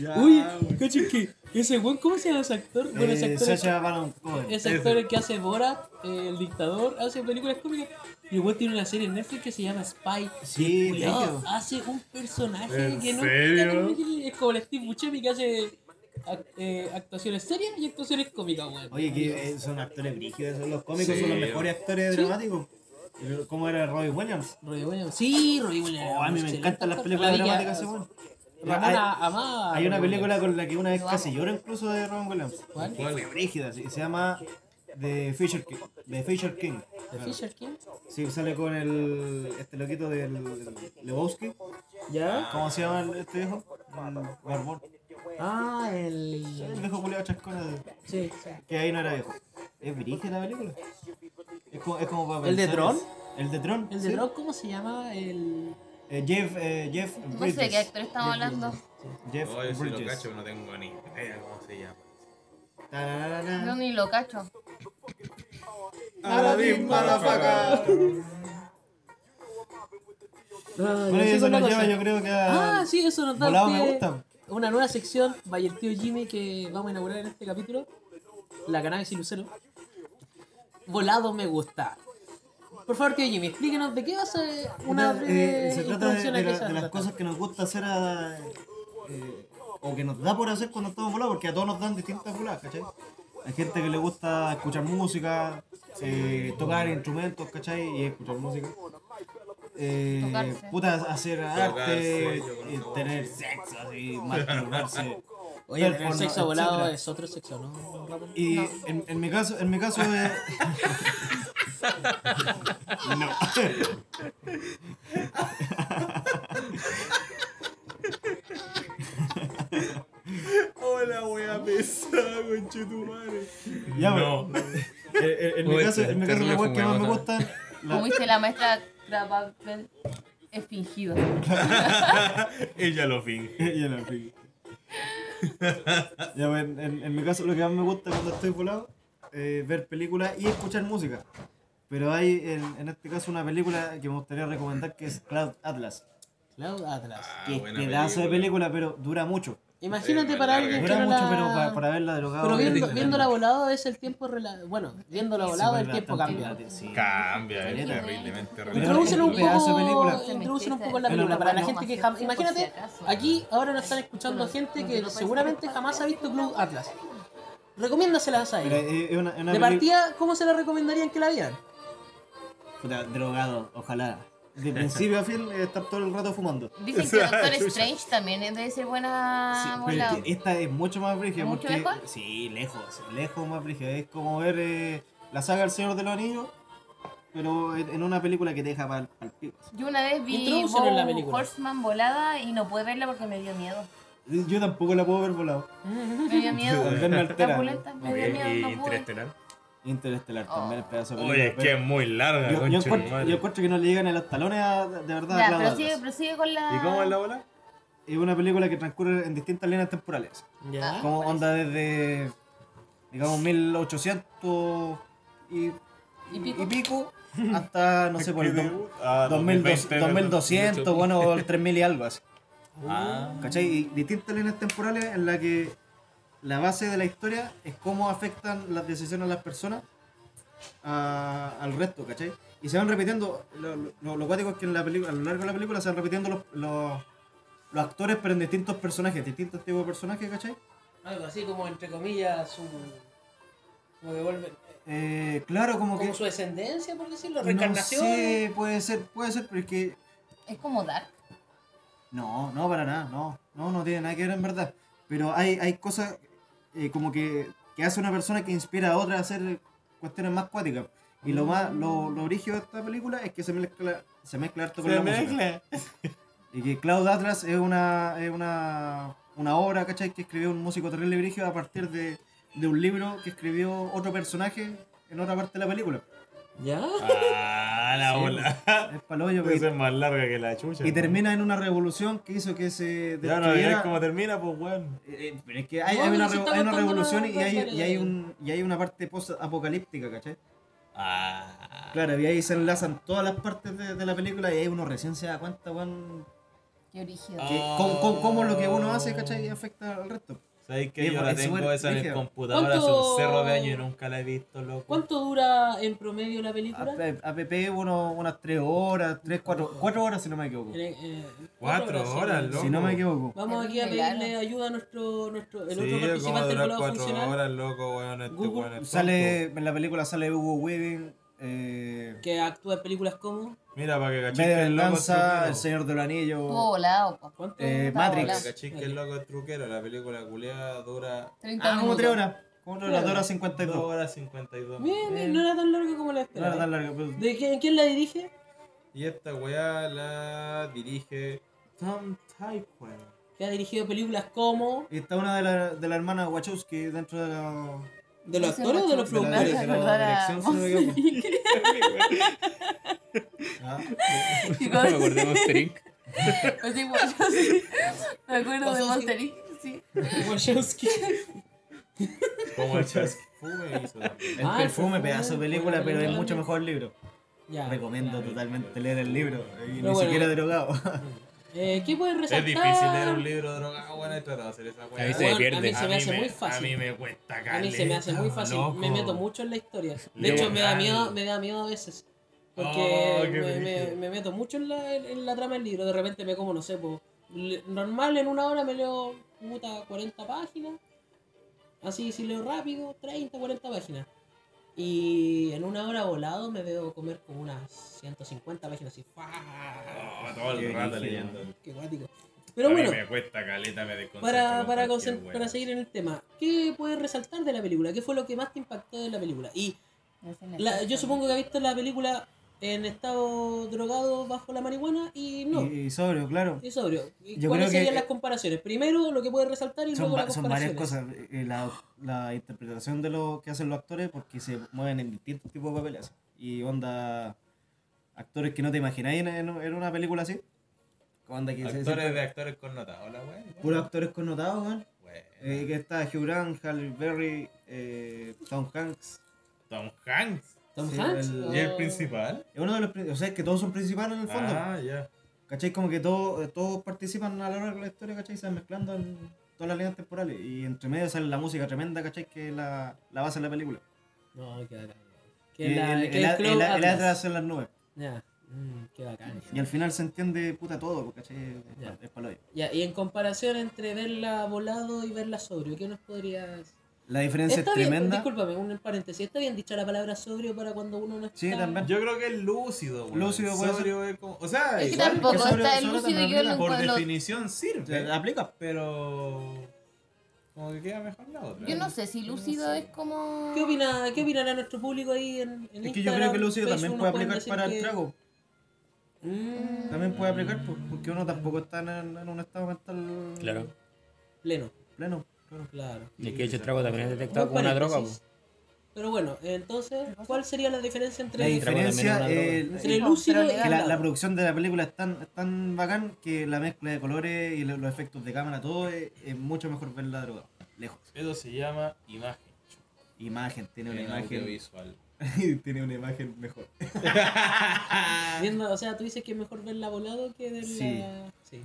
[SPEAKER 3] Ya,
[SPEAKER 2] Uy, cachen que ese weón, ¿cómo se llama ese actor? Bueno, ese
[SPEAKER 5] Ah, Eh,
[SPEAKER 2] actor, es-
[SPEAKER 5] Sacha Baron Cohen.
[SPEAKER 2] ese actor el que hace Borat, eh, el dictador, hace películas cómicas. Y el weón tiene una serie en Netflix que se llama Spy.
[SPEAKER 5] Sí,
[SPEAKER 2] Cuidado,
[SPEAKER 5] bello.
[SPEAKER 2] hace un personaje
[SPEAKER 3] ¿En
[SPEAKER 2] que no
[SPEAKER 3] serio?
[SPEAKER 2] es como el Steve Buscemi que hace ac- eh, actuaciones serias y actuaciones cómicas, weón.
[SPEAKER 5] Oye, que eh, son actores brígidos, son los cómicos,
[SPEAKER 3] Sí,
[SPEAKER 5] son los
[SPEAKER 3] bro.
[SPEAKER 5] mejores actores
[SPEAKER 2] Sí.
[SPEAKER 5] dramáticos. El- ¿Cómo era Robbie Williams?
[SPEAKER 2] Robbie Williams. Sí, Robbie Williams.
[SPEAKER 5] Oh, a mí me
[SPEAKER 2] excelente
[SPEAKER 5] encantan las
[SPEAKER 2] actor.
[SPEAKER 5] películas
[SPEAKER 2] La Villa- eh,
[SPEAKER 5] dramáticas, según.
[SPEAKER 2] Ramona Amada.
[SPEAKER 5] Hay una
[SPEAKER 2] Robbie
[SPEAKER 5] película
[SPEAKER 2] Williams.
[SPEAKER 5] con la que una vez casi lloro incluso de Robin Williams.
[SPEAKER 2] ¿Cuál?
[SPEAKER 5] Que fue brígida, sí, se llama The Fisher King. The Fisher King.
[SPEAKER 2] ¿De Fisher King?
[SPEAKER 5] Sí, sale con el este loquito del Lebowski.
[SPEAKER 2] ¿Ya?
[SPEAKER 5] ¿Cómo se llama este viejo? El Barbón.
[SPEAKER 2] Ah, el.
[SPEAKER 5] El viejo culiado chascón de-
[SPEAKER 2] Sí, sí.
[SPEAKER 5] que ahí no era viejo. Es brígida la película. Es como, es como para
[SPEAKER 2] ¿El de
[SPEAKER 5] pensar,
[SPEAKER 2] Tron?
[SPEAKER 5] es- El de Tron.
[SPEAKER 2] ¿El
[SPEAKER 5] sí.
[SPEAKER 2] de Drock cómo se llama? El.
[SPEAKER 5] Eh, Jeff, eh, Jeff
[SPEAKER 6] No
[SPEAKER 5] Bridges.
[SPEAKER 6] sé de qué actor estamos hablando.
[SPEAKER 5] Jeff
[SPEAKER 3] No, yo sí lo
[SPEAKER 5] Bridges.
[SPEAKER 3] cacho, no tengo ni idea cómo se llama.
[SPEAKER 5] Tararara.
[SPEAKER 6] Yo ni lo cacho.
[SPEAKER 3] Aladdin, motherfucker.
[SPEAKER 5] Ah, Bueno, y eso nos lleva yo creo que a...
[SPEAKER 2] Ah, sí, eso nos da
[SPEAKER 5] Volado me
[SPEAKER 2] pie
[SPEAKER 5] gusta.
[SPEAKER 2] a una nueva sección, Vaya el tío Jimmy, que vamos a inaugurar en este capítulo. La cannabis y Lucero. Volado me gusta. Por favor, tío Jimmy, explíquenos de qué va a ser una
[SPEAKER 5] Eh,
[SPEAKER 2] breve
[SPEAKER 5] se trata de,
[SPEAKER 2] introducción a
[SPEAKER 5] de
[SPEAKER 2] qué
[SPEAKER 5] la-
[SPEAKER 2] se va a
[SPEAKER 5] de las
[SPEAKER 2] tratar.
[SPEAKER 5] cosas que nos gusta hacer a- eh, o que nos da por hacer cuando estamos volados, porque a todos nos dan distintas voladas, ¿cachai? Hay gente que le gusta escuchar música, eh, tocar instrumentos, ¿cachai? Y escuchar música. Eh,
[SPEAKER 6] Tocarse.
[SPEAKER 5] puta, hacer arte,
[SPEAKER 3] yo conozco
[SPEAKER 5] eh,
[SPEAKER 3] mucho.
[SPEAKER 5] tener sexo, así, masturbarse.
[SPEAKER 2] Oye,
[SPEAKER 5] ver
[SPEAKER 2] el
[SPEAKER 5] porno,
[SPEAKER 2] sexo volado
[SPEAKER 5] etcétera.
[SPEAKER 2] es otro sexo, ¿no?
[SPEAKER 5] Y en, en mi caso, en mi caso eh, no.
[SPEAKER 3] Hola, wea pesada, conchetumare.
[SPEAKER 5] Ya,
[SPEAKER 3] No.
[SPEAKER 5] pero- *laughs* Eh, eh, en, mi
[SPEAKER 4] Uy,
[SPEAKER 5] caso, en mi
[SPEAKER 4] terrible
[SPEAKER 5] caso, las weas que más me
[SPEAKER 4] fumemos,
[SPEAKER 5] gustan
[SPEAKER 6] que la maestra Krabappel es fingida.
[SPEAKER 3] Ella lo
[SPEAKER 5] *laughs*
[SPEAKER 3] finge.
[SPEAKER 5] Ya no, sí. Ya, pues, en, en mi caso lo que más me gusta cuando estoy volado es ver películas y escuchar música. Pero hay en, en este caso una película que me gustaría recomendar que es Cloud Atlas.
[SPEAKER 2] Cloud Atlas.
[SPEAKER 3] Ah,
[SPEAKER 5] Que es
[SPEAKER 3] buena
[SPEAKER 5] pedazo de película, pero dura mucho.
[SPEAKER 2] Imagínate
[SPEAKER 3] Sí,
[SPEAKER 2] para
[SPEAKER 3] larga.
[SPEAKER 2] alguien que
[SPEAKER 5] Dura
[SPEAKER 2] no
[SPEAKER 5] mucho, pero
[SPEAKER 2] la...
[SPEAKER 5] para, para verla drogado.
[SPEAKER 2] Pero viendo,
[SPEAKER 5] verla-
[SPEAKER 2] viéndola volado es el tiempo... rela- Bueno, viéndola
[SPEAKER 5] Sí,
[SPEAKER 2] volado el
[SPEAKER 5] verla
[SPEAKER 2] tiempo
[SPEAKER 5] tan
[SPEAKER 2] cambia.
[SPEAKER 5] pirata, sí.
[SPEAKER 3] Cambia, es
[SPEAKER 5] Caleta.
[SPEAKER 3] terriblemente
[SPEAKER 5] Pero-
[SPEAKER 3] relevante.
[SPEAKER 2] Introducen un
[SPEAKER 5] Es un pedazo de
[SPEAKER 2] poco,
[SPEAKER 5] película.
[SPEAKER 2] introducen un poco la
[SPEAKER 5] Pero
[SPEAKER 2] película
[SPEAKER 5] la
[SPEAKER 2] para la
[SPEAKER 5] guardo
[SPEAKER 2] gente
[SPEAKER 6] más
[SPEAKER 2] que
[SPEAKER 6] cerca
[SPEAKER 2] jamás...
[SPEAKER 6] por si
[SPEAKER 2] Imagínate,
[SPEAKER 6] acaso.
[SPEAKER 2] aquí ahora nos están escuchando gente que seguramente jamás ha visto Cloud Atlas. Recomiéndaselas a
[SPEAKER 5] Pero
[SPEAKER 2] ellos.
[SPEAKER 5] es es una, es una
[SPEAKER 2] De
[SPEAKER 5] peli-
[SPEAKER 2] partida, ¿cómo se la recomendarían que la vieran?
[SPEAKER 5] puta, drogado, ojalá. De principio a fin eh, estar todo el rato fumando.
[SPEAKER 6] Dicen que Doctor Strange también es- debe ser
[SPEAKER 5] Sí,
[SPEAKER 6] buena.
[SPEAKER 5] pero es
[SPEAKER 6] buena-
[SPEAKER 5] que esta es mucho más brígida.
[SPEAKER 6] Ah, ¿Mucho
[SPEAKER 5] porque,
[SPEAKER 6] mejor?
[SPEAKER 5] Sí, lejos, lejos más brígida. Es como ver eh, la saga El Señor de los Anillos, pero en, en una película que te deja para el pico.
[SPEAKER 6] Yo una vez vi
[SPEAKER 2] Introdúcelo en la
[SPEAKER 6] Bow
[SPEAKER 2] película.
[SPEAKER 6] Horseman volada y no pude verla porque me dio miedo.
[SPEAKER 5] Yo tampoco la puedo ver volado.
[SPEAKER 6] Me dio miedo.
[SPEAKER 5] Al verme
[SPEAKER 6] La
[SPEAKER 5] altera.
[SPEAKER 6] pulenta me dio
[SPEAKER 4] Oye,
[SPEAKER 6] miedo,
[SPEAKER 4] y
[SPEAKER 6] no pude.
[SPEAKER 4] Interestelar.
[SPEAKER 5] Interestelar
[SPEAKER 6] Oh.
[SPEAKER 5] también, el pedazo de
[SPEAKER 3] Oye, es que
[SPEAKER 5] película,
[SPEAKER 3] es muy larga,
[SPEAKER 5] pero yo, yo,
[SPEAKER 3] concha de
[SPEAKER 5] encuentro,
[SPEAKER 3] madre.
[SPEAKER 5] yo encuentro que no le llegan a los talones a- de verdad a
[SPEAKER 6] Ya,
[SPEAKER 5] Cloud
[SPEAKER 6] pero
[SPEAKER 5] Atlas.
[SPEAKER 6] sigue, prosigue con la.
[SPEAKER 3] ¿Y cómo es la bola?
[SPEAKER 5] Es una película que transcurre en distintas líneas temporales.
[SPEAKER 2] Ya.
[SPEAKER 5] Como onda desde, digamos, 1800 y,
[SPEAKER 6] ¿Y pico?
[SPEAKER 5] y pico hasta, no sé, por el dom-
[SPEAKER 3] Ah,
[SPEAKER 5] 2200, 2200, bueno, o el 3000 y algo así.
[SPEAKER 3] Ah,
[SPEAKER 5] ¿Cachai? Y distintas líneas temporales en las que la base de la historia es cómo afectan las decisiones a las personas a- al resto, ¿cachai? Y se van repitiendo, lo, lo, lo cuático es que en la película, a lo largo de la película se van repitiendo los, los, los actores, pero en distintos personajes, distintos tipos de personajes, ¿cachai?
[SPEAKER 2] Algo así como entre comillas su. Como que vuelve.
[SPEAKER 5] Eh, claro, como que...
[SPEAKER 2] Como su descendencia, por decirlo,
[SPEAKER 5] No
[SPEAKER 2] reencarnación.
[SPEAKER 5] sé, puede ser, puede ser, pero es que
[SPEAKER 6] Es como Dark.
[SPEAKER 5] No, no, para nada, no, no, no tiene nada que ver en verdad. Pero hay, hay cosas eh, como que, que hace una persona que inspira a otra a hacer cuestiones más cuáticas. Y lo más, lo, lo brígido de esta película es que se mezcla, se mezcla harto con la música. *laughs* Y que Cloud Atlas es una, es una, una obra, ¿cachai? Que escribió un músico terrible brígido a partir de, de un libro que escribió otro personaje en otra parte de la película.
[SPEAKER 2] ¿Ya?
[SPEAKER 3] Ah, la bola.
[SPEAKER 5] Es
[SPEAKER 3] *laughs*
[SPEAKER 5] palollo,
[SPEAKER 3] Puede
[SPEAKER 5] y,
[SPEAKER 3] ser más larga que la chucha.
[SPEAKER 5] y
[SPEAKER 3] ¿no?
[SPEAKER 5] termina en una revolución que hizo que se
[SPEAKER 3] Ya no
[SPEAKER 5] destruyera-
[SPEAKER 3] verás cómo termina, pues, weón.
[SPEAKER 5] Eh, eh, pero es que hay,
[SPEAKER 2] No,
[SPEAKER 5] hay
[SPEAKER 2] pero
[SPEAKER 5] una,
[SPEAKER 2] se
[SPEAKER 5] revo-
[SPEAKER 2] está
[SPEAKER 5] hay una
[SPEAKER 2] contando
[SPEAKER 5] revolución
[SPEAKER 2] la-
[SPEAKER 5] y
[SPEAKER 2] la
[SPEAKER 5] hay,
[SPEAKER 2] historia
[SPEAKER 5] y hay
[SPEAKER 2] de-
[SPEAKER 5] un, y hay una parte post-apocalíptica, ¿cachai?
[SPEAKER 3] Ah.
[SPEAKER 5] Claro, y ahí se enlazan todas las partes de, de la película y ahí uno recién se da cuenta, weón,
[SPEAKER 6] Qué origen.
[SPEAKER 5] que cómo, cómo- cómo lo que uno hace, ¿cachai? Afecta al resto.
[SPEAKER 3] ¿Sabes
[SPEAKER 5] Sí,
[SPEAKER 3] qué? Yo la
[SPEAKER 5] es
[SPEAKER 3] tengo
[SPEAKER 5] súper
[SPEAKER 3] esa en el
[SPEAKER 5] brígido.
[SPEAKER 3] computador hace
[SPEAKER 2] ¿Cuánto-
[SPEAKER 3] un cerro de años y nunca la he visto, loco.
[SPEAKER 2] ¿Cuánto dura en promedio la película?
[SPEAKER 5] A PP uno, unas 3 horas, 3, 4, 4 horas si no me equivoco.
[SPEAKER 2] Eh, eh,
[SPEAKER 3] Cuatro
[SPEAKER 2] sí.
[SPEAKER 3] horas, loco.
[SPEAKER 5] Si no me equivoco.
[SPEAKER 2] Vamos aquí a
[SPEAKER 6] Claro.
[SPEAKER 2] pedirle ayuda a nuestro, nuestro el
[SPEAKER 3] Sí,
[SPEAKER 2] otro
[SPEAKER 3] ¿cómo va a
[SPEAKER 2] participante
[SPEAKER 3] durar
[SPEAKER 2] del volado
[SPEAKER 3] cuatro
[SPEAKER 2] funcional.
[SPEAKER 3] horas, loco, weón? Este
[SPEAKER 5] Google
[SPEAKER 3] weón es
[SPEAKER 5] sale, en la película sale Hugo Weaving, eh,
[SPEAKER 2] Que actúa en películas como.
[SPEAKER 3] tonto. Mira, para que cachis que
[SPEAKER 5] Medio
[SPEAKER 3] el loco este es
[SPEAKER 5] Lanza, El
[SPEAKER 3] truquero.
[SPEAKER 5] Señor del
[SPEAKER 6] Estuvo
[SPEAKER 5] Anillo,
[SPEAKER 2] Oh,
[SPEAKER 6] volado, po.
[SPEAKER 2] ¿Cuánto?
[SPEAKER 5] eh,
[SPEAKER 6] Está
[SPEAKER 5] Matrix.
[SPEAKER 6] volado.
[SPEAKER 3] Para que cachis que el loco es truquero. La película culeada dura
[SPEAKER 6] 30
[SPEAKER 5] Ah, como
[SPEAKER 6] minutos.
[SPEAKER 5] 3
[SPEAKER 6] *laughs*
[SPEAKER 5] horas. Como 3 horas,
[SPEAKER 2] Claro.
[SPEAKER 5] 2 horas
[SPEAKER 3] 2
[SPEAKER 5] 52.
[SPEAKER 3] horas 52.
[SPEAKER 2] Bien, bien, no era tan largo como la
[SPEAKER 5] eh, No era tan
[SPEAKER 2] esperaba.
[SPEAKER 5] Ah, larga, pues. pero
[SPEAKER 2] ¿De quién, quién la dirige?
[SPEAKER 3] Y esta weá la dirige Tom
[SPEAKER 5] *laughs*
[SPEAKER 3] Tykwer.
[SPEAKER 2] Que ha dirigido películas como.
[SPEAKER 5] Está una de las de la hermanas Wachowski dentro de la,
[SPEAKER 2] ¿De los
[SPEAKER 6] Ese
[SPEAKER 2] actores o de los
[SPEAKER 6] macho-
[SPEAKER 5] de la-
[SPEAKER 2] productores?
[SPEAKER 5] de la
[SPEAKER 6] Recordar a
[SPEAKER 5] dirección, si no me equivoco.
[SPEAKER 2] *laughs*
[SPEAKER 5] Ah,
[SPEAKER 6] Y
[SPEAKER 4] No
[SPEAKER 6] con-
[SPEAKER 4] me acordé de Monster Inc.
[SPEAKER 6] Así, bueno, yo *laughs* sí. Me acuerdo de
[SPEAKER 2] Ojo, sí.
[SPEAKER 6] Monster Inc, sí.
[SPEAKER 2] *laughs*
[SPEAKER 5] *laughs*
[SPEAKER 2] Wachowski.
[SPEAKER 3] Como el perfume hizo también.
[SPEAKER 5] el
[SPEAKER 2] Ah,
[SPEAKER 5] perfume,
[SPEAKER 2] el
[SPEAKER 5] pedazo
[SPEAKER 2] perfume,
[SPEAKER 5] de película,
[SPEAKER 2] buena
[SPEAKER 5] pero es
[SPEAKER 2] película.
[SPEAKER 5] mucho mejor el libro.
[SPEAKER 2] Ya,
[SPEAKER 5] Recomiendo
[SPEAKER 2] ya.
[SPEAKER 5] totalmente leer el libro, y ni
[SPEAKER 2] bueno.
[SPEAKER 5] siquiera drogado.
[SPEAKER 2] Eh, ¿Qué puedes resaltar?
[SPEAKER 3] Es difícil leer un libro drogado, bueno, he tratado de hacer esa
[SPEAKER 4] A mí
[SPEAKER 3] weá.
[SPEAKER 4] se
[SPEAKER 2] Bueno,
[SPEAKER 4] me
[SPEAKER 2] a
[SPEAKER 4] pierde.
[SPEAKER 2] mí se me hace muy fácil.
[SPEAKER 3] A mí me cuesta caleta.
[SPEAKER 2] A mí se me hace muy fácil, me
[SPEAKER 3] loco.
[SPEAKER 2] meto mucho en la historia. De
[SPEAKER 4] Leo
[SPEAKER 2] hecho, me da
[SPEAKER 3] Harry.
[SPEAKER 2] miedo, me da miedo a veces.
[SPEAKER 3] Oh,
[SPEAKER 2] Porque
[SPEAKER 3] qué
[SPEAKER 2] me, me-
[SPEAKER 3] brillo.
[SPEAKER 2] me meto mucho en la, en, en la trama del libro. De repente me como, no sé, po, le- normal en una hora me leo puta, 40 páginas. Así, si leo rápido, 30, 40 páginas. Y en una hora volado me debo comer como unas 150 páginas. Así, ¡fua!
[SPEAKER 3] No, todo el rato leyendo.
[SPEAKER 2] ¡Qué guático! Pero
[SPEAKER 3] a mí
[SPEAKER 2] bueno,
[SPEAKER 3] me cuesta caleta, me desconcentro.
[SPEAKER 2] para,
[SPEAKER 3] con
[SPEAKER 2] para,
[SPEAKER 3] cualquier
[SPEAKER 2] concent-
[SPEAKER 3] weá.
[SPEAKER 2] para seguir en el tema, ¿qué puedes resaltar de la película? ¿Qué fue lo que más te impactó de la película? Y
[SPEAKER 6] No sé, me
[SPEAKER 2] la-
[SPEAKER 6] acuerdo.
[SPEAKER 2] yo supongo que has visto la película en estado drogado bajo la marihuana y *laughs* no,
[SPEAKER 5] Y, y sobrio, claro.
[SPEAKER 2] y sobrio. ¿Y
[SPEAKER 5] yo
[SPEAKER 2] ¿Cuáles
[SPEAKER 5] creo que-
[SPEAKER 2] serían las comparaciones? Primero lo que puedes resaltar y
[SPEAKER 5] Son,
[SPEAKER 2] luego
[SPEAKER 5] va-
[SPEAKER 2] las
[SPEAKER 5] son varias
[SPEAKER 2] comparaciones.
[SPEAKER 5] cosas. eh, La, la interpretación de lo que hacen los actores, porque se mueven en distintos tipos de papeles. Y onda. actores que no te imagináis en, en- en una película así. Onda que se-
[SPEAKER 3] Actores de actores connotados, la wea. igual.
[SPEAKER 5] puros actores connotados, weón.
[SPEAKER 3] Buena.
[SPEAKER 5] Eh, que está Hugh Grant, Halle Berry, eh, Tom Hanks.
[SPEAKER 3] Tom Hanks.
[SPEAKER 2] Tom
[SPEAKER 5] Sí,
[SPEAKER 2] Hanks. Oh.
[SPEAKER 5] el-
[SPEAKER 2] o-
[SPEAKER 3] ¿Y
[SPEAKER 6] Oh.
[SPEAKER 3] el principal?
[SPEAKER 5] Es uno de los pri- o sea, es que todos son principales en el fondo.
[SPEAKER 3] Ah, ya.
[SPEAKER 5] ¿Cachai? Como que todos, eh, todos participan a lo largo de la historia, ¿cachai? Se van mezclando en todas las líneas temporales. Y entre medio sale la música tremenda, ¿cachai? Que es la, la base de la película.
[SPEAKER 2] No, qué bacán.
[SPEAKER 5] Y
[SPEAKER 2] Que la,
[SPEAKER 5] el,
[SPEAKER 2] que
[SPEAKER 5] el-
[SPEAKER 2] el
[SPEAKER 5] el-
[SPEAKER 2] Cloud
[SPEAKER 5] el- el
[SPEAKER 2] Atlas.
[SPEAKER 5] Atlas en las nubes.
[SPEAKER 2] Ya, mm, qué bacán.
[SPEAKER 5] Y al final se entiende puta todo, ¿cachai? Es
[SPEAKER 2] Ya.
[SPEAKER 5] pa- Es palo ahí.
[SPEAKER 2] Ya, y en comparación entre verla volado y verla sobrio, ¿qué nos podrías...?
[SPEAKER 5] La diferencia
[SPEAKER 2] Está
[SPEAKER 5] es
[SPEAKER 2] bien,
[SPEAKER 5] tremenda.
[SPEAKER 2] discúlpame, un paréntesis. ¿Está bien dicha la palabra sobrio para cuando uno no está...?
[SPEAKER 5] Sí, también.
[SPEAKER 3] Yo creo que es lúcido, weón.
[SPEAKER 5] Lúcido puede
[SPEAKER 3] Sobrio es como- O sea,
[SPEAKER 6] Es que
[SPEAKER 3] igual,
[SPEAKER 6] tampoco
[SPEAKER 5] sobre-
[SPEAKER 6] está el
[SPEAKER 5] sobre
[SPEAKER 6] lúcido
[SPEAKER 5] también
[SPEAKER 6] yo lo
[SPEAKER 5] habla
[SPEAKER 3] por
[SPEAKER 6] encuentro-
[SPEAKER 3] definición
[SPEAKER 5] Se
[SPEAKER 3] sirve,
[SPEAKER 5] aplica.
[SPEAKER 3] pero. Como que queda mejor la otra.
[SPEAKER 6] Yo no sé si lúcido es como.
[SPEAKER 2] ¿Qué, opina, ¿Qué opinará nuestro público ahí en, en Pues
[SPEAKER 5] Es que yo creo que el Lucio también puede aplicar para el trago.
[SPEAKER 2] Mm,
[SPEAKER 5] También puede aplicar por- porque uno tampoco está en, en un estado mental
[SPEAKER 4] Claro.
[SPEAKER 2] Pleno,
[SPEAKER 5] pleno. claro.
[SPEAKER 2] claro.
[SPEAKER 4] Y es que de hecho el trago también es detectado como una
[SPEAKER 2] Buen
[SPEAKER 4] droga,
[SPEAKER 2] paréntesis. Pero bueno, entonces, ¿cuál sería la diferencia
[SPEAKER 5] La
[SPEAKER 2] entre,
[SPEAKER 4] diferencia
[SPEAKER 5] diferencia
[SPEAKER 4] también es
[SPEAKER 5] eh,
[SPEAKER 4] una droga.
[SPEAKER 2] entre lúcido
[SPEAKER 6] Pero
[SPEAKER 2] y
[SPEAKER 5] que la,
[SPEAKER 2] volado?
[SPEAKER 5] la producción de la película es tan, es tan bacán que la mezcla de colores y lo- los efectos de cámara, todo es, es mucho mejor verla drogada. Lejos.
[SPEAKER 3] Eso se llama imagen.
[SPEAKER 5] Imagen, tiene una
[SPEAKER 3] en
[SPEAKER 5] imagen.
[SPEAKER 3] audiovisual.
[SPEAKER 5] *laughs* tiene una imagen mejor.
[SPEAKER 2] Viendo- o sea, tú dices que es mejor verla volado que verla...
[SPEAKER 5] Sí.
[SPEAKER 2] sí.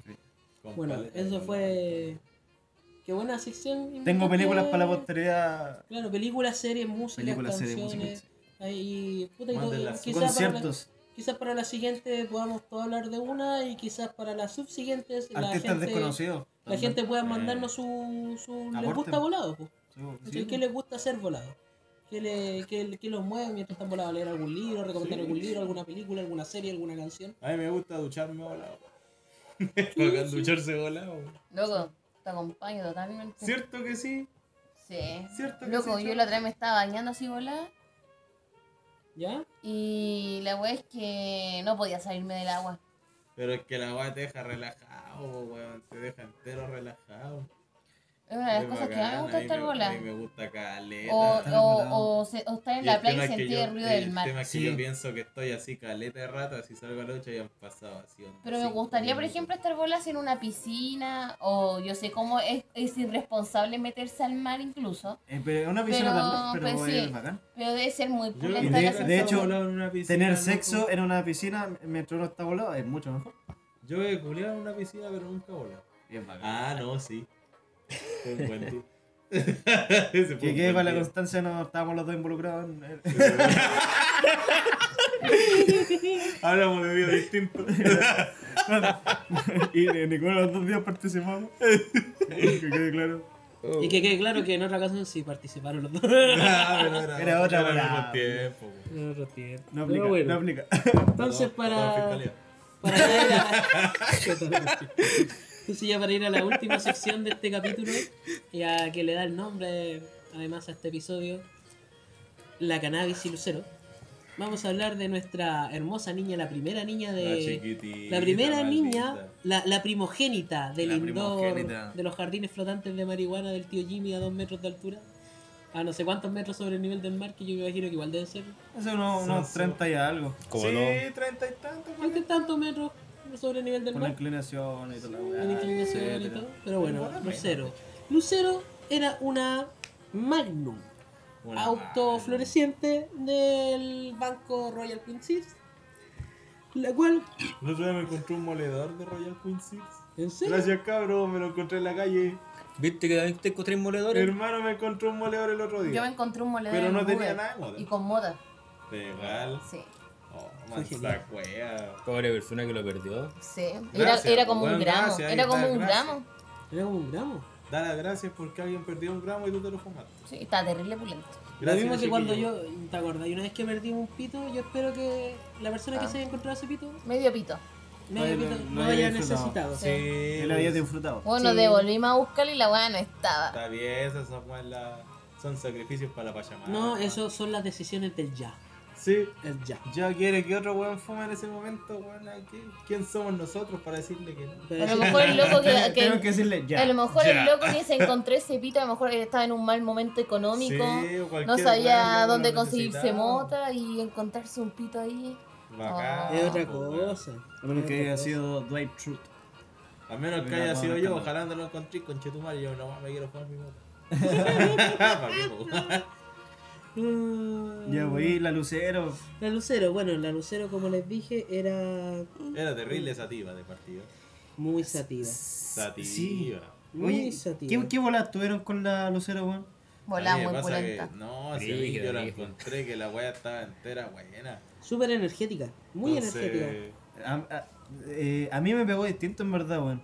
[SPEAKER 3] Con
[SPEAKER 2] Bueno,
[SPEAKER 3] paleta de
[SPEAKER 2] eso
[SPEAKER 3] color.
[SPEAKER 2] fue... Qué buena sección.
[SPEAKER 5] Tengo películas para la
[SPEAKER 2] posteridad.
[SPEAKER 5] posteridad.
[SPEAKER 2] Claro, películas, series, música,
[SPEAKER 5] Películas, series,
[SPEAKER 2] canciones.
[SPEAKER 5] música.
[SPEAKER 2] ahí, puta, y todo-
[SPEAKER 3] Mándenlas.
[SPEAKER 2] quizás, para la,
[SPEAKER 5] Conciertos,
[SPEAKER 2] quizás para la siguiente podamos todos hablar de una y quizás para las subsiguientes la
[SPEAKER 5] artistas
[SPEAKER 2] gente,
[SPEAKER 5] desconocidos.
[SPEAKER 2] la
[SPEAKER 5] también. Eh,
[SPEAKER 2] gente pueda mandarnos su, su les
[SPEAKER 5] Aporte.
[SPEAKER 2] gusta volado. po.
[SPEAKER 5] Sí,
[SPEAKER 2] ¿Cachai? ¿Qué les gusta hacer volado? ¿Qué, le, qué, qué los mueve mientras están volados? ¿Leer algún libro? ¿Recomendar algún libro? ¿Alguna película? ¿Alguna serie? ¿Alguna canción?
[SPEAKER 3] A mí me gusta ducharme volado. *laughs* Bacán ducharse volado.
[SPEAKER 6] Loco, te acompaño totalmente.
[SPEAKER 3] ¿Cierto que sí?
[SPEAKER 6] Sí.
[SPEAKER 3] ¿Cierto que
[SPEAKER 6] Loco,
[SPEAKER 3] sí,
[SPEAKER 6] yo la otra vez me estaba bañando así volada
[SPEAKER 2] ¿Ya?
[SPEAKER 6] y la wea es que no podía salirme del agua.
[SPEAKER 3] Pero es que la weá te deja relajado, weón. Te deja entero relajado.
[SPEAKER 6] Es una de
[SPEAKER 3] Es
[SPEAKER 6] las cosas que más
[SPEAKER 3] bacán,
[SPEAKER 6] me
[SPEAKER 3] a
[SPEAKER 6] gusta
[SPEAKER 3] mí A
[SPEAKER 6] estar
[SPEAKER 3] mí
[SPEAKER 6] volada.
[SPEAKER 3] me gusta caleta. *laughs*
[SPEAKER 6] O,
[SPEAKER 5] estar volada.
[SPEAKER 6] o, o, se- o estar en
[SPEAKER 3] Y
[SPEAKER 6] la
[SPEAKER 3] el
[SPEAKER 6] playa
[SPEAKER 3] tema
[SPEAKER 6] y
[SPEAKER 3] es que
[SPEAKER 6] sentir
[SPEAKER 3] yo-
[SPEAKER 6] el ruido del mar.
[SPEAKER 3] El tema es que
[SPEAKER 5] Sí.
[SPEAKER 3] yo pienso que estoy así caleta de rato, así salgo a la lucha y han pasado así. unos
[SPEAKER 6] Pero me
[SPEAKER 3] cinco
[SPEAKER 6] gustaría, por
[SPEAKER 3] minutos.
[SPEAKER 6] ejemplo, estar volada en una piscina o yo sé cómo es, es irresponsable meterse al mar incluso.
[SPEAKER 5] Eh, pero una piscina
[SPEAKER 6] Pero,
[SPEAKER 5] para pero
[SPEAKER 6] pues, sí.
[SPEAKER 5] es bacán.
[SPEAKER 6] Pero debe ser muy
[SPEAKER 3] Yo
[SPEAKER 5] Y
[SPEAKER 6] pulenta
[SPEAKER 5] de-
[SPEAKER 6] la
[SPEAKER 5] de
[SPEAKER 6] sensación.
[SPEAKER 5] hecho,
[SPEAKER 3] volado en una piscina,
[SPEAKER 5] Tener
[SPEAKER 3] loco.
[SPEAKER 5] sexo en una piscina mientras uno está volado es mucho mejor.
[SPEAKER 3] Yo he culeado en una piscina, pero nunca he volado.
[SPEAKER 5] Es bacán.
[SPEAKER 3] Ah, no, sí. Fue un buen
[SPEAKER 5] *laughs*
[SPEAKER 3] día. Ese fue
[SPEAKER 5] Que
[SPEAKER 3] un
[SPEAKER 5] quede
[SPEAKER 3] buen
[SPEAKER 5] para la
[SPEAKER 3] día.
[SPEAKER 5] constancia, no estábamos los dos involucrados. en- en- *laughs*
[SPEAKER 3] Hablamos de días
[SPEAKER 5] *laughs*
[SPEAKER 3] distintos.
[SPEAKER 5] y ni- ninguno de los dos días participamos. que quede claro.
[SPEAKER 2] Y que quede claro que en otra canción sí participaron los dos.
[SPEAKER 3] *laughs* Ah, pero
[SPEAKER 5] Era otra
[SPEAKER 3] al mismo
[SPEAKER 5] volada.
[SPEAKER 3] tiempo,
[SPEAKER 2] *laughs*
[SPEAKER 3] weón.
[SPEAKER 2] En otro tiempo. Pero
[SPEAKER 5] No aplica,
[SPEAKER 2] bueno.
[SPEAKER 5] no aplica. *laughs*
[SPEAKER 2] Entonces,
[SPEAKER 3] Todo- todo en
[SPEAKER 2] para,
[SPEAKER 3] fiscalía.
[SPEAKER 2] para ya ir a la... *laughs* Entonces, ya para ir a la última sección de este capítulo, y a que le da el nombre, además, a este episodio, la cannabis y Lucero, vamos a hablar de nuestra hermosa niña, la primera niña
[SPEAKER 3] La
[SPEAKER 2] de...
[SPEAKER 3] chiquitita.
[SPEAKER 2] La primera niña,
[SPEAKER 3] maldita.
[SPEAKER 2] la, la primogénita del
[SPEAKER 5] La
[SPEAKER 2] indoor,
[SPEAKER 5] primogénita.
[SPEAKER 2] de los jardines flotantes de marihuana del tío Jimmy a dos metros de altura, a no sé cuántos metros sobre el nivel del mar, que yo me imagino que igual debe ser
[SPEAKER 5] Hace unos, unos
[SPEAKER 3] Sanso.
[SPEAKER 5] 30 y algo.
[SPEAKER 4] Como
[SPEAKER 3] sí,
[SPEAKER 4] no.
[SPEAKER 3] treinta y tantos. weón.
[SPEAKER 2] ¿Cuántos tantos metros sobre el nivel del
[SPEAKER 5] Con la
[SPEAKER 2] mar?
[SPEAKER 5] inclinación y toda la
[SPEAKER 2] Tiene
[SPEAKER 5] weá.
[SPEAKER 2] inclinación y
[SPEAKER 5] etcétera.
[SPEAKER 2] todo. Pero bueno,
[SPEAKER 3] Bueno,
[SPEAKER 2] Lucero. Lucero era una Magnum,
[SPEAKER 3] Una
[SPEAKER 2] auto
[SPEAKER 3] madre.
[SPEAKER 2] floreciente del banco Royal Princess. La cual,
[SPEAKER 3] No sé, me encontré un moledor de Royal Queen Six.
[SPEAKER 2] en serio,
[SPEAKER 3] Gracias, cabrón, me lo encontré en la calle.
[SPEAKER 4] ¿Viste que también te encontré en
[SPEAKER 3] Mi
[SPEAKER 4] moledores?
[SPEAKER 3] hermano me encontró un moledor el otro
[SPEAKER 6] Yo me
[SPEAKER 3] día.
[SPEAKER 6] encontré un moledor
[SPEAKER 3] Pero
[SPEAKER 6] en
[SPEAKER 3] no tenía
[SPEAKER 6] Uber
[SPEAKER 3] nada de moda.
[SPEAKER 6] Y con moda,
[SPEAKER 3] Legal.
[SPEAKER 6] sí.
[SPEAKER 3] Oh,
[SPEAKER 2] Fue genial.
[SPEAKER 3] mansa cuea.
[SPEAKER 4] Pobre persona que lo perdió.
[SPEAKER 6] Sí,
[SPEAKER 3] Gracias,
[SPEAKER 6] era, era como
[SPEAKER 3] weón,
[SPEAKER 6] un gramo,
[SPEAKER 3] gracias, ahí
[SPEAKER 6] era como
[SPEAKER 3] está,
[SPEAKER 6] un
[SPEAKER 3] gracias.
[SPEAKER 6] gramo.
[SPEAKER 2] era como un gramo.
[SPEAKER 3] Da las gracias porque alguien perdió un gramo y tú te lo fumaste.
[SPEAKER 6] Sí, está terrible pulento.
[SPEAKER 2] Lo mismo que
[SPEAKER 3] chiquillo.
[SPEAKER 2] cuando yo, ¿te acordás? Y una vez que perdimos un pito, yo espero que la persona que
[SPEAKER 6] Ah.
[SPEAKER 2] se haya encontrado ese pito,
[SPEAKER 6] Medio pito.
[SPEAKER 2] no haya,
[SPEAKER 5] Ay,
[SPEAKER 2] pito-
[SPEAKER 5] lo-
[SPEAKER 2] no
[SPEAKER 5] lo
[SPEAKER 2] haya
[SPEAKER 5] haya disfrutado.
[SPEAKER 2] necesitado.
[SPEAKER 3] Sí,
[SPEAKER 5] Que la había disfrutado.
[SPEAKER 6] Bueno,
[SPEAKER 2] Sí.
[SPEAKER 6] devolvimos a buscarla y la weá no estaba.
[SPEAKER 3] Está bien, esas son, weas las- son sacrificios para la Pachamama.
[SPEAKER 2] No, eso son las decisiones del ya.
[SPEAKER 3] Sí.
[SPEAKER 2] El ya.
[SPEAKER 3] Ya quiere que otro weón fume en ese momento, weón. ¿a qué? ¿Quién somos nosotros para decirle que no? *laughs*
[SPEAKER 6] A lo mejor el loco que, que-
[SPEAKER 5] Tengo que decirle ya.
[SPEAKER 6] a lo mejor el loco que se encontró ese pito, a lo mejor estaba en un mal momento económico,
[SPEAKER 3] Sí, o
[SPEAKER 6] no
[SPEAKER 3] cualquier
[SPEAKER 6] sabía
[SPEAKER 3] weón,
[SPEAKER 6] dónde
[SPEAKER 3] lo necesitaba.
[SPEAKER 6] conseguirse mota y encontrarse un pito ahí.
[SPEAKER 3] Bacán.
[SPEAKER 2] Es otra
[SPEAKER 3] po,
[SPEAKER 2] cosa.
[SPEAKER 5] A menos que haya sido Dwight Truth.
[SPEAKER 3] weón. A menos que haya sido yo, ojalá no lo encontré con Chetumar y yo nomás me quiero jugar mi
[SPEAKER 6] *laughs*
[SPEAKER 3] moto. *laughs* Pa' qué, po, weón.
[SPEAKER 2] Mm,
[SPEAKER 5] Ya, voy, la lucero.
[SPEAKER 2] La Lucero, bueno, la Lucero, como les dije, era
[SPEAKER 3] Era terrible sativa de partido.
[SPEAKER 2] muy sativa.
[SPEAKER 3] Sativa.
[SPEAKER 5] Sí.
[SPEAKER 2] Muy
[SPEAKER 5] Oye,
[SPEAKER 2] sativa.
[SPEAKER 5] ¿qué, ¿qué bolas tuvieron con la lucero, weón?
[SPEAKER 6] Volaba
[SPEAKER 3] A mí me
[SPEAKER 6] muy
[SPEAKER 3] pasa
[SPEAKER 6] pulenta.
[SPEAKER 3] que- no, si a mí
[SPEAKER 4] Brígido,
[SPEAKER 3] yo la
[SPEAKER 4] brígido.
[SPEAKER 3] encontré que la weá estaba entera buena.
[SPEAKER 2] Súper energética, muy
[SPEAKER 3] Entonces,
[SPEAKER 2] energética.
[SPEAKER 5] A, a- eh, a mí me pegó distinto, en verdad, weón.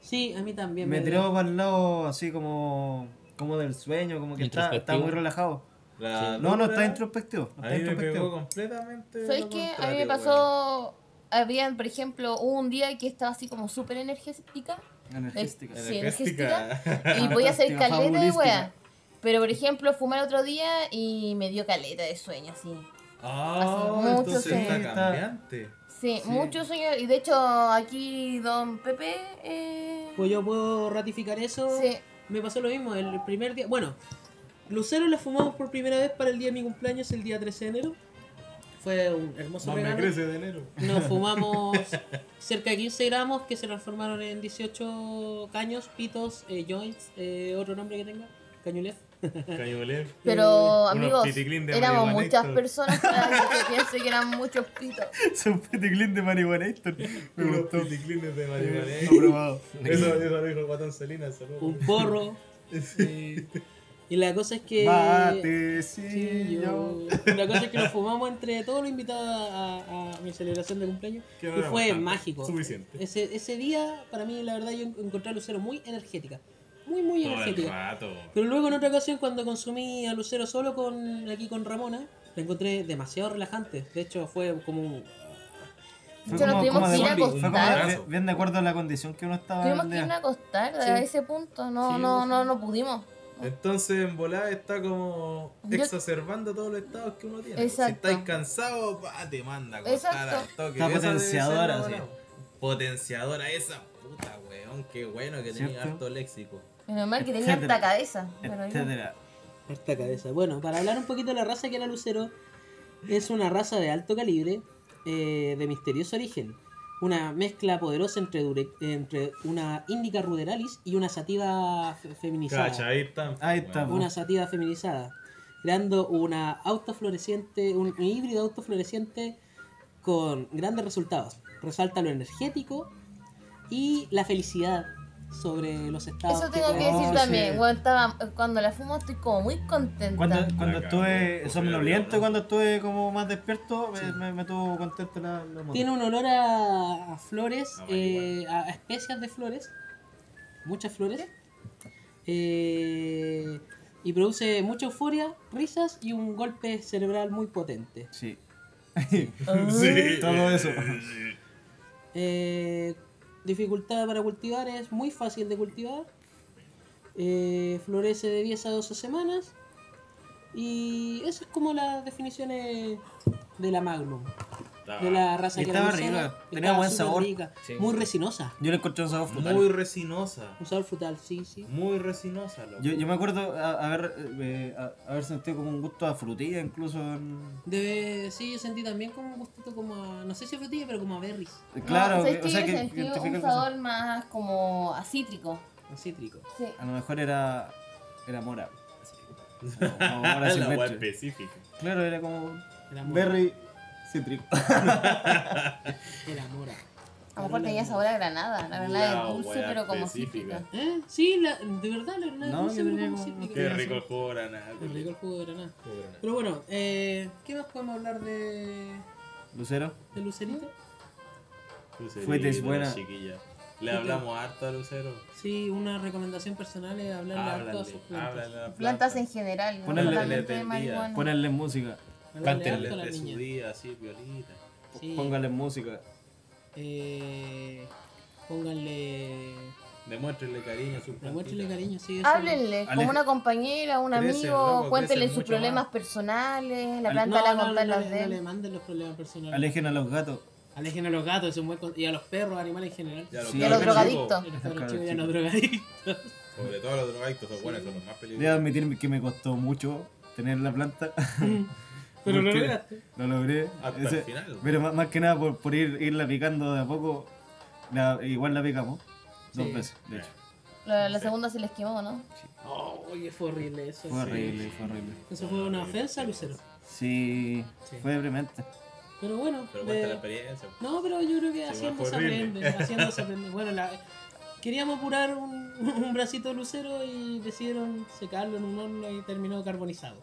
[SPEAKER 2] Sí, a mí también.
[SPEAKER 5] Me
[SPEAKER 2] dio-
[SPEAKER 5] tiró para el lado así como, como del sueño, como que está, está
[SPEAKER 4] Introspectivo.
[SPEAKER 5] muy relajado.
[SPEAKER 3] La
[SPEAKER 5] No, no, está
[SPEAKER 3] dura-
[SPEAKER 5] introspectivo. no
[SPEAKER 3] A mí
[SPEAKER 5] está
[SPEAKER 3] me pegó
[SPEAKER 5] introspectivo.
[SPEAKER 3] completamente.
[SPEAKER 6] ¿Sabes
[SPEAKER 3] lo
[SPEAKER 6] qué? A mí
[SPEAKER 3] contrario,
[SPEAKER 6] me
[SPEAKER 3] weón.
[SPEAKER 6] pasó. Había, por ejemplo, hubo un día que estaba así como súper energética.
[SPEAKER 5] Energética. *laughs*
[SPEAKER 6] Sí,
[SPEAKER 3] Energética.
[SPEAKER 6] energética. Y voy a hacer
[SPEAKER 5] Fantástica,
[SPEAKER 6] caleta de
[SPEAKER 5] fabulística.
[SPEAKER 6] wea. Pero, por ejemplo, fumé el otro día y me dio caleta de sueño, así.
[SPEAKER 3] *laughs* Ah,
[SPEAKER 6] Así, mucho
[SPEAKER 3] entonces está
[SPEAKER 5] sueño.
[SPEAKER 3] cambiante.
[SPEAKER 6] Sí, mucho sueño. Y de hecho, aquí Don Pepe. Eh,
[SPEAKER 2] Pues yo puedo ratificar eso.
[SPEAKER 6] sí,
[SPEAKER 2] Me pasó lo mismo el primer día. Bueno, Lucero la fumamos por primera vez para el día de mi cumpleaños, el día 13 de enero. Fue un hermoso
[SPEAKER 3] Más me
[SPEAKER 2] regalo.
[SPEAKER 3] crece de enero. *laughs*
[SPEAKER 2] Nos fumamos cerca de 15 gramos que se transformaron en 18 caños, pitos, eh, joints, eh, otro nombre que tenga, cañulef.
[SPEAKER 3] Cañolef.
[SPEAKER 6] pero
[SPEAKER 3] Unos
[SPEAKER 6] amigos,
[SPEAKER 3] piticlín de
[SPEAKER 6] éramos
[SPEAKER 3] marihuana,
[SPEAKER 6] muchas
[SPEAKER 3] Héctor.
[SPEAKER 6] personas para que piense que eran muchos
[SPEAKER 5] *laughs*
[SPEAKER 6] pitos.
[SPEAKER 5] Es un peticlín de marihuana, Héctor. Me
[SPEAKER 6] *laughs*
[SPEAKER 3] Unos
[SPEAKER 5] gustó.
[SPEAKER 3] piticlines de
[SPEAKER 5] Eh,
[SPEAKER 3] marihuana.
[SPEAKER 5] Aprobado.
[SPEAKER 3] *laughs* Eso, eso lo dijo el guatón Salinas. saludos.
[SPEAKER 2] un
[SPEAKER 3] *laughs*
[SPEAKER 2] porro. eh, y la cosa es
[SPEAKER 6] eh,
[SPEAKER 2] que. Sí, yo-
[SPEAKER 5] Matecillo.
[SPEAKER 2] La cosa es que nos fumamos entre todos los invitados a, a- a mi celebración de cumpleaños.
[SPEAKER 3] Que no
[SPEAKER 2] y
[SPEAKER 3] era
[SPEAKER 2] fue
[SPEAKER 3] bastante,
[SPEAKER 2] mágico.
[SPEAKER 3] suficiente.
[SPEAKER 2] Ese, ese día, para mí, la verdad, yo encontré a Lucero muy energética. Muy, muy
[SPEAKER 3] Todo el
[SPEAKER 2] energética.
[SPEAKER 3] rato.
[SPEAKER 2] Pero luego en otra ocasión, cuando consumí a Lucero solo con aquí con Ramona, la encontré demasiado relajante. De hecho, fue como.
[SPEAKER 5] Fue
[SPEAKER 6] Yo nos
[SPEAKER 5] como,
[SPEAKER 6] tuvimos
[SPEAKER 5] como
[SPEAKER 6] que
[SPEAKER 5] de
[SPEAKER 6] ir a
[SPEAKER 5] zombie, fue como
[SPEAKER 6] acostar.
[SPEAKER 5] de- bien de acuerdo a la condición que uno estaba.
[SPEAKER 6] Tuvimos
[SPEAKER 5] en
[SPEAKER 6] que
[SPEAKER 5] la-
[SPEAKER 6] irnos a acostar
[SPEAKER 2] Sí.
[SPEAKER 6] a ese punto. No,
[SPEAKER 2] Sí,
[SPEAKER 6] no,
[SPEAKER 2] pues,
[SPEAKER 6] no, no pudimos.
[SPEAKER 3] Entonces en volada está como
[SPEAKER 6] Yo-
[SPEAKER 3] exacerbando todos los estados que uno tiene.
[SPEAKER 6] Exacto.
[SPEAKER 3] Si estáis cansados, pa, te manda a cortar
[SPEAKER 6] Exacto.
[SPEAKER 3] al toque.
[SPEAKER 5] Está
[SPEAKER 3] Esa debe
[SPEAKER 5] potenciadora,
[SPEAKER 3] ser la
[SPEAKER 5] sí.
[SPEAKER 3] buena. Potenciadora esa puta, weón. Qué bueno que tenía
[SPEAKER 5] ¿Cierto?
[SPEAKER 3] harto léxico.
[SPEAKER 6] Menos mal que tenía
[SPEAKER 5] Etcétera.
[SPEAKER 6] harta cabeza.
[SPEAKER 5] este
[SPEAKER 6] pero yo-
[SPEAKER 5] Etcétera.
[SPEAKER 2] Harta cabeza. Bueno, para hablar un poquito de la raza que era Lucero, es una raza de alto calibre, eh, de misterioso origen. Una mezcla poderosa entre, dure- entre una índica ruderalis y una sativa fe- feminizada.
[SPEAKER 3] Cacha, ahí está.
[SPEAKER 5] Ahí está.
[SPEAKER 2] Una sativa feminizada. Creando una autofloreciente, un híbrido autofloreciente con grandes resultados. Resalta lo energético y la felicidad sobre los estados.
[SPEAKER 6] Eso tengo que
[SPEAKER 5] Oh,
[SPEAKER 6] decir
[SPEAKER 5] sí.
[SPEAKER 6] también. weón, estaba- cuando la fumo estoy como muy contenta.
[SPEAKER 5] Cuando, cuando
[SPEAKER 3] Acá,
[SPEAKER 5] estuve
[SPEAKER 3] pues,
[SPEAKER 5] somnoliento,
[SPEAKER 3] pero-
[SPEAKER 5] cuando estuve como más despierto, me, me, me tuvo contento la, la moto.
[SPEAKER 2] Tiene un olor a, a flores,
[SPEAKER 3] A
[SPEAKER 2] eh, a, a especias de flores, muchas flores, eh, y produce mucha euforia, risas y un golpe cerebral muy potente.
[SPEAKER 5] Sí. *laughs*
[SPEAKER 3] Sí.
[SPEAKER 5] Todo eso.
[SPEAKER 2] Eh, dificultad para cultivar es muy fácil de cultivar, eh, florece de 10 a 12 semanas, y eso es como las definiciones de la Magnum, de la raza
[SPEAKER 5] Y
[SPEAKER 2] que
[SPEAKER 5] estaba
[SPEAKER 2] era Lucero,
[SPEAKER 5] rica,
[SPEAKER 2] y
[SPEAKER 5] tenía
[SPEAKER 2] estaba
[SPEAKER 5] buen
[SPEAKER 2] súper
[SPEAKER 5] sabor.
[SPEAKER 2] rica,
[SPEAKER 4] Sí.
[SPEAKER 2] muy resinosa.
[SPEAKER 5] Yo le encontré un sabor frutal.
[SPEAKER 3] Muy resinosa.
[SPEAKER 2] Un sabor frutal, sí, sí.
[SPEAKER 3] Muy resinosa, loco.
[SPEAKER 5] Yo, yo me acuerdo a- haber, eh, a- haber sentido como un gusto a frutilla incluso. en- eh,
[SPEAKER 2] Debe, sí, yo sentí también como un gustito como a, no sé si a frutilla, pero como a berries,
[SPEAKER 5] Claro,
[SPEAKER 6] Ah, ¿sabes
[SPEAKER 5] que-
[SPEAKER 6] qué?
[SPEAKER 5] o sea
[SPEAKER 6] Yo
[SPEAKER 5] que
[SPEAKER 6] sentí
[SPEAKER 5] identifica
[SPEAKER 6] un
[SPEAKER 5] el gusto.
[SPEAKER 6] sabor más como a cítrico.
[SPEAKER 2] a cítrico.
[SPEAKER 6] Sí.
[SPEAKER 5] A lo mejor era, era mora. O- o mora
[SPEAKER 3] *laughs* la weá
[SPEAKER 5] silvestre.
[SPEAKER 3] específica.
[SPEAKER 5] Claro, era como
[SPEAKER 2] Era mora.
[SPEAKER 5] berry cítrico.
[SPEAKER 2] Era mora.
[SPEAKER 6] A lo mejor tenía sabor a granada. La granada
[SPEAKER 3] La
[SPEAKER 6] es dulce,
[SPEAKER 3] wea
[SPEAKER 6] pero como
[SPEAKER 3] específica.
[SPEAKER 6] cítrica.
[SPEAKER 2] ¿Eh? Sí, la, de verdad, la granada
[SPEAKER 5] No,
[SPEAKER 2] dulce,
[SPEAKER 5] yo
[SPEAKER 2] pero
[SPEAKER 5] tenía
[SPEAKER 2] como
[SPEAKER 5] como-
[SPEAKER 2] cítrica.
[SPEAKER 3] Qué
[SPEAKER 2] Tenía
[SPEAKER 3] rico el
[SPEAKER 2] razón.
[SPEAKER 3] jugo de granada.
[SPEAKER 2] Qué rico el jugo de granada. Pero bueno, eh, ¿qué más podemos hablar de,
[SPEAKER 5] Lucero.
[SPEAKER 2] de Lucerita?
[SPEAKER 3] Lucerito,
[SPEAKER 5] Fuentes
[SPEAKER 3] la
[SPEAKER 5] buena.
[SPEAKER 3] chiquilla. Le hablamos harto a Lucero.
[SPEAKER 2] Sí, una recomendación personal es hablarle harto a
[SPEAKER 3] Háblale,
[SPEAKER 2] sus plantas.
[SPEAKER 3] háblale a la
[SPEAKER 6] Plantas
[SPEAKER 3] planta.
[SPEAKER 6] en general. No
[SPEAKER 5] Ponerle-
[SPEAKER 6] solamente
[SPEAKER 3] le- le-
[SPEAKER 6] marihuana.
[SPEAKER 5] Ponerle música.
[SPEAKER 2] Hablarle
[SPEAKER 4] Cántenle
[SPEAKER 2] harto a la
[SPEAKER 3] de su
[SPEAKER 2] niña.
[SPEAKER 3] día, así, violita.
[SPEAKER 2] Sí,
[SPEAKER 5] Póngale música.
[SPEAKER 2] eh, pónganle,
[SPEAKER 3] Demuéstrenle cariño a su plantita.
[SPEAKER 2] demuéstrenle cariño, sí. eso-
[SPEAKER 6] Háblenle como
[SPEAKER 5] Aleja-
[SPEAKER 6] una compañera, un
[SPEAKER 3] Crecen,
[SPEAKER 6] amigo,
[SPEAKER 3] loco,
[SPEAKER 6] cuéntenle
[SPEAKER 3] crecen
[SPEAKER 6] sus
[SPEAKER 3] mucho
[SPEAKER 6] problemas
[SPEAKER 3] más.
[SPEAKER 6] personales, la
[SPEAKER 5] Ale-
[SPEAKER 2] No,
[SPEAKER 6] planta la
[SPEAKER 2] no, no,
[SPEAKER 6] compran
[SPEAKER 2] no,
[SPEAKER 6] las
[SPEAKER 2] le-
[SPEAKER 6] de
[SPEAKER 2] no le
[SPEAKER 6] él.
[SPEAKER 2] manden los problemas personales.
[SPEAKER 5] Alejen a los gatos.
[SPEAKER 2] Alejen a los gatos, es un buen con- y a los perros, animales en general.
[SPEAKER 3] Ya lo
[SPEAKER 5] Sí,
[SPEAKER 6] Y
[SPEAKER 5] a
[SPEAKER 6] a
[SPEAKER 5] los
[SPEAKER 6] los
[SPEAKER 3] cabros
[SPEAKER 6] drogadictos.
[SPEAKER 2] Y
[SPEAKER 5] Los
[SPEAKER 2] los cabros
[SPEAKER 5] cabros
[SPEAKER 2] chicos ya
[SPEAKER 5] chicos.
[SPEAKER 2] no drogadictos. *laughs*
[SPEAKER 3] chicos, Sobre todo los drogadictos son buenos, son los más
[SPEAKER 5] Debo
[SPEAKER 3] peligrosos.
[SPEAKER 5] *laughs* admitir que me costó mucho tener la planta.
[SPEAKER 2] Mm. Pero lo
[SPEAKER 5] porque
[SPEAKER 2] lograste.
[SPEAKER 5] Lo logré.
[SPEAKER 3] Hasta el final.
[SPEAKER 5] Pero más, más que nada por, por ir, irla picando de a poco, la- igual la picamos. Dos
[SPEAKER 2] Sí.
[SPEAKER 5] veces, de hecho.
[SPEAKER 6] La, la segunda se les quemó, ¿no?
[SPEAKER 2] Oh, oye, fue horrible eso.
[SPEAKER 5] Fue horrible, fue horrible.
[SPEAKER 2] Eso fue una ofensa, Lucero.
[SPEAKER 5] Sí, fue deprimente.
[SPEAKER 2] Pero bueno,
[SPEAKER 3] Pero
[SPEAKER 2] de-
[SPEAKER 3] cuenta la experiencia. pues.
[SPEAKER 2] no, pero yo creo que haciendo
[SPEAKER 3] fue
[SPEAKER 2] se
[SPEAKER 3] horrible.
[SPEAKER 2] aprende.
[SPEAKER 3] *laughs*
[SPEAKER 2] Haciendo se aprende. Bueno, la- queríamos apurar un, *laughs* un bracito de Lucero y decidieron secarlo en un horno y terminó carbonizado.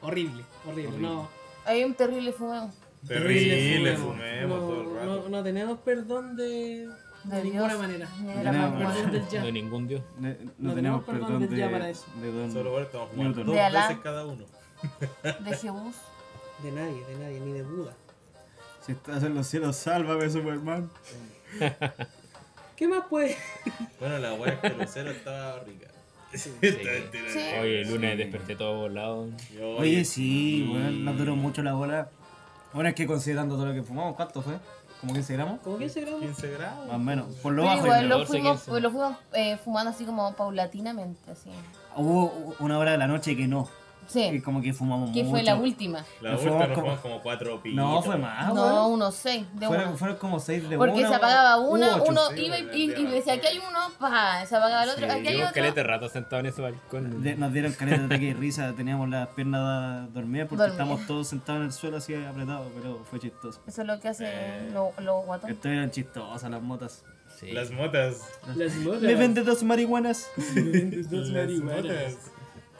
[SPEAKER 2] Horrible, horrible. No,
[SPEAKER 6] Hay un terrible fumeo.
[SPEAKER 3] Terrible,
[SPEAKER 2] fumemos.
[SPEAKER 3] fumemos
[SPEAKER 2] no,
[SPEAKER 3] todo el rato.
[SPEAKER 2] no- no tenemos perdón de, de
[SPEAKER 6] De
[SPEAKER 2] ninguna
[SPEAKER 6] Dios.
[SPEAKER 2] manera.
[SPEAKER 6] Ni de
[SPEAKER 5] No
[SPEAKER 6] la
[SPEAKER 5] tenemos
[SPEAKER 6] mamá.
[SPEAKER 2] Perdón del ya.
[SPEAKER 4] No hay ningún dios.
[SPEAKER 5] Ne- No,
[SPEAKER 2] No
[SPEAKER 5] tenemos
[SPEAKER 2] tenemos
[SPEAKER 5] perdón de,
[SPEAKER 2] perdón del ya para eso.
[SPEAKER 5] de don-
[SPEAKER 3] Solo ahora estamos jugando
[SPEAKER 5] Newton.
[SPEAKER 3] dos
[SPEAKER 6] De Alá.
[SPEAKER 3] veces cada uno.
[SPEAKER 6] De Jebús.
[SPEAKER 2] De nadie, de nadie, ni de Buda.
[SPEAKER 5] Si estás en los cielos, sálvame, Superman.
[SPEAKER 2] ¿Qué más puede?
[SPEAKER 3] Bueno, la wea es que Lucero estaba rica. *laughs*
[SPEAKER 6] Sí.
[SPEAKER 4] Oye, el lunes desperté todo volado.
[SPEAKER 3] Yo,
[SPEAKER 5] Oye, sí, weón, nos duró mucho la bola. Bueno, es que considerando todo lo que fumamos, ¿cuánto fue? ¿Como 15 gramos?
[SPEAKER 2] ¿Cómo que se grabó?
[SPEAKER 3] 15 mm, grados.
[SPEAKER 5] Más o menos, por lo
[SPEAKER 6] Pero
[SPEAKER 5] bajo.
[SPEAKER 6] igual
[SPEAKER 5] yo
[SPEAKER 6] lo
[SPEAKER 4] calor, sé
[SPEAKER 6] fuimos,
[SPEAKER 4] que es-
[SPEAKER 6] lo fuimos eh, fumando así como paulatinamente, así.
[SPEAKER 5] creo. Hubo una hora de la noche que no. Y
[SPEAKER 6] Sí,
[SPEAKER 5] como que fumamos
[SPEAKER 6] que
[SPEAKER 5] mucho. Ah,
[SPEAKER 6] fue la última.
[SPEAKER 3] La vuelta
[SPEAKER 5] Nos fumamos
[SPEAKER 3] nos
[SPEAKER 5] como-
[SPEAKER 3] fumamos como cuatro pitos.
[SPEAKER 5] No, fue más,
[SPEAKER 6] No,
[SPEAKER 5] weón.
[SPEAKER 6] unos seis de
[SPEAKER 5] Fueron,
[SPEAKER 6] uno.
[SPEAKER 5] fueron como 6 de
[SPEAKER 6] Porque
[SPEAKER 5] una,
[SPEAKER 6] se apagaba
[SPEAKER 5] weón.
[SPEAKER 6] una,
[SPEAKER 5] Hubo ocho,
[SPEAKER 6] uno
[SPEAKER 5] sí.
[SPEAKER 6] iba y, y- y decía, aquí hay uno, pa, se apagaba el otro, aquí hay
[SPEAKER 4] Llevo caleta
[SPEAKER 6] otro.
[SPEAKER 4] de rato sentado en ese balcón.
[SPEAKER 5] Le- Nos dieron caleta de ataque de risa, teníamos las piernas dormidas porque
[SPEAKER 6] Dormidas.
[SPEAKER 5] estábamos todos sentados en el suelo así apretados, pero fue chistoso.
[SPEAKER 6] Eso es lo que hace los lo guatones.
[SPEAKER 5] Estas eran chistosas las motas.
[SPEAKER 4] Sí.
[SPEAKER 3] Las motas.
[SPEAKER 2] Las modas.
[SPEAKER 5] ¿Me vende dos marihuanas?
[SPEAKER 2] dos
[SPEAKER 3] Las
[SPEAKER 2] marihuanas.
[SPEAKER 3] motas.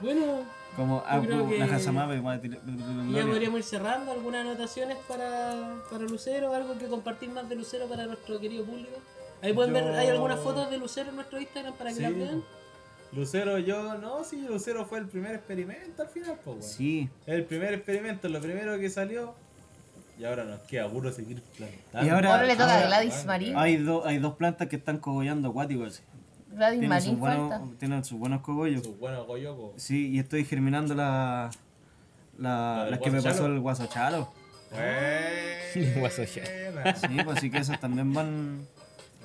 [SPEAKER 2] Bueno,
[SPEAKER 5] Como Apu,
[SPEAKER 2] creo que-
[SPEAKER 5] la Hasamabe,
[SPEAKER 2] ya podríamos ir cerrando algunas anotaciones para, para Lucero, algo que compartir más de Lucero para nuestro querido público. Ahí pueden ver, hay algunas fotos de Lucero en nuestro Instagram para que
[SPEAKER 3] Sí.
[SPEAKER 2] las vean.
[SPEAKER 3] Lucero, yo no, sí, Lucero fue el primer experimento al final, pues, weón.
[SPEAKER 5] Sí.
[SPEAKER 3] El primer experimento, lo primero que salió. Y ahora nos queda puro seguir plantando.
[SPEAKER 5] Y ahora,
[SPEAKER 6] Ahora le toca a
[SPEAKER 5] ahora
[SPEAKER 6] Gladys Marín.
[SPEAKER 5] hay, do- hay dos plantas que están cogollando acuáticos. así.
[SPEAKER 6] Gladys
[SPEAKER 5] Tienen sus,
[SPEAKER 6] Marín falta.
[SPEAKER 5] buenos, tienen sus buenos cogollos.
[SPEAKER 3] Sus buenos goyocos.
[SPEAKER 5] Sí, y estoy germinando la, la,
[SPEAKER 3] del
[SPEAKER 5] las que me pasó
[SPEAKER 3] guasochalo.
[SPEAKER 5] el guasochalo.
[SPEAKER 3] Buena.
[SPEAKER 4] Guaso ya.
[SPEAKER 5] Sí, pues así que esas también van.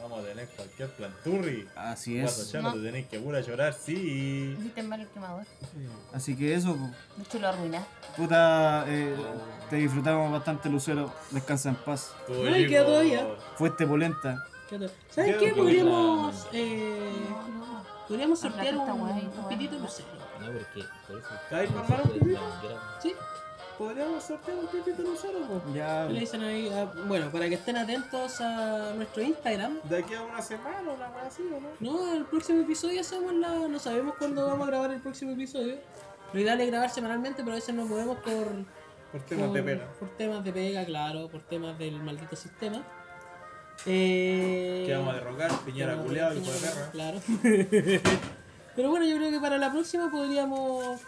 [SPEAKER 3] Vamos a tener cualquier planturri.
[SPEAKER 5] Así
[SPEAKER 3] Guaso
[SPEAKER 5] es.
[SPEAKER 3] chano,
[SPEAKER 6] No.
[SPEAKER 3] te tenés que pura llorar, sí.
[SPEAKER 6] Hiciste mal el quemador.
[SPEAKER 5] Así que eso, pues.
[SPEAKER 6] De hecho, lo arruinaste.
[SPEAKER 5] puta, eh, te disfrutamos bastante, Lucero. Descansa en paz.
[SPEAKER 3] Tú,
[SPEAKER 2] No, y
[SPEAKER 3] Lico.
[SPEAKER 2] queda todavía.
[SPEAKER 5] Fuiste polenta.
[SPEAKER 2] ¿Qué tal? ¿Sabes
[SPEAKER 3] Creo
[SPEAKER 2] qué?
[SPEAKER 3] que
[SPEAKER 2] Podríamos, eh,
[SPEAKER 6] No, no.
[SPEAKER 2] podríamos sortear
[SPEAKER 6] Habla que está guay,
[SPEAKER 2] un,
[SPEAKER 6] está
[SPEAKER 2] un
[SPEAKER 6] guay.
[SPEAKER 2] pitito Lucero.
[SPEAKER 4] No, porque por eso.
[SPEAKER 3] ¿Estáis formando un pitito?
[SPEAKER 2] ¿Sí?
[SPEAKER 3] Podríamos sortear un pues. pitito lucero, po.
[SPEAKER 5] Ya.
[SPEAKER 2] Le dicen ahí, ah, bueno, para que estén atentos a nuestro Instagram.
[SPEAKER 3] De aquí a una semana, una wea así, ¿o no?
[SPEAKER 2] No, el próximo episodio hacemos la. No sabemos cuándo vamos a grabar el próximo episodio. Lo ideal es grabar semanalmente, pero a veces nos movemos por.
[SPEAKER 3] Por temas
[SPEAKER 2] por-
[SPEAKER 3] de pena.
[SPEAKER 2] Por temas de pega, claro, por temas del maldito sistema. Eh,
[SPEAKER 3] Que vamos a derrocar, piñera culeado, hijo de perra.
[SPEAKER 2] Claro. *laughs* pero bueno, yo creo que para la próxima podríamos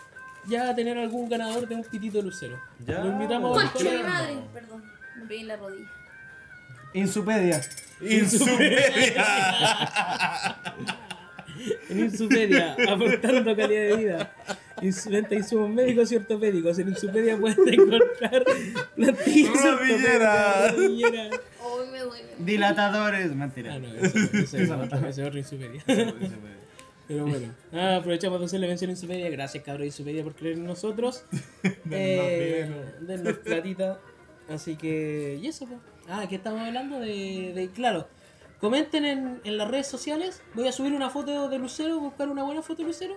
[SPEAKER 2] ya tener algún ganador de un pitito lucero.
[SPEAKER 3] Ya, pues.
[SPEAKER 2] Lo invitamos a
[SPEAKER 3] Concha de
[SPEAKER 2] Instagram.
[SPEAKER 6] Perdón, me pegué en la rodilla.
[SPEAKER 5] Insupedia.
[SPEAKER 2] En Insupedia, aportando calidad de vida. Ins- Venta de insumos médicos y ortopédicos. En Insupedia puedes encontrar plantillas.
[SPEAKER 3] Rodilleras.
[SPEAKER 2] ortopédicas, rodilleras.
[SPEAKER 6] Hoy me duele.
[SPEAKER 5] Dilatadores. Mentira.
[SPEAKER 2] Ah, no, eso, eso es otro, ese es otro Insupedia. Pero
[SPEAKER 5] *laughs*
[SPEAKER 2] bueno, ah, aprovechamos de hacerle mención a Insupedia. Gracias, cabrón, Insupedia, por creer en
[SPEAKER 5] *laughs*
[SPEAKER 2] nosotros. eh, dennos platita. Así que, y eso, pues. Ah, que estamos hablando de. de- claro. Comenten en, en las redes sociales. Voy a subir una foto de Lucero, buscar una buena foto de Lucero.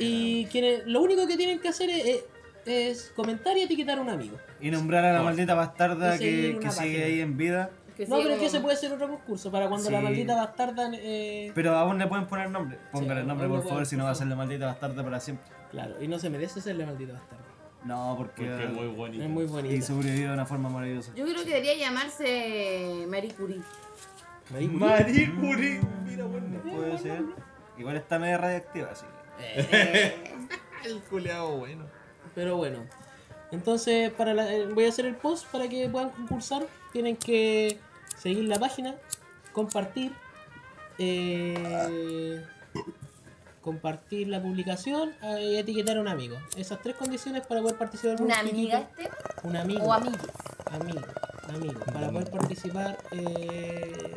[SPEAKER 2] Y quienes, lo único que tienen que hacer es, eh, es comentar y etiquetar a un amigo.
[SPEAKER 5] Y nombrar a la maldita bastarda
[SPEAKER 2] Y seguir
[SPEAKER 5] que,
[SPEAKER 2] una
[SPEAKER 5] que sigue
[SPEAKER 2] página.
[SPEAKER 5] ahí en vida.
[SPEAKER 2] No, pero es que se puede hacer otro concurso para cuando la
[SPEAKER 5] Sí.
[SPEAKER 2] maldita bastarda. Eh,
[SPEAKER 5] Pero aún le pueden poner nombre. Pongan
[SPEAKER 2] Sí,
[SPEAKER 5] el nombre,
[SPEAKER 2] aún le
[SPEAKER 5] por
[SPEAKER 2] pueden-
[SPEAKER 5] favor, si no
[SPEAKER 2] por
[SPEAKER 5] va a ser la maldita bastarda para siempre.
[SPEAKER 2] claro, y no se merece ser la maldita bastarda.
[SPEAKER 5] No, porque,
[SPEAKER 3] Porque es muy bonito.
[SPEAKER 2] Es muy
[SPEAKER 5] y
[SPEAKER 2] bonita.
[SPEAKER 5] sobrevivió de una forma maravillosa.
[SPEAKER 6] Yo creo que debería llamarse Marie Curie.
[SPEAKER 3] Marie Curie. Mira, bueno.
[SPEAKER 5] Puede ser. Igual está medio radiactiva, así que.
[SPEAKER 3] El culeado bueno.
[SPEAKER 2] Eh, Pero bueno. Entonces, para la- eh, voy a hacer el post para que puedan concursar. Tienen que seguir la página, compartir, eh, compartir la publicación eh, y etiquetar a un amigo. Esas tres condiciones para poder participar. en un
[SPEAKER 6] ¿Una
[SPEAKER 2] piquito.
[SPEAKER 6] amiga este?
[SPEAKER 2] Un amigo.
[SPEAKER 6] ¿O amiga?
[SPEAKER 2] Amigo, amigo, para poder participar eh,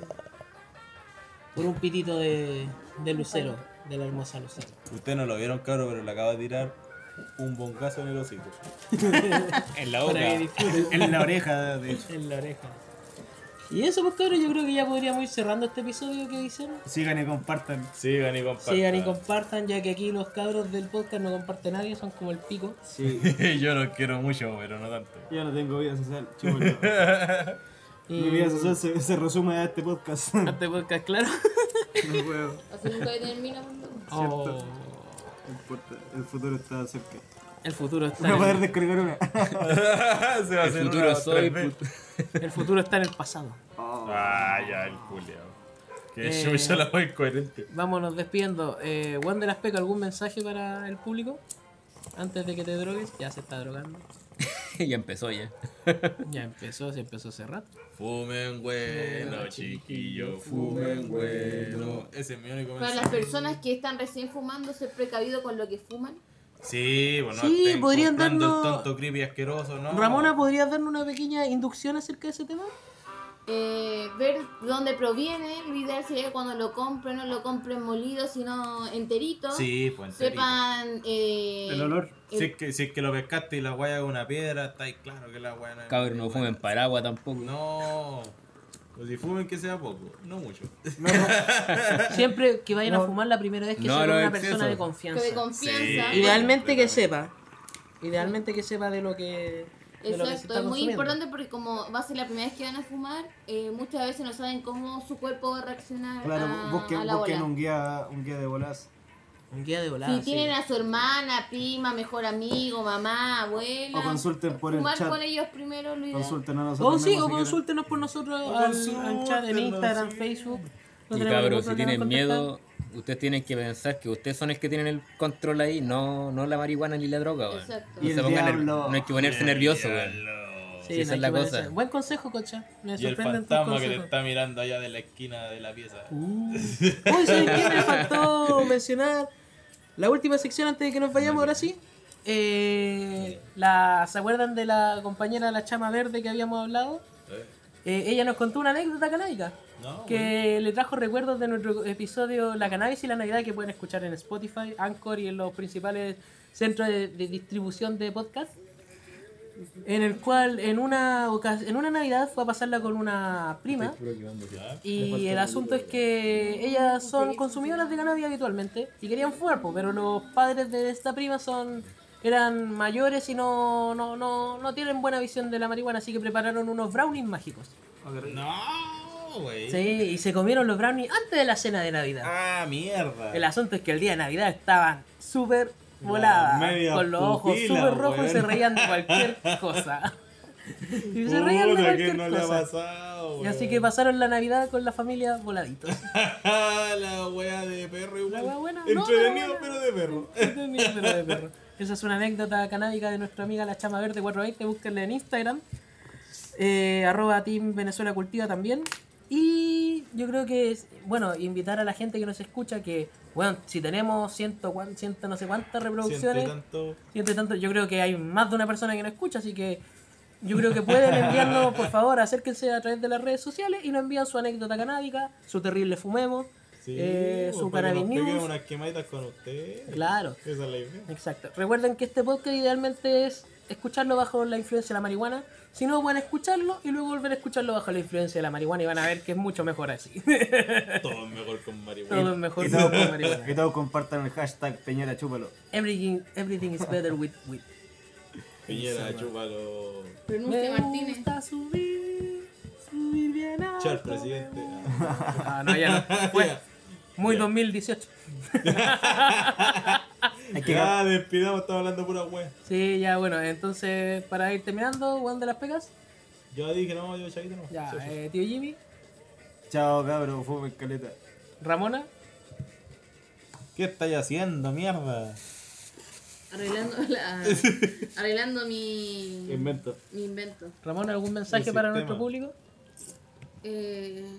[SPEAKER 2] por un pitito de, de Lucero, de la hermosa Lucero.
[SPEAKER 3] Ustedes no lo vieron, cabrón, pero le acabo de tirar un bongazo en el hocico.
[SPEAKER 4] En la
[SPEAKER 2] Para
[SPEAKER 4] boca.
[SPEAKER 2] que disfruten
[SPEAKER 5] En la oreja, de hecho.
[SPEAKER 2] en la oreja. Y eso, pues cabros, yo creo que ya podríamos ir cerrando este episodio que hicieron.
[SPEAKER 5] Sigan y compartan.
[SPEAKER 3] Sigan y compartan.
[SPEAKER 2] Sigan y compartan, ya que aquí los cabros del podcast no comparte nadie, son como el pico.
[SPEAKER 3] *laughs* Yo los quiero mucho, pero no *laughs* tanto.
[SPEAKER 5] Yo no tengo vida social, *laughs* chúpenlo. Mi vida social se, se resume a este *laughs* podcast. No
[SPEAKER 2] Este podcast, claro.
[SPEAKER 5] puedo,
[SPEAKER 6] Así nunca termina. pues,
[SPEAKER 2] *laughs* Oh,
[SPEAKER 5] no importa, el futuro está cerca.
[SPEAKER 2] el futuro está.
[SPEAKER 5] *laughs* Voy a poder
[SPEAKER 2] En,
[SPEAKER 5] descargar *laughs* una.
[SPEAKER 3] Se va a
[SPEAKER 4] El
[SPEAKER 3] hacer
[SPEAKER 4] futuro
[SPEAKER 3] una
[SPEAKER 4] soy.
[SPEAKER 3] otra vez.
[SPEAKER 4] put-
[SPEAKER 2] el futuro está en el pasado.
[SPEAKER 3] Ah, ya, el culiao. Que
[SPEAKER 2] Eh.
[SPEAKER 3] yo ya la voy coherente.
[SPEAKER 2] Vámonos despidiendo. Eh, Juan de las Peca, ¿algún mensaje para el público? Antes de que te drogues, ya se está drogando.
[SPEAKER 4] *laughs* ya empezó ya.
[SPEAKER 2] Ya empezó, se empezó hace rato.
[SPEAKER 3] Fumen bueno, chiquillo, fumen bueno. Ese es mi único
[SPEAKER 6] Para
[SPEAKER 3] mensaje.
[SPEAKER 6] las personas que están recién fumando, ser precavido con lo que fuman.
[SPEAKER 3] Sí, bueno,
[SPEAKER 2] Sí,
[SPEAKER 3] estén
[SPEAKER 2] podrían
[SPEAKER 3] comprando
[SPEAKER 2] darnos-
[SPEAKER 3] el tonto creepy asqueroso, ¿no?
[SPEAKER 2] Ramona, ¿podrías darnos una pequeña inducción acerca de ese tema?
[SPEAKER 6] Eh, ver dónde proviene, lo ideal sería que cuando lo compren, no lo compren molido, sino enterito.
[SPEAKER 3] Sí, pues enterito.
[SPEAKER 6] Sepan eh,
[SPEAKER 5] El olor.
[SPEAKER 6] el-
[SPEAKER 3] Si es, que, si es que lo pescaste y la guaya es una piedra, está ahí claro que la guaya no es.
[SPEAKER 4] Cabrón, no fumen paraguas tampoco.
[SPEAKER 3] No. Pues si fumen que sea poco, no mucho.
[SPEAKER 2] Siempre que vayan a fumar la primera vez que
[SPEAKER 4] No,
[SPEAKER 2] sea con
[SPEAKER 4] no,
[SPEAKER 2] una
[SPEAKER 4] es
[SPEAKER 2] persona
[SPEAKER 4] eso.
[SPEAKER 2] de
[SPEAKER 6] que de
[SPEAKER 2] confianza.
[SPEAKER 6] confianza.
[SPEAKER 3] Sí.
[SPEAKER 2] Idealmente que sepa. Idealmente que sepa de lo que. de lo que se
[SPEAKER 6] Exacto,
[SPEAKER 2] está
[SPEAKER 6] es muy
[SPEAKER 2] consumiendo.
[SPEAKER 6] importante porque como va a ser la primera vez que van a fumar, eh, muchas veces no saben cómo su cuerpo va a reaccionar
[SPEAKER 5] Claro,
[SPEAKER 6] a, Ah, a
[SPEAKER 5] busquen,
[SPEAKER 6] la
[SPEAKER 5] busquen
[SPEAKER 6] bola.
[SPEAKER 5] un guía, un guía de bolas.
[SPEAKER 2] Un guía de volada.
[SPEAKER 6] Si
[SPEAKER 2] sí.
[SPEAKER 6] tienen a su hermana, prima, mejor amigo, mamá, abuela,
[SPEAKER 5] O consulten por el
[SPEAKER 6] fumar
[SPEAKER 5] chat.
[SPEAKER 6] con ellos primero, lo ideal.
[SPEAKER 5] Consulten a nosotros.
[SPEAKER 2] O Oh, sí,
[SPEAKER 5] mismos
[SPEAKER 2] o
[SPEAKER 5] si quieren.
[SPEAKER 2] consúltenos por nosotros al, al chat en Instagram, Facebook. No tenemos
[SPEAKER 4] Y
[SPEAKER 2] ningún
[SPEAKER 4] cabrón, si
[SPEAKER 2] problema
[SPEAKER 4] tienen
[SPEAKER 2] en contactar.
[SPEAKER 4] miedo, ustedes tienen que pensar que ustedes son los que tienen el control ahí, no, no la marihuana ni la droga, weón.
[SPEAKER 6] Exacto.
[SPEAKER 4] No,
[SPEAKER 5] Y
[SPEAKER 4] se
[SPEAKER 5] el
[SPEAKER 4] pongan
[SPEAKER 5] diablo.
[SPEAKER 4] nerv- no hay que ponerse nervioso, weón.
[SPEAKER 2] Sí,
[SPEAKER 4] Sí, esa
[SPEAKER 2] no hay
[SPEAKER 4] es la
[SPEAKER 2] que ponerse-
[SPEAKER 4] cosa.
[SPEAKER 2] Buen consejo, cocha. Me
[SPEAKER 3] Y el
[SPEAKER 2] sorprenden
[SPEAKER 3] fantasma
[SPEAKER 2] tus
[SPEAKER 3] que te
[SPEAKER 2] consejos.
[SPEAKER 3] está mirando allá de la esquina de la pieza.
[SPEAKER 2] Uh. Uy, ¿sabes qué? Me faltó mencionar la última sección antes de que nos vayamos, ahora sí. Eh, la, ¿Se acuerdan de la compañera la chama verde que habíamos hablado? Eh, ella nos contó una anécdota canábica
[SPEAKER 3] No,
[SPEAKER 2] que le trajo recuerdos de nuestro episodio La cannabis y la Navidad que pueden escuchar en Spotify, Anchor y en los principales centros de, de distribución de podcast. En el cual en una ocas- en una Navidad fue a pasarla con una prima y el asunto es que ellas son consumidoras de cannabis habitualmente y querían fumar, pues, pero los padres de esta prima son eran mayores y no, no, no, no tienen buena visión de la marihuana, así que prepararon unos brownies mágicos.
[SPEAKER 3] No, güey.
[SPEAKER 2] Sí, y se comieron los brownies antes de la cena de Navidad.
[SPEAKER 3] Ah, mierda.
[SPEAKER 2] El asunto es que el día de Navidad estaban súper voladas,
[SPEAKER 3] media
[SPEAKER 2] con los ojos
[SPEAKER 3] pupila,
[SPEAKER 2] súper rojos y
[SPEAKER 3] weón.
[SPEAKER 2] se reían de
[SPEAKER 3] *laughs*
[SPEAKER 2] cualquier cosa. Y se
[SPEAKER 3] Puta,
[SPEAKER 2] reían de
[SPEAKER 3] que
[SPEAKER 2] cualquier
[SPEAKER 3] no le ha
[SPEAKER 2] cosa.
[SPEAKER 3] pasado,
[SPEAKER 2] Y así
[SPEAKER 3] güey.
[SPEAKER 2] que pasaron la Navidad con la familia voladitos.
[SPEAKER 3] *laughs* la wea de perro igual.
[SPEAKER 2] La wea buena. No,
[SPEAKER 3] Entretenido,
[SPEAKER 2] la wea buena.
[SPEAKER 3] pero de perro.
[SPEAKER 2] Entretenido, pero de perro. Esa es una anécdota canábica de nuestra amiga la chama verde 420. Búsquenla en Instagram. Eh, arroba Team Venezuela Cultiva también. Y yo creo que es, bueno, invitar a la gente que nos escucha que, bueno, si tenemos ciento, cuan- ciento no sé cuántas
[SPEAKER 3] Siento
[SPEAKER 2] reproducciones,
[SPEAKER 3] tanto.
[SPEAKER 2] ciento y tanto, yo creo que hay más de una persona que nos escucha, así que yo creo que pueden
[SPEAKER 3] *laughs*
[SPEAKER 2] enviarnos, por favor, acérquense a través de las redes sociales y nos envían su anécdota canábica, su terrible fumemos,
[SPEAKER 3] Sí, pues,
[SPEAKER 2] eh, su
[SPEAKER 3] para que
[SPEAKER 2] cannabis
[SPEAKER 3] nos peguen
[SPEAKER 2] news.
[SPEAKER 3] unas quemaditas con usted.
[SPEAKER 2] Claro.
[SPEAKER 3] Esa es la idea.
[SPEAKER 2] Exacto. Recuerden que este podcast idealmente es escucharlo bajo la influencia de la marihuana. Si no, van a escucharlo y luego volver a escucharlo bajo la influencia de la marihuana y van a ver que es mucho mejor así. *laughs*
[SPEAKER 3] Todo es mejor con marihuana.
[SPEAKER 2] Todo es mejor
[SPEAKER 5] Que
[SPEAKER 2] con
[SPEAKER 5] todos,
[SPEAKER 2] marihuana.
[SPEAKER 5] que todos compartan el hashtag Peñera Chúpalo.
[SPEAKER 2] Everything, everything is better with with.
[SPEAKER 3] Piñera, chúpalo.
[SPEAKER 6] Pronuncia
[SPEAKER 2] Me
[SPEAKER 6] Martínez.
[SPEAKER 2] gusta subir, subir bien alto.
[SPEAKER 3] Chao, presidente. Ah.
[SPEAKER 2] Ah, no, ya
[SPEAKER 3] *laughs*
[SPEAKER 2] no. Fue muy 2018.
[SPEAKER 5] Hay que,
[SPEAKER 3] Ya, despidamos, estamos hablando pura wea.
[SPEAKER 2] Sí, ya bueno. Entonces, para ir terminando, Juan de las Pegas.
[SPEAKER 3] Yo dije, no, yo chavito no.
[SPEAKER 2] Ya,
[SPEAKER 3] Sí, sí.
[SPEAKER 2] eh, tío Jimmy,
[SPEAKER 5] chao, cabrón, fumen caleta.
[SPEAKER 2] Ramona.
[SPEAKER 3] ¿Qué estáis haciendo, mierda?
[SPEAKER 6] Arreglando, la- arreglando mi,
[SPEAKER 3] Invento.
[SPEAKER 6] mi invento.
[SPEAKER 2] Ramona, ¿algún mensaje para nuestro público?
[SPEAKER 6] Eh,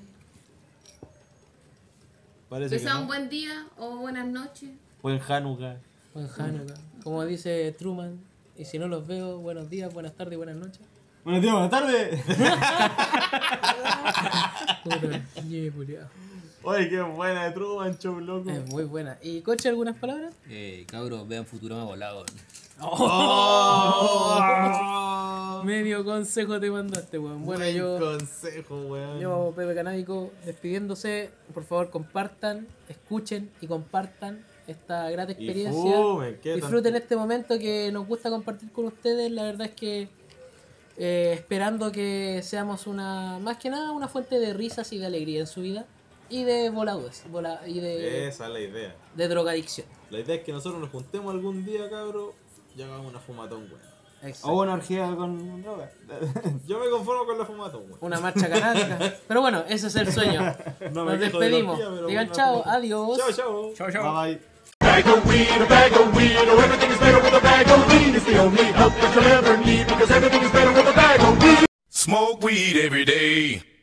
[SPEAKER 3] Parece
[SPEAKER 6] que
[SPEAKER 3] que
[SPEAKER 6] Pues sea un
[SPEAKER 3] no.
[SPEAKER 6] buen día o buenas noches.
[SPEAKER 3] Buen Hanukkah.
[SPEAKER 2] Buen Hanukkah. Como dice Truman, y si no los veo, buenos días, buenas tardes, buenas noches.
[SPEAKER 5] Buenos *laughs* días, buenas tardes.
[SPEAKER 2] *laughs* Puta, ñe, culiao.
[SPEAKER 3] Oye, qué buena de Truman Show, loco.
[SPEAKER 2] Es muy buena. ¿Y coche algunas palabras?
[SPEAKER 4] Eh, cabros, vean Futurama volado.
[SPEAKER 2] Medio consejo te mandaste, weón. Bueno,
[SPEAKER 3] Buen
[SPEAKER 2] yo.
[SPEAKER 3] consejo, weón.
[SPEAKER 2] Yo, Pepe Canábico, despidiéndose, por favor compartan, escuchen y compartan esta grata experiencia.
[SPEAKER 3] fumen, qué tan-
[SPEAKER 2] Disfruten este momento que nos gusta compartir con ustedes. La verdad es que eh, esperando que seamos una, más que nada, una fuente de risas y de alegría en su vida y de volados vola- y de,
[SPEAKER 3] Esa es la idea.
[SPEAKER 2] de drogadicción.
[SPEAKER 3] La idea es que nosotros nos juntemos algún día, cabro, y hagamos una fumatón, weón.
[SPEAKER 5] O una orgía con droga.
[SPEAKER 3] Yo me conformo con la fumatón, weón.
[SPEAKER 2] Una marcha
[SPEAKER 3] *laughs*
[SPEAKER 2] canábica. Pero bueno, ese es el sueño.
[SPEAKER 3] No me
[SPEAKER 2] Nos
[SPEAKER 3] quejo de la
[SPEAKER 2] despedimos.
[SPEAKER 3] orgía, pero
[SPEAKER 2] Digan
[SPEAKER 3] bueno.
[SPEAKER 2] chao, adiós.
[SPEAKER 3] Chao, chao.
[SPEAKER 4] Chao,
[SPEAKER 5] Bye
[SPEAKER 4] chao.
[SPEAKER 5] bye.
[SPEAKER 9] Bag of weed, a bag of weed, oh everything is better with a bag of weed. It's the only help that you'll ever need because everything is better with a bag of weed. Smoke weed every day.